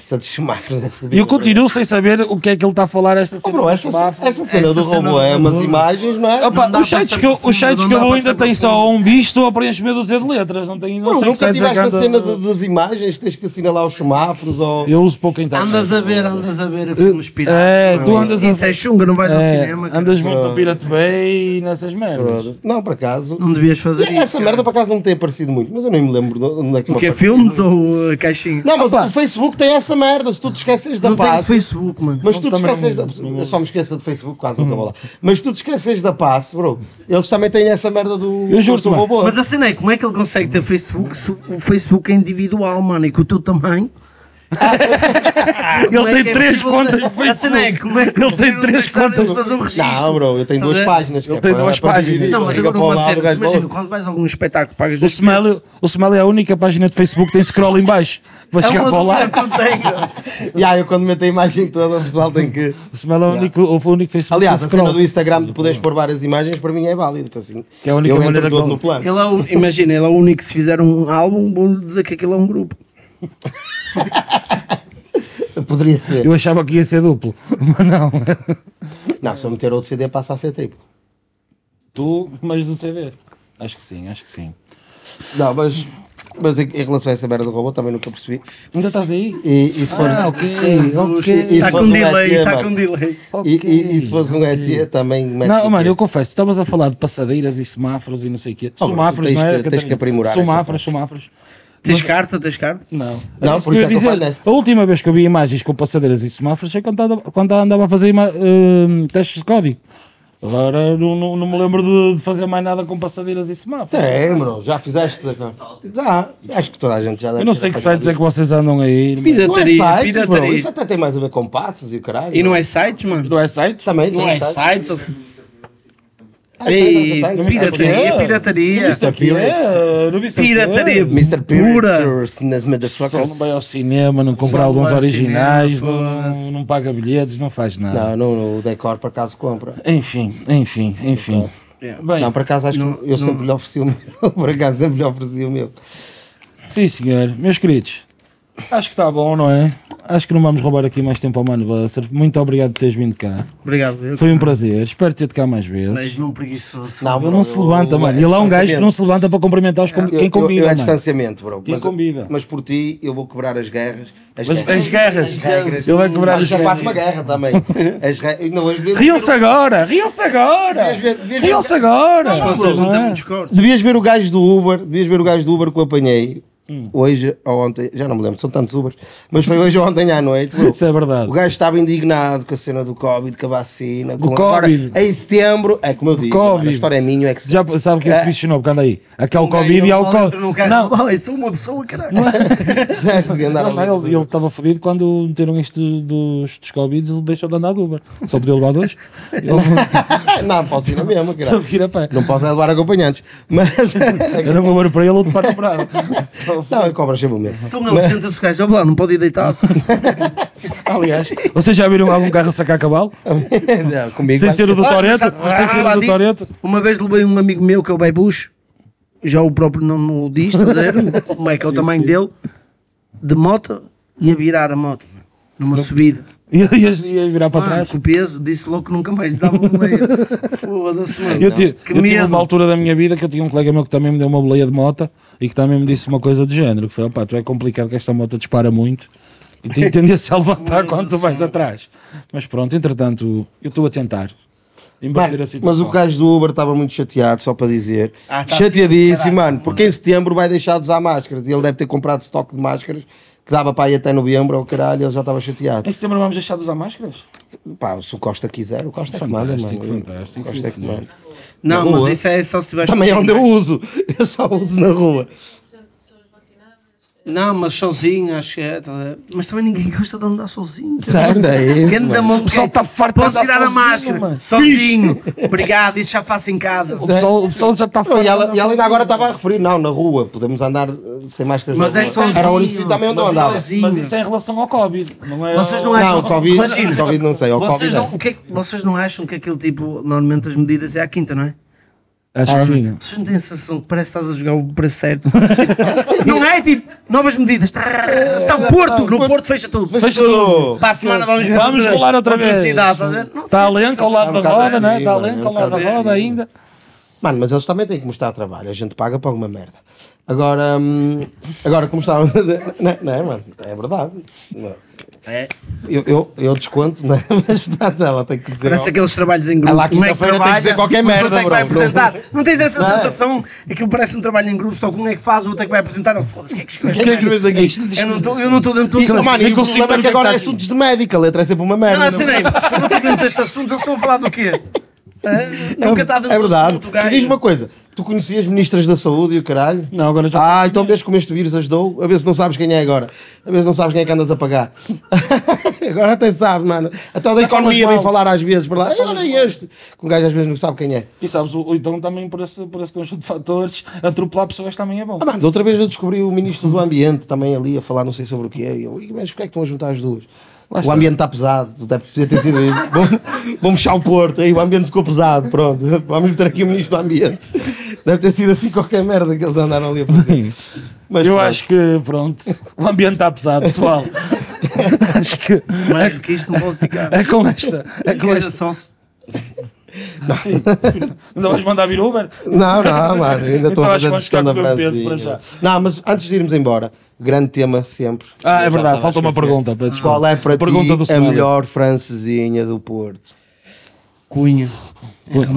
D: Santos Schumacher da fodida.
C: E eu continuo sem saber o que é que ele está a falar esta
D: Oh,
C: semana.
D: bro, essa, essa cena
E: Essa
D: do
E: cena
D: robô
E: do
D: é
C: Oh,
D: umas
E: robô.
D: imagens, não é?
C: Opa,
E: Não dá
C: os
E: pra
C: sites
E: ser
C: que eu,
E: profundo,
C: os sites
E: não
C: que
E: dá
C: eu
E: pra
C: ainda
E: ser
C: têm só um bisto a preencher do Z de letras. Não tem, não
D: Bro,
C: sei que
D: nunca
C: sites é que
D: tiveste a
C: andas
D: cena
C: a-
D: de- das imagens, tens que assinalar os semáforos ou.
C: Eu uso pouco então.
E: Ah, Andas a ver, andas a ver a filmes piratas.
C: É, tu
E: Isso-
C: andas a-
E: Isso é chunga, não vais ao
C: É,
E: cinema. cara.
C: andas muito no Pirate Bay e nessas merdas.
D: Foda-se. Não, por acaso.
E: Não devias fazer isso.
D: Essa merda por acaso não me tem aparecido muito, mas eu nem me lembro de onde é que
E: O
D: me
E: que é
D: apareceu.
E: filmes ou uh, caixinha?
D: Não, mas o Facebook tem essa merda, se tu te esqueces da
E: Não tenho
D: paz.
E: Facebook, mano.
D: Mas tu te
C: também Hum.
D: esqueces da.
C: não-
D: Eu só me esqueço do Facebook, quase nunca vou lá. Mas tu te esqueces da passe, bro. Eles também têm essa merda do.
C: Eu juro-te,
D: do
C: mano.
D: robô.
E: Mas a cena é como é que ele consegue ter Facebook se o Facebook é individual, mano, e que o teu tamanho. Como é
C: Ele
E: que
C: tem
E: é
C: três
E: possível-
C: contas de
E: A cena é
C: Facebook.
E: como é que
C: Ele tem
E: não
C: três
E: deixaram
C: contas.
E: de fazer um registro.
D: Não, bro, eu tenho
E: Estás
D: duas
E: a ver?
D: páginas. que
C: Ele
D: é
C: tem
D: para-
C: duas
D: para dividir.
C: páginas.
E: Não, mas
D: Chega
E: agora
D: para o
E: uma
D: lado, o
E: cena.
D: gajo
E: Imagina,
D: volta.
E: quando vais a algum espetáculo, pagas
C: O
E: dois bilhetes.
C: Smell, o Smell é a única página de Facebook que tem scroll em baixo. Para
E: É
C: chegar
E: uma
C: para o
E: dúvida
C: lado.
E: que eu tenho.
D: E aí, eu quando meto a imagem toda, o pessoal tem que.
C: O Smell é o único, o único Facebook
D: Aliás,
C: que
D: a
C: tem
D: cena
C: scroll.
D: do Instagram de poderes pôr várias imagens para mim é válido. que Assim,
C: Que é a única
D: eu entro
C: maneira que
D: todo
C: vale.
D: no plano.
E: Ele é o- imagina, ele é o único. Se fizer um álbum, vão-lhe dizer que aquilo é um grupo.
D: Poderia ser.
C: Eu achava que ia ser duplo, mas não.
D: Não, se eu meter outro CD passa a ser triplo.
C: Tu, mas do CD. Acho que sim, acho que sim.
D: Não, mas, mas em em relação a essa merda do robô também nunca percebi.
C: Ainda estás aí?
D: E, e se for,
C: Ah, ok. Tá
D: E- e
E: Está
D: se
E: Tá com
D: fosse um
E: delay,
D: ET,
E: está
D: mano?
E: com delay.
D: e, e- e se fosse um ET também metes
C: Não,
D: o
C: mano,
D: quê?
C: eu confesso, estavas a falar de passadeiras e semáforos e não sei o quê.
D: Oh,
C: Semáforos,
D: tu tens
C: não é?
D: que- tens que aprimorar essa
C: Semáforos,
D: parte.
C: semáforos.
E: Tens carta, tens carta?
C: Não,
D: Não,
C: isso
D: por
C: que
D: isso
C: eu
D: é que eu
C: ia
D: falho, né?
C: A última vez que eu vi imagens com passadeiras e semáforos foi quando andava, quando andava a fazer ima- hum, testes de código. Agora não, não, não me lembro de, de fazer mais nada com passadeiras e semáforos.
D: Tem, bro, já fizeste da cara. Já, acho que toda a gente já deve
C: Eu não
D: ter
C: sei que
D: apanhado
C: sites é que vocês andam aí. mas-
E: Pira-
D: isso. Não é
E: Pirataria,
D: sites, bro,
E: pirataria.
D: Isso até tem mais a ver com passes e o caralho.
E: E não é sites, mano?
C: Não é sites?
D: Também
E: Não
D: tem
E: é
D: sites.
E: sites? ou-
D: Ah, tem,
E: Ei,
C: tá
D: tem, tem.
E: pirataria, pirataria.
C: Isso aqui é- não vi isso aqui.
E: Pirataria
D: Mr.
E: pura.
D: Pirates nas
C: Só não
D: motherfuckers.
C: vai ao cinema, não compra alguns
E: vai ao
C: originais,
E: cinema,
C: não- não,
E: foda-se.
C: não paga bilhetes, não faz nada.
D: Não, não, não, o Decor por acaso compra.
C: Enfim, enfim, enfim. Bem,
D: Não, por acaso acho
E: Não,
D: que eu sempre lhe ofereci o meu. Por acaso sempre lhe ofereci o meu.
C: sim senhor, meus queridos, acho que está bom, não é? Acho que não vamos roubar aqui mais tempo ao Mano Basser. Muito obrigado por teres vindo cá.
E: Obrigado. eu-
C: Foi um prazer, espero ter-te cá mais vezes.
E: Mas não preguiçoso.
D: Não,
C: Ele não se levanta, mano. Ele é um gajo que não se levanta para cumprimentar os com-
D: tá Eu-
C: quem
D: eu- Eu,
C: convida.
D: é
C: mano.
D: distanciamento, bro.
C: Quem convida.
D: Mas por ti eu vou quebrar as guerras. As
C: Mas
D: guerras.
C: as guerras, ele vai quebrar
D: Mas
C: as
D: já quase uma
C: guerras.
D: guerra também. As re... eu não, as vezes-
C: Riam-se agora, riam-se agora,
D: Devias ver- devias ver-
C: riam-se agora.
E: Mas vocês não têm
C: Não é?
E: muitos cortes.
D: Devias ver o gajo do Uber, devias ver o gajo do Uber que eu apanhei
C: Hum.
D: hoje ou ontem, já não me lembro, são tantos Ubers, mas foi hoje ou ontem à noite. bro.
C: Isso é verdade.
D: O gajo estava indignado com a cena do Covid, com a vacina,
C: Do
D: com agora,
C: Covid.
D: em setembro, é como eu digo, mano,
C: Covid.
D: a história é minha, é que se-
C: Já sabe que esse
D: É.
C: bicho não, porque anda aí. Aqui há o
E: Um gajo
C: Covid e há o
E: lá
C: Covid.
E: dentro num carro,
C: Não,
E: "Ah, eu sou uma pessoa, caralho.
D: é de andar
C: não,
D: ali.
C: não, ele ele estava fodido quando meteram isto dos, dos Covid, ele deixou de andar de Uber. Só podia levar dois. Ele
D: Ah, não, posso ir na mesma, caralho.
C: teve que ir a pé.
D: Não posso é levar acompanhantes, mas
C: Era um Uber para ele, outro para comprar.
D: não, eu cobro sempre o mesmo.
E: Então ele senta-se o gajo, ó lá, não pode ir deitado.
C: Aliás, vocês já viram algum carro a sacar cavalo?
D: Não, Comigo
C: Sem
D: vai-
C: ser o do
E: Ah,
C: Toreto?
E: sabe-
C: Sem
E: sabe
C: ser
E: lá
C: o do
E: disso?
C: Toreto?
E: Uma vez levei um amigo meu que é o Baibush, já o próprio nome o diz, estás a ver? como é que é o tamanho dele, de moto, ia virar a moto, mano, numa subida.
C: Ias ias virar para
E: Mano,
C: trás.
E: com o peso, disse logo que nunca mais lhe dava um leia. Foda-se, mano.
C: Eu, ti-
E: que
D: um
C: eu tive
E: medo.
C: uma altura da minha vida que eu tinha um colega meu que também me deu uma boleia de moto e que também me disse uma coisa do género: que foi, opá, tu é complicado que esta moto dispara muito e tem tendência a levantar quando tu vais atrás. Mas pronto, entretanto, eu estou a tentar
D: Mano,
C: embater a situação.
D: mas o gajo do Uber estava muito chateado, só para dizer.
E: Ah, tá
D: Chateadíssimo,
E: caralho.
D: mano, porque em setembro vai deixar de usar máscaras e ele deve ter comprado estoque de máscaras que dava para ir até novembro ao caralho, ele já estava chateado.
C: Em setembro vamos deixar de usar máscaras?
D: Pá, se o Costa quiser, o Costa é que
E: Tá
D: manda,
C: Fantástico,
D: mano. O
C: fantástico.
D: Costa
C: Sim,
D: é que
C: senhor.
D: manda.
E: Não,
D: Na
E: mas
D: rua.
E: isso é só se tiveres.
D: Também é onde eu uso, eu só uso na rua.
E: Não, mas sozinho, acho que é. tá a ver? Mas também ninguém gosta de andar sozinho. cara.
D: Certo, é isso,
E: Ganda
D: mano.
E: maluco.
C: pessoal tá farto de
E: Posso
C: andar
E: tirar a
C: sozinho,
E: máscara.
C: mano.
E: Sozinho. Obrigado, isso já faço em casa.
C: O pessoal, o pessoal já está
D: E ela,
C: farto.
D: e ela ainda agora estava a referir, não, na rua, podemos andar eh, sem máscaras
E: Mas
D: na
E: é
D: rua.
E: sozinho.
D: Era o único sítio também onde eu
E: Mas
D: andava.
E: sozinho.
C: Mas isso é em relação ao Covid. Não é
E: Vocês não
C: ao-
E: acham.
D: Não, Covid-
E: Imagina,
D: Covid não sei, ao
E: Vocês
D: Covid
E: não,
D: é.
E: o que é que- vocês não acham que aquele tipo, normalmente as medidas é à quinta, não é?
C: Acho que sim.
E: Vocês não têm a sensação que parece que estás a jogar o preço certo? não é tipo novas medidas. Está o Porto, no Porto fecha tudo.
C: Fecha tudo.
E: Para a semana vamos ver
C: Vamos
E: outra-
C: rolar outra vez.
E: cidade, estás a ver? Não
C: Está
E: tem essa
C: lento Tá ao lado da
E: sensação.
C: roda, não é?
D: Sim,
C: Está
D: mano,
C: lento
D: é um
C: ao lado da
D: bocado
C: roda ainda.
D: Mano, mas eles também têm que mostrar trabalho, a gente paga para alguma merda. Agora, hum, agora como estava a dizer, não, é- não é, mano? É verdade. Não.
E: É.
D: Eu, eu, eu desconto, não é? mas portanto, ela tem que dizer.
E: Parece
D: ó,
E: aqueles trabalhos em grupo.
D: Ela à
E: O moleque
D: quinta-feira tem que
E: trabalha,
D: dizer qualquer
E: mas o outro
D: merda,
E: é que vai
D: bro.
E: apresentar. Não tens essa
D: Não é?
E: sensação? Aquilo parece um trabalho em grupo, só que um é que faz, o outro é que vai apresentar. Ele, Foda-se, o que é que escreveste?
D: "O que é que vês daqui?"
E: Eu não tô- Eu não estou dentro do
D: Isso,
E: assunto.
D: mano, e
C: nem
D: o
C: consigo
D: problema é que
C: perguntar
D: agora é
C: aqui.
D: assuntos de médica, a letra é sempre uma merda.
E: Não, assim, nem. Se eu não estou dentro deste assunto, eles estão a falar do quê? Ah, Nunca está dentro
D: É
E: do
D: verdade.
E: assunto,
D: E diz
E: gajo.
D: uma coisa: tu conhecias ministras da saúde e o caralho?
C: Não, agora já
D: Ah, então vês como este vírus ajudou? A ver se não sabes quem é agora. A ver se não sabes quem é que andas a pagar. agora até sabes, mano. Até o da economia
C: falas
D: vem
C: mal.
D: falar às vezes para lá. Olha este. Que um gajo às vezes não sabe quem é.
C: E sabes, o- então também por esse, por esse conjunto de fatores, atropelar pessoas também é bom.
D: Ah, mano, da outra vez eu descobri o ministro do Ambiente também ali a falar, não sei sobre o que é. E eu, "Ih, mas porquê é que estão a juntar as duas? o
C: está.
D: ambiente está pesado, tu deve podia ter sido. Vamos- Vamos fechar o Porto, aí o ambiente ficou pesado, pronto. Vamos meter aqui o ministro do Ambiente. Deve ter sido assim qualquer merda que eles andaram ali a fazer. Mas
C: Eu
D: pronto.
C: acho que, pronto, o ambiente está pesado, pessoal. acho que
E: Mais do que isto não pode ficar.
C: é com esta. É com
E: Coisa
C: esta.
E: só.
C: Sim. Não vais mandar vir Uber?
D: Não, não, mano, ainda estou
C: Então
D: a
C: acho
D: fazer
C: que vamos
D: gestão
C: ficar
D: da
C: com o peso
D: Francinha.
C: para já.
D: Não, mas antes de irmos embora, grande tema sempre.
C: Ah, é
D: Eu já
C: verdade,
D: estava
C: falta
D: a
C: uma
D: esquecer.
C: pergunta, peço
D: Qual é para
C: Pergunta do
D: ti a
C: Smelly.
D: melhor francesinha do Porto?
E: Cunha.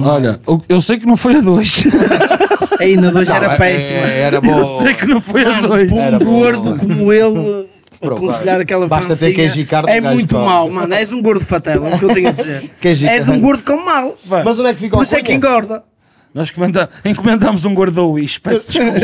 C: Olha, eu- eu sei que não foi a dois.
E: Aí na 2
D: Não,
E: era
D: é-
E: péssima.
D: é- Era
C: Eu
D: bom.
C: sei que não foi a dois.
E: Um
D: Era bom,
E: gordo
D: mano.
E: como ele
D: Pronto,
E: aconselhar
D: vai.
E: aquela
D: Basta ter
E: francinha
D: queijo e carne,
E: é
D: o gajo
E: muito
D: come.
E: mau, mano. És um gordo fatela, é o que eu tenho a dizer.
D: Queijo e
E: És um
D: carne.
E: gordo com mal.
C: Vai,
D: Mas onde é que fica o
E: Por isso é que
D: Cunha?
E: engorda.
C: Nós encomenda- encomendámos um gordo ao Wish, peço desculpa.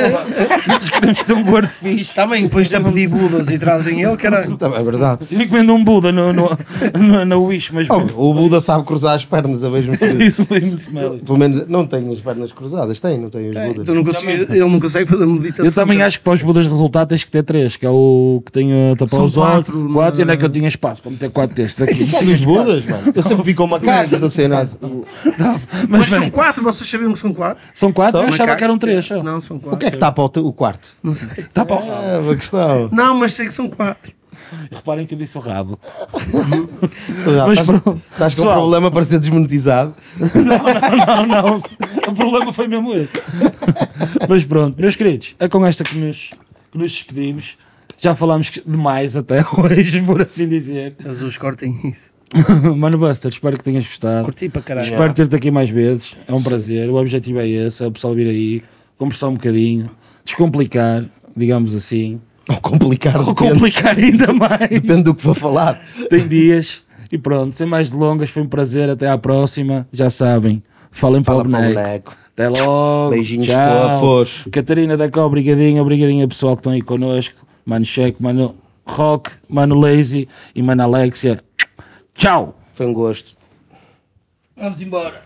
C: Nós queremos ter um gordo fixe.
E: Também pões a pedir budas e trazem ele, caralho.
D: Também É verdade.
C: Eu encomendo um Buda no, no, no, na Wish, mas
D: Oh, o Buda sabe cruzar as pernas, a mesmo que-
C: isso foi no Smelly.
D: Pelo menos não tem as pernas cruzadas, tem, não tem os Budas.
E: Tu não consegues, ele não consegue fazer meditação.
C: Eu também
E: cara.
C: acho que para os Budas resultar tens que ter três, que é o que tem a tapar
E: São
C: os olhos.
E: quatro,
C: Quatro,
E: não
C: e onde é
E: é?
C: que eu tinha espaço para meter quatro destes aqui?
D: Tem os Budas, mano. Eu sempre vi com macacos, não sei nada.
E: Mas,
C: mas
E: são
C: bem,
E: quatro, vocês sabiam que são quatro?
C: são quatro,
D: São
C: eu achava
E: Macaco?
C: que eram três. só.
E: Não, são quatro.
D: O que é que tapa o, te- o quarto?
E: Não sei.
C: Tá para o rabo.
D: É uma questão.
E: Não, mas sei que são quatro.
C: Reparem que eu disse o rabo.
D: Já,
C: Mas
D: estás,
C: pronto.
D: estás com um
C: Pessoal.
D: problema para ser desmonetizado.
C: Não, não, não. O problema foi mesmo esse. Mas pronto, meus queridos, é com esta que nos, que nos despedimos. Já falámos que- demais até hoje, por assim dizer.
E: Jesus, cortem isso.
C: Mano Buster, espero que tenhas gostado.
E: Curti para caralho.
C: Espero ter-te aqui mais vezes. É um prazer. O objetivo é esse: é o pessoal vir aí, conversar um bocadinho, descomplicar, digamos assim.
D: Ou complicar,
C: Ou
D: depende,
C: complicar ainda mais.
D: depende do que vou falar.
C: Tem dias. E pronto, sem mais delongas, foi um prazer. Até à próxima. Já sabem, falem
D: Fala
C: para o boneco.
D: boneco.
C: Até logo.
D: Beijinhos
C: Tchau.
D: fofos.
C: Catarina da Cá, obrigadinho, obrigadinho a pessoal que estão aí connosco. Mano Checo, Mano Rock, Mano Lazy e Mano Alexia. Tchau.
D: Foi um gosto.
E: Vamos embora.